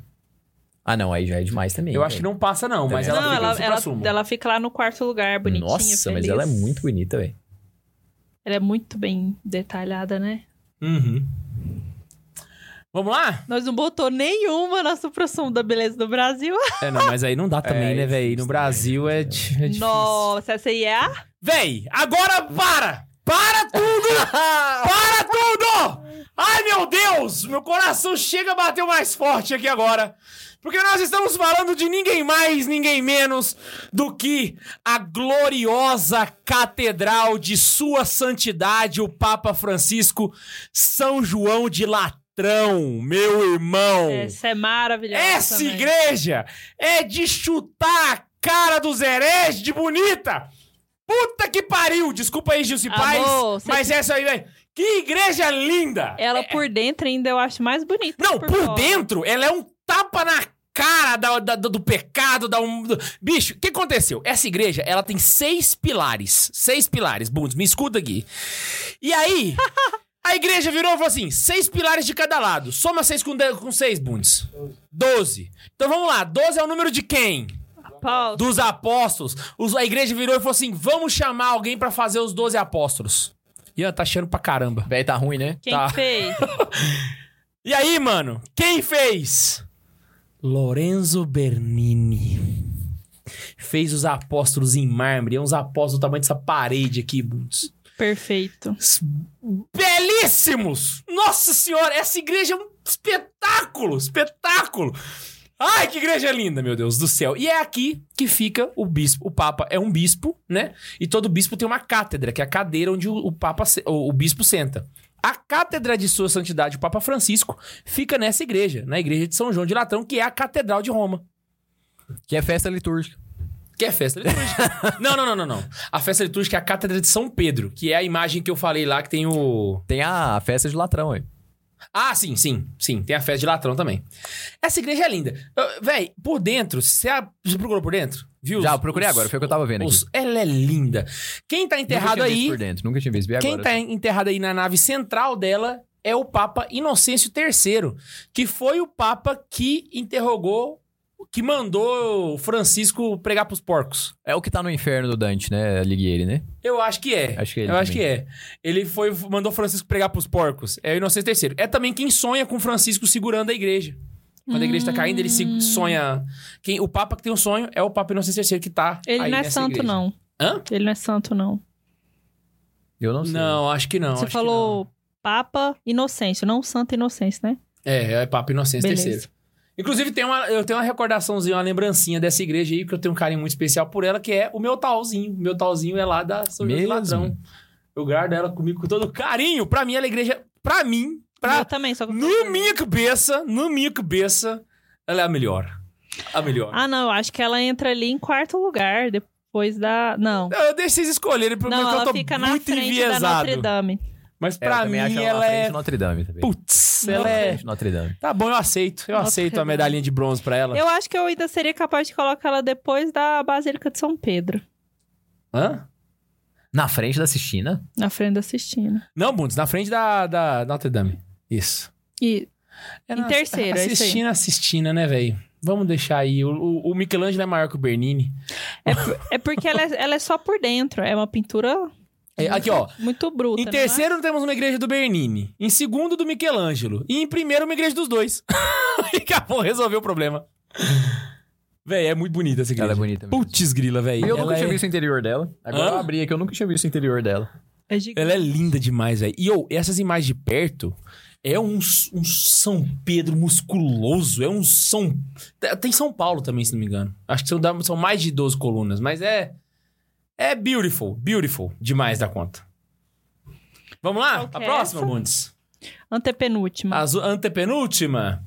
Speaker 2: Ah, não, aí já é demais também.
Speaker 1: Eu acho que não passa, não, mas
Speaker 2: Também
Speaker 1: ela
Speaker 3: não,
Speaker 1: fica
Speaker 3: ela,
Speaker 1: no
Speaker 3: ela,
Speaker 1: é supra-sumo.
Speaker 3: ela fica lá no quarto lugar, bonitinha,
Speaker 2: Nossa, mas
Speaker 3: feliz.
Speaker 2: ela é muito bonita, velho.
Speaker 3: Ela é muito bem detalhada, né?
Speaker 1: Uhum. Vamos lá?
Speaker 3: Nós não botou nenhuma na Supra Sumo da beleza do Brasil.
Speaker 1: É, não, mas aí não dá também,
Speaker 2: É,
Speaker 1: né,
Speaker 2: isso,
Speaker 1: velho?
Speaker 2: isso
Speaker 1: No
Speaker 2: também,
Speaker 1: Brasil é, di- é difícil.
Speaker 3: Nossa, essa aí é a...
Speaker 1: Véi, agora para! Para tudo! Para tudo! Ai, meu Deus! Meu coração chega a bater mais forte aqui agora. Porque nós estamos falando de ninguém mais, ninguém menos do que a gloriosa catedral de sua santidade, o Papa Francisco, São João de Latrão, meu irmão.
Speaker 3: Essa é maravilhosa
Speaker 1: Essa
Speaker 3: também.
Speaker 1: igreja é de chutar a cara dos hereges de bonita! Puta que pariu! Desculpa aí, Gilce
Speaker 3: Amor,
Speaker 1: Paz,
Speaker 3: você-
Speaker 1: mas essa aí, velho. Que igreja linda!
Speaker 3: Ela por dentro ainda eu acho mais bonita.
Speaker 1: Não,
Speaker 3: que
Speaker 1: por,
Speaker 3: fora.
Speaker 1: dentro, ela é um tapa na cara da- da- do pecado, da um... do- Bicho, o que aconteceu? Essa igreja, ela tem seis pilares. Seis pilares, Bundes, me escuta aqui. E aí, a igreja virou e falou assim, seis pilares de cada lado. Soma seis com, de- com seis, Bundes. Doze. Então vamos lá, doze é o número de quem?
Speaker 3: Paulo,
Speaker 1: Dos apóstolos. Os- a igreja virou e falou assim, vamos chamar alguém pra fazer os doze apóstolos. Ian, tá cheirando pra caramba.
Speaker 2: Velho, tá ruim, né?
Speaker 3: quem
Speaker 1: tá.
Speaker 3: fez?
Speaker 1: E aí, mano, quem fez? Lorenzo Bernini. Fez os apóstolos em mármore. É uns apóstolos do tamanho dessa parede aqui, Bundes.
Speaker 3: Perfeito.
Speaker 1: S- Belíssimos! Nossa senhora, essa igreja é um espetáculo! Espetáculo! Ai, que igreja linda, meu Deus do céu. E é aqui que fica o bispo. O Papa é um bispo, né? E todo bispo tem uma cátedra, que é a cadeira onde o, o Papa, se- o, o bispo senta. A cátedra de sua santidade, o Papa Francisco, fica nessa igreja, na igreja de São João de Latrão, que é a Catedral de Roma.
Speaker 2: Que é festa litúrgica.
Speaker 1: Que é festa litúrgica. não, não, não, não, não. A festa litúrgica é a Cátedra de São Pedro, que é a imagem que eu falei lá que tem o.
Speaker 2: Tem a festa de latrão aí.
Speaker 1: Ah, sim, sim, sim. Tem a festa de latrão também. Essa igreja é linda. Ah, Véi, por dentro, você, a- você procurou por dentro? Viu?
Speaker 2: Já,
Speaker 1: os-
Speaker 2: eu procurei
Speaker 1: os-
Speaker 2: agora, foi o que eu tava vendo
Speaker 1: os- Ela é linda. Quem tá
Speaker 2: Nunca
Speaker 1: enterrado
Speaker 2: tinha visto por
Speaker 1: aí.
Speaker 2: dentro, nunca tinha visto. Vi
Speaker 1: Quem
Speaker 2: agora. assim.
Speaker 1: tá enterrado aí na nave central dela é o Papa Inocêncio III, que foi o Papa que interrogou, que mandou Francisco pregar pros porcos.
Speaker 2: É o que tá no inferno do Dante, né, Alighieri, né?
Speaker 1: Eu acho que é.
Speaker 2: Acho que é
Speaker 1: Eu
Speaker 2: ele
Speaker 1: acho que é. Ele foi mandou Francisco pregar pros porcos. É o Inocêncio III. É também quem sonha com Francisco segurando a igreja. Quando a igreja tá caindo, ele
Speaker 3: Hum.
Speaker 1: se- sonha. Quem, o Papa que tem um sonho é o Papa Inocêncio III que tá.
Speaker 3: Ele
Speaker 1: aí
Speaker 3: não é
Speaker 1: nessa
Speaker 3: santo,
Speaker 1: igreja.
Speaker 3: não.
Speaker 1: Hã?
Speaker 3: Ele não é santo, não.
Speaker 2: Eu não sei.
Speaker 1: Não, acho que não.
Speaker 3: Você
Speaker 1: acho que
Speaker 3: falou Papa Inocêncio, não Santo Inocêncio, né?
Speaker 1: não. É, é Papa Inocêncio
Speaker 3: Beleza.
Speaker 1: III. Inclusive, tem uma, eu tenho uma recordaçãozinha, uma lembrancinha dessa igreja aí, que eu tenho um carinho muito especial por ela, que é o meu talzinho. O meu talzinho é lá da São João de
Speaker 2: Mesmo?
Speaker 1: Ladrão. Eu guardo ela comigo com todo carinho. Pra mim, ela é a igreja. Pra mim, pra
Speaker 3: Eu também, só que...
Speaker 1: Na minha cabeça, na minha cabeça, ela é a melhor. A melhor.
Speaker 3: Ah, não, eu acho que ela entra ali em quarto lugar, depois da... Não,
Speaker 1: Eu deixo vocês escolherem, porque
Speaker 3: não,
Speaker 1: eu
Speaker 3: ela
Speaker 1: tô
Speaker 3: fica na
Speaker 1: muito
Speaker 3: frente da
Speaker 1: enviesado.
Speaker 3: Notre Dame.
Speaker 1: Mas
Speaker 2: É, eu
Speaker 1: pra mim,
Speaker 2: também acho
Speaker 1: ela,
Speaker 2: na frente
Speaker 1: é...
Speaker 2: do Notre Dame também.
Speaker 1: Putz,
Speaker 3: Não,
Speaker 1: ela
Speaker 2: Na
Speaker 1: é...
Speaker 2: frente do Notre Dame.
Speaker 1: Tá bom, eu aceito. Eu
Speaker 3: Notre
Speaker 1: aceito a
Speaker 3: Dame.
Speaker 1: medalhinha de bronze pra ela.
Speaker 3: Eu acho que eu ainda seria capaz de colocar ela depois da Basílica de São Pedro,
Speaker 1: Hã?
Speaker 2: Na frente da Sistina.
Speaker 3: na frente da Sistina.
Speaker 1: Não, Bundes, na frente da, da Notre Dame. Isso.
Speaker 3: E
Speaker 1: É
Speaker 3: Em terceiro, é isso aí.
Speaker 1: Assistindo, assistindo, né, velho? Vamos deixar aí. O, o, o Michelangelo é maior que o Bernini.
Speaker 3: é porque ela é, ela é só por dentro, é uma pintura
Speaker 1: É, aqui, ó.
Speaker 3: muito bruta.
Speaker 1: Em
Speaker 3: né?
Speaker 1: terceiro, temos uma igreja do Bernini. Em segundo, do Michelangelo. E em primeiro, uma igreja dos dois. e acabou, resolveu o problema. Véi, é muito bonita essa igreja.
Speaker 2: Ela é bonita mesmo.
Speaker 1: Putz grila, véi.
Speaker 2: E eu
Speaker 1: Ela
Speaker 2: nunca tinha
Speaker 1: é-
Speaker 2: visto o interior dela. Agora
Speaker 1: Hã?
Speaker 2: eu abri aqui, eu nunca tinha visto o interior dela.
Speaker 3: É gigante.
Speaker 1: Ela é linda demais, velho. E ô, essas imagens de perto é um, s- um São Pedro musculoso. É um São. Te- Tem São Paulo também, se não me engano. Acho que são, da- são mais de 12 colunas, mas é. É beautiful, beautiful demais da conta. Vamos lá?
Speaker 3: Qual que
Speaker 1: A
Speaker 3: é
Speaker 1: próxima,
Speaker 3: essa?
Speaker 1: Bundes.
Speaker 3: Antepenúltima.
Speaker 1: Azul, antepenúltima.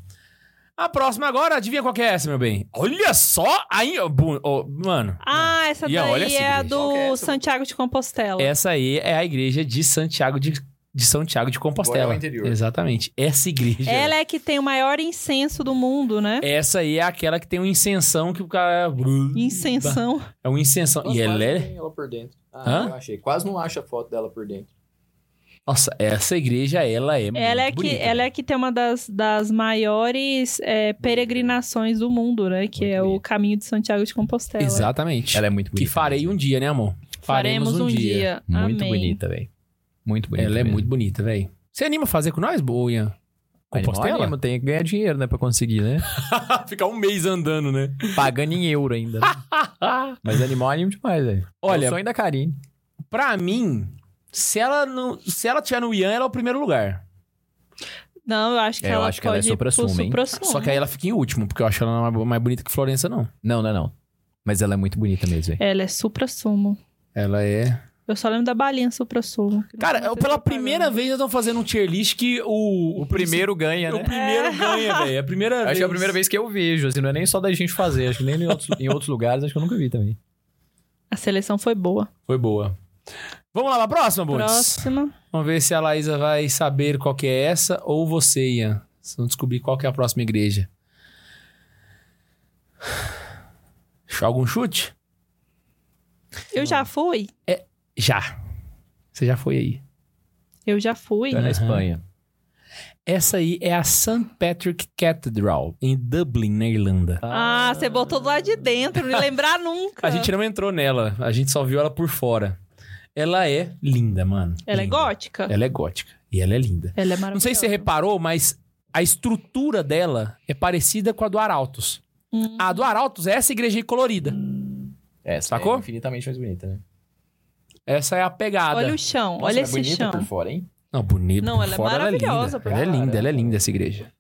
Speaker 1: A próxima agora, adivinha qual que é essa, meu bem? Olha só! Aí, ó, bu- ó, mano,
Speaker 3: Ah, essa
Speaker 1: E olha
Speaker 3: daí
Speaker 1: essa
Speaker 3: é a
Speaker 1: igreja.
Speaker 3: do Santiago de Compostela.
Speaker 1: essa aí é a igreja de Santiago de, de São Tiago de Compostela.
Speaker 2: Agora é o interior.
Speaker 1: Exatamente. Essa igreja.
Speaker 3: Ela é que tem o maior incenso do mundo, né?
Speaker 1: Essa aí é aquela que tem uma incensão que o cara.
Speaker 3: Incensão.
Speaker 1: É uma incensão. E ela é.
Speaker 2: ela por dentro.
Speaker 1: Ah, Hã? eu
Speaker 2: achei. Quase não acho a foto dela por dentro.
Speaker 1: Nossa, essa igreja, ela é.
Speaker 3: Ela é,
Speaker 1: muito
Speaker 3: que,
Speaker 1: bonita.
Speaker 3: ela é que tem uma das, das maiores é, peregrinações do mundo, né? Que
Speaker 2: Muito
Speaker 3: é o
Speaker 2: bonito.
Speaker 3: caminho de Santiago de Compostela.
Speaker 1: Exatamente.
Speaker 2: Ela é muito bonita.
Speaker 1: que farei um dia, né, amor?
Speaker 3: Faremos um dia.
Speaker 2: Muito
Speaker 3: Amém.
Speaker 2: bonita, velho. Muito bonita.
Speaker 1: Ela é
Speaker 2: mesmo.
Speaker 1: muito bonita, velho. Você anima a fazer com nós, Boia?
Speaker 2: Animal
Speaker 1: Compostela?
Speaker 2: anima, Tem que ganhar dinheiro, né? Pra conseguir, né?
Speaker 1: Ficar um mês andando, né?
Speaker 2: Pagando em euro ainda. né? Mas animal anima demais, velho.
Speaker 1: Olha-
Speaker 2: É O sonho da Karine.
Speaker 1: Pra mim, se ela não, se ela tiver no Ian, ela é o primeiro lugar.
Speaker 3: Não, eu acho que
Speaker 2: É, eu
Speaker 3: ela
Speaker 2: acho que ela é
Speaker 3: pode ir pro
Speaker 2: suprassumo, hein?
Speaker 3: suprassumo.
Speaker 1: Só que aí ela fica em último, porque eu acho ela é mais- mais bonita que Florença, não.
Speaker 2: Não, não, não. Mas ela é muito bonita mesmo, velho.
Speaker 3: Ela é suprassumo.
Speaker 1: Ela é.
Speaker 3: Eu só lembro da balinha suprassumo. que não tá
Speaker 1: Cara,
Speaker 3: sei
Speaker 1: eu-
Speaker 3: se
Speaker 1: pela
Speaker 3: eu tô
Speaker 1: primeira
Speaker 3: pagando.
Speaker 1: vez eu tô fazendo um tier list que o.
Speaker 3: É,
Speaker 2: ganha, né?
Speaker 1: O primeiro ganha, velho. É a primeira vez.
Speaker 2: Acho que é a primeira vez que eu vejo, assim, não é nem só da gente fazer, acho que nem em outros, em outros lugares, acho que eu nunca vi também.
Speaker 3: A seleção foi boa.
Speaker 1: Foi boa. Vamos lá pra próxima, Bundes.
Speaker 3: Próxima.
Speaker 1: Vamos ver se a Laísa vai saber qual que é essa ou você, Ian. Vocês vão descobrir qual que é a próxima igreja. Algum chute?
Speaker 3: Eu já fui.
Speaker 1: Já. Você já foi aí.
Speaker 3: Eu já fui.
Speaker 2: Tá na
Speaker 1: Aham.
Speaker 2: Espanha.
Speaker 1: Essa aí é a St. Patrick Cathedral, em Dublin, na Irlanda.
Speaker 3: Ah, você botou do lado de dentro, não ia lembrar nunca.
Speaker 1: A gente não entrou nela, a gente só viu ela por fora. Ela é linda, mano.
Speaker 3: Ela é
Speaker 1: Linda.
Speaker 3: gótica?
Speaker 1: Ela é gótica. E ela é linda.
Speaker 3: Ela é maravilhosa.
Speaker 1: Não sei se você reparou, mas a estrutura dela é parecida com a do Arautos.
Speaker 3: Hum.
Speaker 1: A do Arautos é essa igreja aí colorida.
Speaker 2: É,
Speaker 1: Sacou?
Speaker 2: é infinitamente mais bonita, né?
Speaker 1: Essa é a pegada.
Speaker 3: Olha o chão,
Speaker 2: Nossa,
Speaker 3: olha
Speaker 2: ela é
Speaker 3: esse
Speaker 2: bonita
Speaker 3: chão.
Speaker 2: por fora, hein?
Speaker 1: Não, bonita.
Speaker 3: Não,
Speaker 1: por
Speaker 3: ela é
Speaker 1: fora,
Speaker 3: maravilhosa
Speaker 1: Ela
Speaker 3: por
Speaker 1: é linda, ela é
Speaker 2: fora.
Speaker 1: linda, ela é linda essa igreja.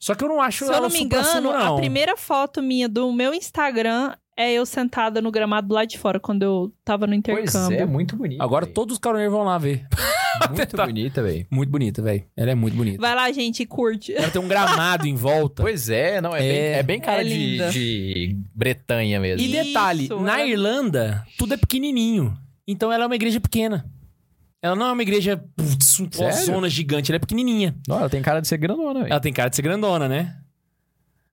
Speaker 1: Só que eu não acho
Speaker 3: Se eu não
Speaker 1: ela
Speaker 3: me
Speaker 1: supra
Speaker 3: engano,
Speaker 1: sumo, não.
Speaker 3: a primeira foto minha do meu Instagram é eu sentada no gramado lá de fora, quando eu tava no
Speaker 2: Pois
Speaker 3: intercâmbio.
Speaker 2: é, muito bonita.
Speaker 1: Agora
Speaker 2: véi.
Speaker 1: todos os caroneiros vão lá ver.
Speaker 2: Muito bonita, velho.
Speaker 1: Muito bonita, velho. Ela é muito bonita.
Speaker 3: Vai lá, gente, e curte.
Speaker 1: Ela tem um gramado em volta.
Speaker 2: Pois é, não, é, Bem,
Speaker 1: É.
Speaker 2: é bem cara
Speaker 3: É
Speaker 2: de,
Speaker 3: linda.
Speaker 2: de Bretanha mesmo.
Speaker 1: E
Speaker 3: Isso,
Speaker 1: detalhe, na
Speaker 3: ela-
Speaker 1: Irlanda, tudo é pequenininho. Então ela é uma igreja pequena. Ela não é uma igreja putz, um
Speaker 2: Sério?
Speaker 1: zona gigante, ela é pequenininha.
Speaker 2: Não, ela tem cara de ser grandona, velho.
Speaker 1: Ela tem cara de ser grandona, né?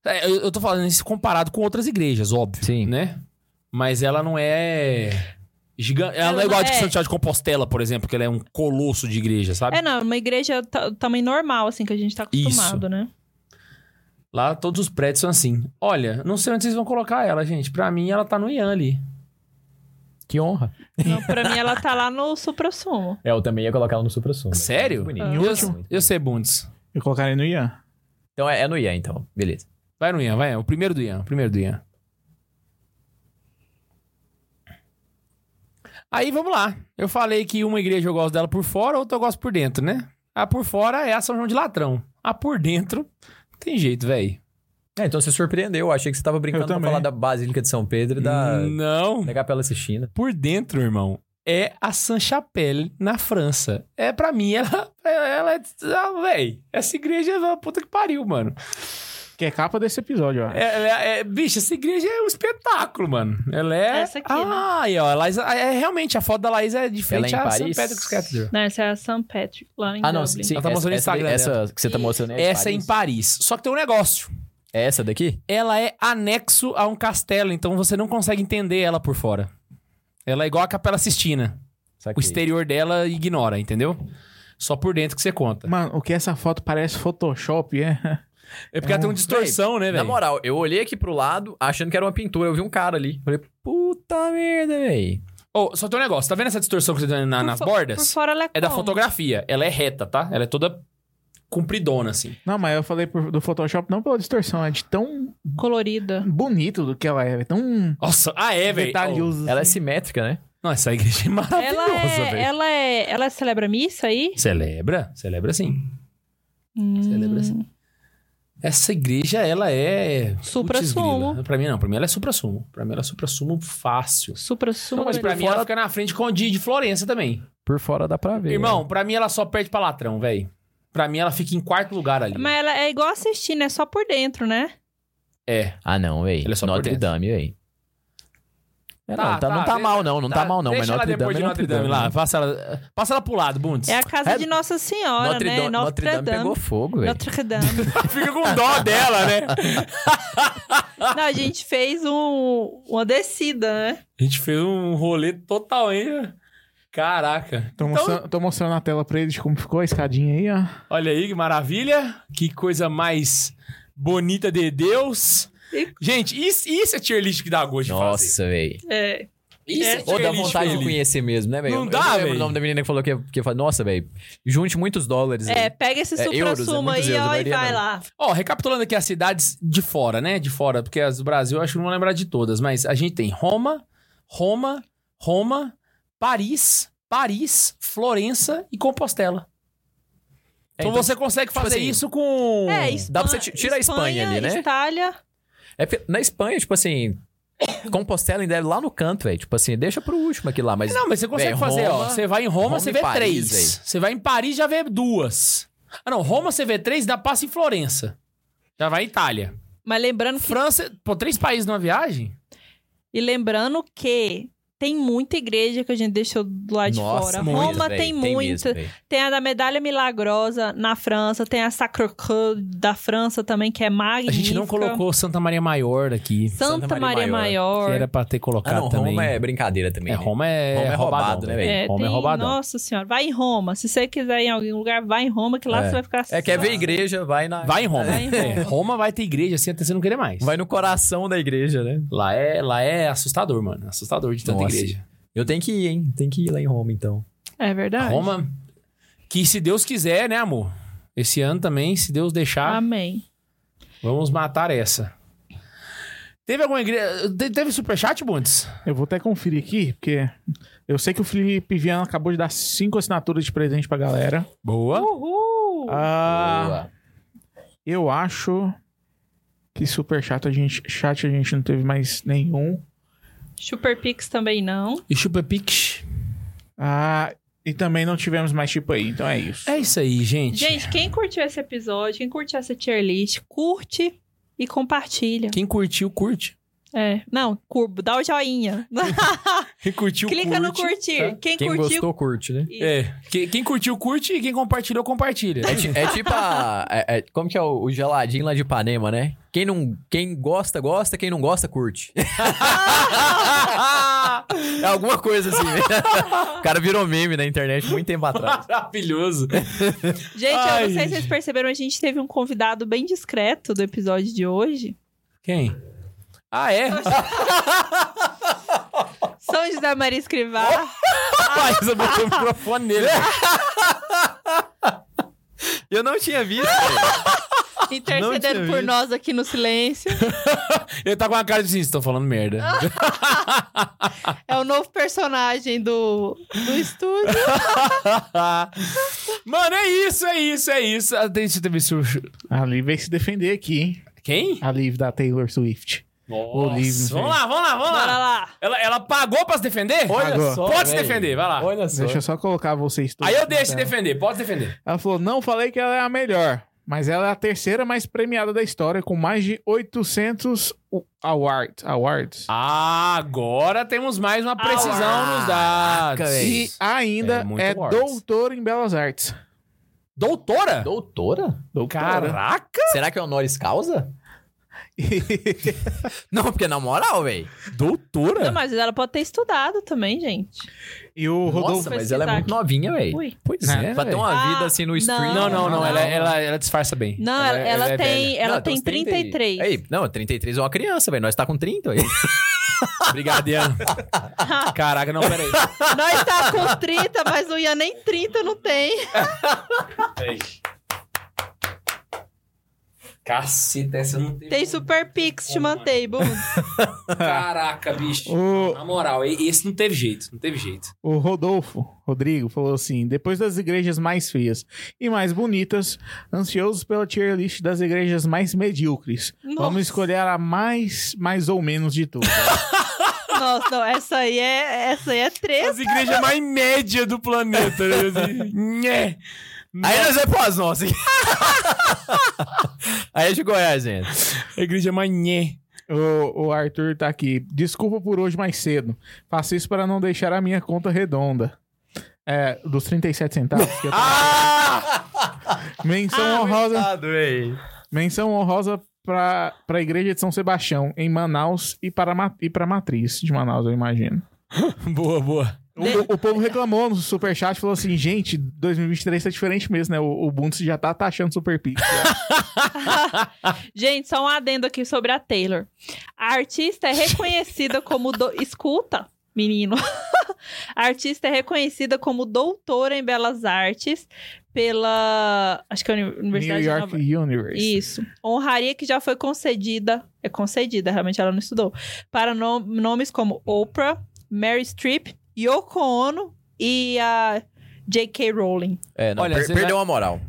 Speaker 1: É, Eu, eu tô falando isso comparado com outras igrejas, óbvio.
Speaker 2: Sim.
Speaker 1: Né? Mas ela não é gigante. Ela,
Speaker 3: Ela
Speaker 1: não é
Speaker 3: não
Speaker 1: igual a de
Speaker 3: é-
Speaker 1: Santiago de Compostela, por exemplo, que ela é um colosso de igreja, sabe?
Speaker 3: É, não, uma igreja ta- tamanho normal, assim, que a gente tá acostumado, né?
Speaker 1: Lá todos os prédios são assim. Olha, não sei onde vocês vão colocar ela, gente. Pra mim, ela tá no Ian ali.
Speaker 2: Que honra.
Speaker 3: Não, pra mim, ela tá lá no supra-sumo.
Speaker 2: É, eu também ia colocar ela no Supra Sumo.
Speaker 1: Sério?
Speaker 2: Muito
Speaker 3: Ah.
Speaker 2: bonito.
Speaker 1: Eu, eu sei, Bundes.
Speaker 4: Eu colocaria no Ian.
Speaker 2: Então é, é no Ian, então. Beleza.
Speaker 1: Vai no Ian, vai. Ian. O primeiro do Ian, o primeiro do Ian. Aí vamos lá. Eu falei que uma igreja eu gosto dela por fora, outra eu gosto por dentro, né? A por fora é a São João de Latrão. A por dentro, não tem jeito, velho.
Speaker 2: É, então você surpreendeu. Eu achei que você tava brincando
Speaker 4: Eu
Speaker 2: pra
Speaker 4: também.
Speaker 2: falar da Basílica de São Pedro e da,
Speaker 1: Hum. Não.
Speaker 2: da Capela Sistina.
Speaker 1: Por dentro, irmão, é a Saint-Chapelle na França. É, pra mim, ela, ela é. Ah, véi, essa igreja é uma puta que pariu, mano.
Speaker 4: Que é capa desse episódio, ó.
Speaker 1: É, é- é- bicho, essa igreja é um espetáculo, mano. Ela é.
Speaker 3: Essa aqui, né?
Speaker 1: Ah, aí, ó. a Laís- é, realmente, a foto da Laís é de frente
Speaker 2: em
Speaker 1: à St.
Speaker 2: Paris?
Speaker 1: Patrick's Cathedral.
Speaker 3: Não, essa é a St. Patrick, lá em
Speaker 2: Ah, não.
Speaker 3: Dublin.
Speaker 2: Sim,
Speaker 1: Ela tá mostrando no
Speaker 2: essa,
Speaker 1: Instagram
Speaker 2: Essa, essa que você tá mostrando é de
Speaker 1: Essa é em
Speaker 2: Paris?
Speaker 1: Paris. Só que tem um negócio.
Speaker 2: É essa daqui?
Speaker 1: Ela é anexo a um castelo, então você não consegue entender ela por fora. Ela é igual a Capela Sistina. O
Speaker 2: Saquei.
Speaker 1: exterior dela ignora, entendeu? Só por dentro que você conta.
Speaker 4: Mano, o que essa foto parece Photoshop, é?
Speaker 1: É porque ela tem uma distorção, né,
Speaker 2: Na
Speaker 1: velho?
Speaker 2: moral, eu olhei aqui pro lado, achando que era uma pintura. Eu vi um cara ali. Falei, puta merda, véi.
Speaker 1: Ô, só tem um negócio. Tá vendo essa distorção que você tem na-
Speaker 3: Por
Speaker 1: nas
Speaker 3: fo- Por
Speaker 1: bordas?
Speaker 3: fora ela é,
Speaker 1: É da
Speaker 3: como?
Speaker 1: fotografia. Ela é reta, tá? Ela é toda compridona, assim.
Speaker 4: Não, mas eu falei por- do Photoshop não pela distorção, é de tão
Speaker 3: Colorida.
Speaker 4: bonito do que ela é, é tão
Speaker 1: Nossa, ah, é, velho.
Speaker 4: detalhoso. assim.
Speaker 2: Ela é simétrica, né?
Speaker 1: Ô, Nossa, essa igreja é
Speaker 3: Ela
Speaker 1: maravilhosa,
Speaker 3: é,
Speaker 1: velho.
Speaker 3: ela é. Ela celebra missa aí?
Speaker 1: Celebra, celebra sim. Celebra
Speaker 3: Hum,
Speaker 1: sim. Essa igreja, ela é.
Speaker 3: Supra-sumo.
Speaker 1: Putz, grila. Pra mim, não. Pra mim, ela é supra-sumo. Pra mim, ela é supra-sumo fácil.
Speaker 3: supra-sumo.
Speaker 1: Mas
Speaker 3: né?
Speaker 1: pra mim, ela fica na frente com o Di de Florença também.
Speaker 2: Por fora dá pra ver.
Speaker 1: Irmão, pra mim, ela só perde pra Latrão, velho. Pra mim, ela fica em quarto lugar ali.
Speaker 3: Mas ela é igual assistir, né? Só por dentro, né?
Speaker 1: É.
Speaker 2: Ah, não, véi.
Speaker 1: Ele é só por
Speaker 2: Notre
Speaker 1: dentro.
Speaker 2: Dame, véi. É,
Speaker 1: Tá,
Speaker 2: não, tá, não
Speaker 1: tá,
Speaker 2: tá
Speaker 1: de-
Speaker 2: mal, não. Não tá, mal, não. Mas
Speaker 1: Deixa ela
Speaker 2: Notre Dame
Speaker 1: depois
Speaker 2: é
Speaker 1: de Notre Dame, lá.
Speaker 2: né?
Speaker 1: Passa ela, passa ela pro lado, Bundes.
Speaker 3: É a casa
Speaker 2: É-
Speaker 3: de Nossa Senhora,
Speaker 2: Notre,
Speaker 3: né?
Speaker 2: Dame- Notre Dame pegou fogo, velho.
Speaker 3: Notre Dame.
Speaker 1: Fica com dó dela, né?
Speaker 3: Não, a gente fez um, uma descida, né?
Speaker 1: A gente fez um rolê total aí. Caraca.
Speaker 4: Tô, mostrando, tô mostrando na tela pra eles como ficou a escadinha aí, ó.
Speaker 1: Olha aí que maravilha. Que coisa mais bonita de Deus.
Speaker 3: E-
Speaker 1: Gente, isso, isso é tier list que dá gosto de fazer.
Speaker 2: Nossa, véi.
Speaker 3: É.
Speaker 1: Isso é,
Speaker 3: é.
Speaker 1: tier
Speaker 2: Ou dá
Speaker 1: list
Speaker 2: vontade de
Speaker 1: feliz.
Speaker 2: conhecer mesmo, né, velho?
Speaker 1: Não
Speaker 2: Eu-
Speaker 1: dá,
Speaker 2: eu lembro
Speaker 1: velho.
Speaker 2: O nome da menina que falou que, que fala, nossa, velho, junte muitos dólares.
Speaker 3: É,
Speaker 2: aí.
Speaker 3: pega esse
Speaker 2: É, euros, é
Speaker 3: supra-sumo
Speaker 2: muitos
Speaker 3: aí,
Speaker 2: euros,
Speaker 3: ó, e
Speaker 2: Maria,
Speaker 3: vai
Speaker 2: não.
Speaker 3: lá.
Speaker 1: Ó, recapitulando aqui as cidades de fora, né? De fora, porque as do Brasil eu acho que não vou lembrar de todas, mas a gente tem Roma, Roma, Roma, Paris, Paris, Florença e Compostela.
Speaker 2: É,
Speaker 1: então,
Speaker 2: então,
Speaker 1: você consegue
Speaker 2: tipo
Speaker 1: fazer
Speaker 2: assim,
Speaker 1: isso com.
Speaker 3: É,
Speaker 2: Dá pra você ti- tirar a Espanha ali, né?
Speaker 3: Itália.
Speaker 2: É porque na Espanha, tipo assim, Compostela ainda é lá no canto, velho. Tipo assim, deixa pro último aqui lá, mas.
Speaker 1: Não, mas você consegue
Speaker 2: Véi,
Speaker 1: fazer, ó.
Speaker 2: Roma-
Speaker 1: Você vai em Roma,
Speaker 2: Roma
Speaker 1: você
Speaker 2: e
Speaker 1: vê
Speaker 2: Paris,
Speaker 1: três.
Speaker 2: véi.
Speaker 1: Você vai em Paris, já vê duas. Ah, não. Roma, você vê três, dá passa em Florença. Já vai em Itália.
Speaker 3: Mas lembrando que,
Speaker 1: França. Pô, três países numa viagem?
Speaker 3: e lembrando que tem muita igreja que a gente deixou do lado de fora.
Speaker 2: muitas,
Speaker 3: Roma
Speaker 2: véi,
Speaker 3: tem muita.
Speaker 2: mesmo, véi.
Speaker 3: Tem a da Medalha Milagrosa na França, tem a Sacre Cœur da França também, que é
Speaker 1: A
Speaker 3: magnífica.
Speaker 1: gente não colocou Santa Maria Maior aqui.
Speaker 3: Santa,
Speaker 2: Santa
Speaker 3: Maria,
Speaker 2: Maria
Speaker 3: Maior.
Speaker 1: Que era pra ter
Speaker 2: Ah,
Speaker 1: colocado
Speaker 2: não,
Speaker 1: também.
Speaker 2: Roma é brincadeira também.
Speaker 1: É,
Speaker 2: né?
Speaker 1: Roma é,
Speaker 2: Roma é roubado,
Speaker 1: roubado,
Speaker 2: né,
Speaker 1: né,
Speaker 2: velho?
Speaker 1: velho?
Speaker 3: É,
Speaker 1: Roma é
Speaker 3: tem-
Speaker 1: roubadão.
Speaker 3: Nossa senhora, vai em Roma. Se você quiser ir em algum lugar, vai em Roma, que lá
Speaker 2: É.
Speaker 3: você vai ficar...
Speaker 2: É, quer ver igreja, vai na.
Speaker 1: Vai em
Speaker 3: Ah.
Speaker 1: Roma.
Speaker 3: Vai em Roma.
Speaker 1: É, Roma vai ter igreja assim até você não querer mais.
Speaker 2: Vai no coração da igreja, né?
Speaker 1: Lá, é, lá é assustador, mano. Assustador de tanta
Speaker 2: Nossa.
Speaker 1: igreja.
Speaker 2: Eu tenho que ir, hein? Tenho que ir lá em Roma, então.
Speaker 3: É verdade.
Speaker 1: Roma, que se Deus quiser, né, amor? Esse ano também, se Deus deixar,
Speaker 3: Amém.
Speaker 1: vamos matar essa. Teve alguma igreja. Te- Teve superchat, Bundes?
Speaker 4: Eu vou até conferir aqui, porque eu sei que o Felipe Viana acabou de dar cinco assinaturas de presente pra galera.
Speaker 1: Boa.
Speaker 3: Uhul!
Speaker 4: Ah,
Speaker 2: Boa.
Speaker 4: Eu acho que super chat a gente, chat a gente não teve mais nenhum.
Speaker 3: Super Pix também não.
Speaker 1: E chupa pix.
Speaker 4: Ah, e também não tivemos mais tipo aí, então é isso.
Speaker 1: É isso aí, gente.
Speaker 3: Gente, quem curtiu esse episódio, quem curtiu essa tier list, curte e compartilha.
Speaker 1: Quem curtiu, curte.
Speaker 3: É. Não, curvo, dá o joinha.
Speaker 1: Quem curtiu,
Speaker 3: Clica
Speaker 1: curte.
Speaker 3: no curtir.
Speaker 1: tá?
Speaker 3: Quem,
Speaker 2: Quem
Speaker 3: curtiu,
Speaker 2: gostou, curte, né?
Speaker 3: Isso.
Speaker 1: É. Quem, quem curtiu, curte. E quem compartilhou, compartilha.
Speaker 2: É, ti- é tipo a. é- é- como que é o, o geladinho lá de Ipanema, né? Quem, não, quem gosta, gosta, quem não gosta, curte. é alguma coisa assim. né? o cara virou meme na internet muito tempo atrás.
Speaker 1: Maravilhoso.
Speaker 3: Gente, eu
Speaker 1: Ai,
Speaker 3: não sei se vocês perceberam, a gente teve um convidado bem discreto do episódio de hoje.
Speaker 1: Quem? Ah, é?
Speaker 3: São José Maria Escrivá.
Speaker 1: Rapaz, eu botei o microfone nele.
Speaker 2: Eu não tinha visto. velho.
Speaker 3: intercedendo
Speaker 2: Não tinha
Speaker 3: por
Speaker 2: visto.
Speaker 3: nós aqui no silêncio.
Speaker 1: Ele tá com a cara de assim, vocês estão falando merda.
Speaker 3: É o novo personagem do, do estúdio.
Speaker 1: Mano, é isso, é isso, é isso. Ah, Deixa eu ter visto. o-
Speaker 4: A Liv vai se defender aqui, hein?
Speaker 1: Quem?
Speaker 4: A Liv da Taylor Swift. Olívio,
Speaker 1: Nossa, vamos lá, vamos lá, vamos
Speaker 3: Bora
Speaker 1: lá.
Speaker 3: lá.
Speaker 1: Ela, ela pagou pra se defender?
Speaker 2: Olha
Speaker 4: Agora.
Speaker 2: só.
Speaker 1: Pode se
Speaker 2: velho.
Speaker 1: defender, vai lá.
Speaker 2: Olha só.
Speaker 4: Deixa eu só colocar vocês todos.
Speaker 1: Aí eu
Speaker 4: na
Speaker 1: deixo se
Speaker 4: tela.
Speaker 1: defender, pode se defender.
Speaker 4: Ela falou: não falei que ela é a melhor, mas ela é a terceira mais premiada da história, com mais de 800 o- award, awards.
Speaker 1: Ah, Agora temos mais uma precisão
Speaker 2: Caraca,
Speaker 1: nos dados.
Speaker 2: velho.
Speaker 4: E ainda
Speaker 1: É muito
Speaker 4: é,
Speaker 1: awards.
Speaker 4: doutora em belas artes.
Speaker 1: Doutora?
Speaker 2: Doutora?
Speaker 1: Caraca!
Speaker 2: Será que é honoris causa? Não, porque na moral, velho.
Speaker 3: Não,
Speaker 1: Doutora?
Speaker 3: mas ela pode ter estudado também, gente.
Speaker 4: E o Rodolfo.
Speaker 2: Nossa, mas ela é muito novinha, velho.
Speaker 3: Ui.
Speaker 1: Pois
Speaker 4: Não,
Speaker 1: é.
Speaker 2: Pra ter
Speaker 1: velho.
Speaker 2: uma
Speaker 3: Ah,
Speaker 2: vida assim no stream.
Speaker 1: Não, não, não.
Speaker 3: Não.
Speaker 1: Ela, ela, ela disfarça bem.
Speaker 3: Não, ela, ela,
Speaker 1: é
Speaker 3: tem,
Speaker 1: velha.
Speaker 3: ela
Speaker 2: Não,
Speaker 3: tem
Speaker 2: uns 30 e-
Speaker 3: 33.
Speaker 2: Aí, não, 33 é uma criança, velho. Nós tá com 30 aí.
Speaker 1: Brigadiano.
Speaker 3: Ah,
Speaker 1: Caraca, não, peraí.
Speaker 3: Nós tá com 30, mas o Ian nem 30 não tem.
Speaker 1: Caceta, essa não
Speaker 3: Tem Super Pix, te mantei, Bu.
Speaker 1: Caraca, bicho.
Speaker 4: O,
Speaker 1: Na moral, e- esse não teve jeito, não teve jeito.
Speaker 4: o Rodolfo, Rodrigo, falou assim: depois das igrejas mais frias e mais bonitas, ansiosos pela tier list das igrejas mais medíocres.
Speaker 3: Nossa.
Speaker 4: Vamos escolher a mais, mais ou menos de todas.
Speaker 3: Nossa, não, essa aí é, essa aí é treta.
Speaker 1: As igrejas mais médias do planeta. Né?
Speaker 2: Aí nós vamos pras nossas. Aí é de Goiás, gente.
Speaker 1: A igreja é mais nhé.
Speaker 4: O, o Arthur tá aqui. Desculpa por hoje mais cedo. Faço isso para não deixar a minha conta redonda. É, dos 37 centavos. que eu-
Speaker 1: Ah!
Speaker 4: menção honrosa,
Speaker 2: Ah, velho.
Speaker 4: menção honrosa para a igreja de São Sebastião, em Manaus e para, Ma- e para a matriz de Manaus, eu imagino.
Speaker 1: Boa, boa.
Speaker 4: Um
Speaker 3: Né?
Speaker 4: O, o povo reclamou no superchat, falou assim: gente, 2023 tá diferente mesmo, né? O, o Bundes já tá taxando Super Pix.
Speaker 3: Gente, só um adendo aqui sobre a Taylor. A artista é reconhecida como. do- Escuta, menino. A artista é reconhecida como doutora em belas artes pela. Acho que é a Uni-
Speaker 4: New
Speaker 3: Universidade de
Speaker 4: York
Speaker 3: Nova
Speaker 4: Universe.
Speaker 3: isso. Honraria que já foi concedida. É concedida, realmente ela não estudou. Para no- nomes como Oprah, Mary Streep, Yoko Ono e a J.K. Rowling.
Speaker 2: É, não,
Speaker 1: Olha,
Speaker 2: per-
Speaker 1: você
Speaker 2: perdeu a moral.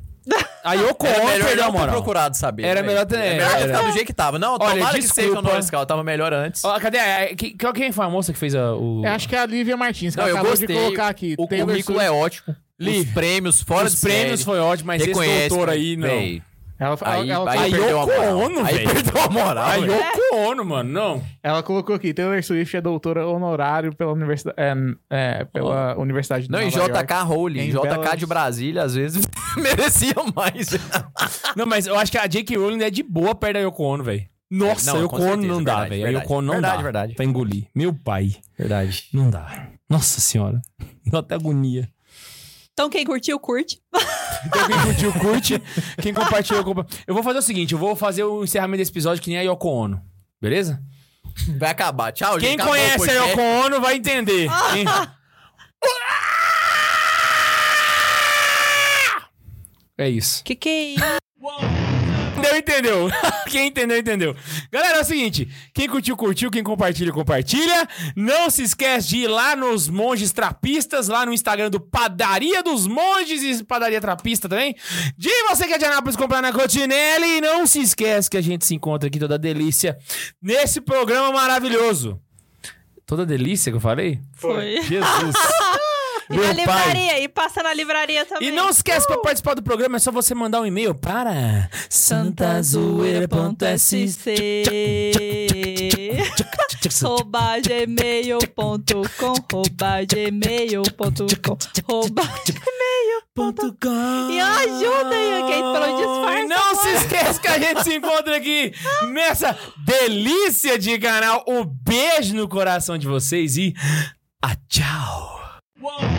Speaker 1: Aí eu com
Speaker 2: Era É, melhor
Speaker 1: perdeu a
Speaker 2: não ter
Speaker 1: moral.
Speaker 2: procurado saber.
Speaker 1: Era
Speaker 2: velho.
Speaker 1: melhor ter-
Speaker 2: Era melhor ter
Speaker 1: era.
Speaker 2: ficado do jeito que tava. Não,
Speaker 1: Olha,
Speaker 2: tomara que seja
Speaker 1: desculpa.
Speaker 2: honoris causa. Tava melhor antes.
Speaker 1: Ó, cadê? a- é, que- que- Quem foi a moça que fez a- o.
Speaker 4: Eu acho que é a Lívia Martins, que
Speaker 2: Não,
Speaker 4: ela
Speaker 2: eu
Speaker 4: acabou de
Speaker 2: gostei.
Speaker 4: colocar aqui.
Speaker 2: o
Speaker 1: um
Speaker 4: Taylor
Speaker 2: currículo é
Speaker 4: Swift.
Speaker 2: ótimo. Os
Speaker 1: Li-
Speaker 2: prêmios, fora
Speaker 1: Os
Speaker 2: de
Speaker 1: prêmios
Speaker 2: série,
Speaker 1: foi ótimo, mas esse
Speaker 2: reconhece,
Speaker 1: doutor aí, não.
Speaker 2: véi.
Speaker 4: Ela,
Speaker 2: é Aí,
Speaker 4: ela-
Speaker 2: aí,
Speaker 1: A
Speaker 2: perdeu a
Speaker 1: Yoko
Speaker 2: moral.
Speaker 1: Ono,
Speaker 2: aí
Speaker 1: velho.
Speaker 2: perdeu a moral.
Speaker 1: A
Speaker 2: velho.
Speaker 4: É.
Speaker 1: Yoko Ono, mano, não.
Speaker 4: Ela colocou aqui, Taylor Swift é doutora honorário pela Universidade, é, é, pela Universidade de
Speaker 2: Não, e
Speaker 4: Nova York.
Speaker 2: JK
Speaker 4: Em
Speaker 2: Rowling, JK de
Speaker 4: Belas-
Speaker 2: Brasília, às vezes merecia mais.
Speaker 1: Não, mas eu acho que a J.K. Rowling é de boa perto da Yoko Ono, velho. Nossa,
Speaker 2: Não,
Speaker 1: a Yoko
Speaker 2: com
Speaker 1: Ono
Speaker 2: certeza,
Speaker 1: não dá,
Speaker 2: verdade,
Speaker 1: velho. A
Speaker 2: verdade.
Speaker 1: Yoko Ono não
Speaker 2: Verdade,
Speaker 1: dá.
Speaker 2: verdade.
Speaker 1: Pra engolir. Meu pai.
Speaker 2: Verdade.
Speaker 1: Não dá. Nossa senhora. Dá até agonia.
Speaker 3: Então, quem curtiu, curte.
Speaker 1: Então, quem curtiu, curte. Quem compartilhou, compartilha. Eu vou fazer o seguinte: eu vou fazer o encerramento desse episódio que nem a Yoko Ono. Beleza?
Speaker 2: Vai acabar. Tchau,
Speaker 1: Quem
Speaker 2: gente. Acabou o
Speaker 1: conhece a
Speaker 2: podcast.
Speaker 1: Yoko Ono vai entender. Quem- É isso.
Speaker 3: Que que é isso?
Speaker 1: entendeu, entendeu. Quem entendeu, entendeu. Galera, é o seguinte: quem curtiu, curtiu. Quem compartilha, compartilha. Não se esquece de ir lá nos Monges Trapistas, lá no Instagram do Padaria dos Monges e Padaria Trapista também. De você que é de Anápolis comprar na Cotinelli. E não se esquece que a gente se encontra aqui toda delícia nesse programa maravilhoso. Toda delícia que eu falei?
Speaker 3: Foi.
Speaker 1: Jesus.
Speaker 3: E na
Speaker 1: Meu pai.
Speaker 3: livraria, e passa na livraria também.
Speaker 1: E não esquece pra participar do programa, é só você mandar um e-mail para santazoeira.sc
Speaker 3: Rouba gmail.com, rouba gmail.com, rouba gmail.com. E ajuda aí, quem falou disfarce.
Speaker 1: Não se esquece que a gente se encontra aqui nessa delícia de canal. Um beijo no coração de vocês e a tchau.
Speaker 5: Uou!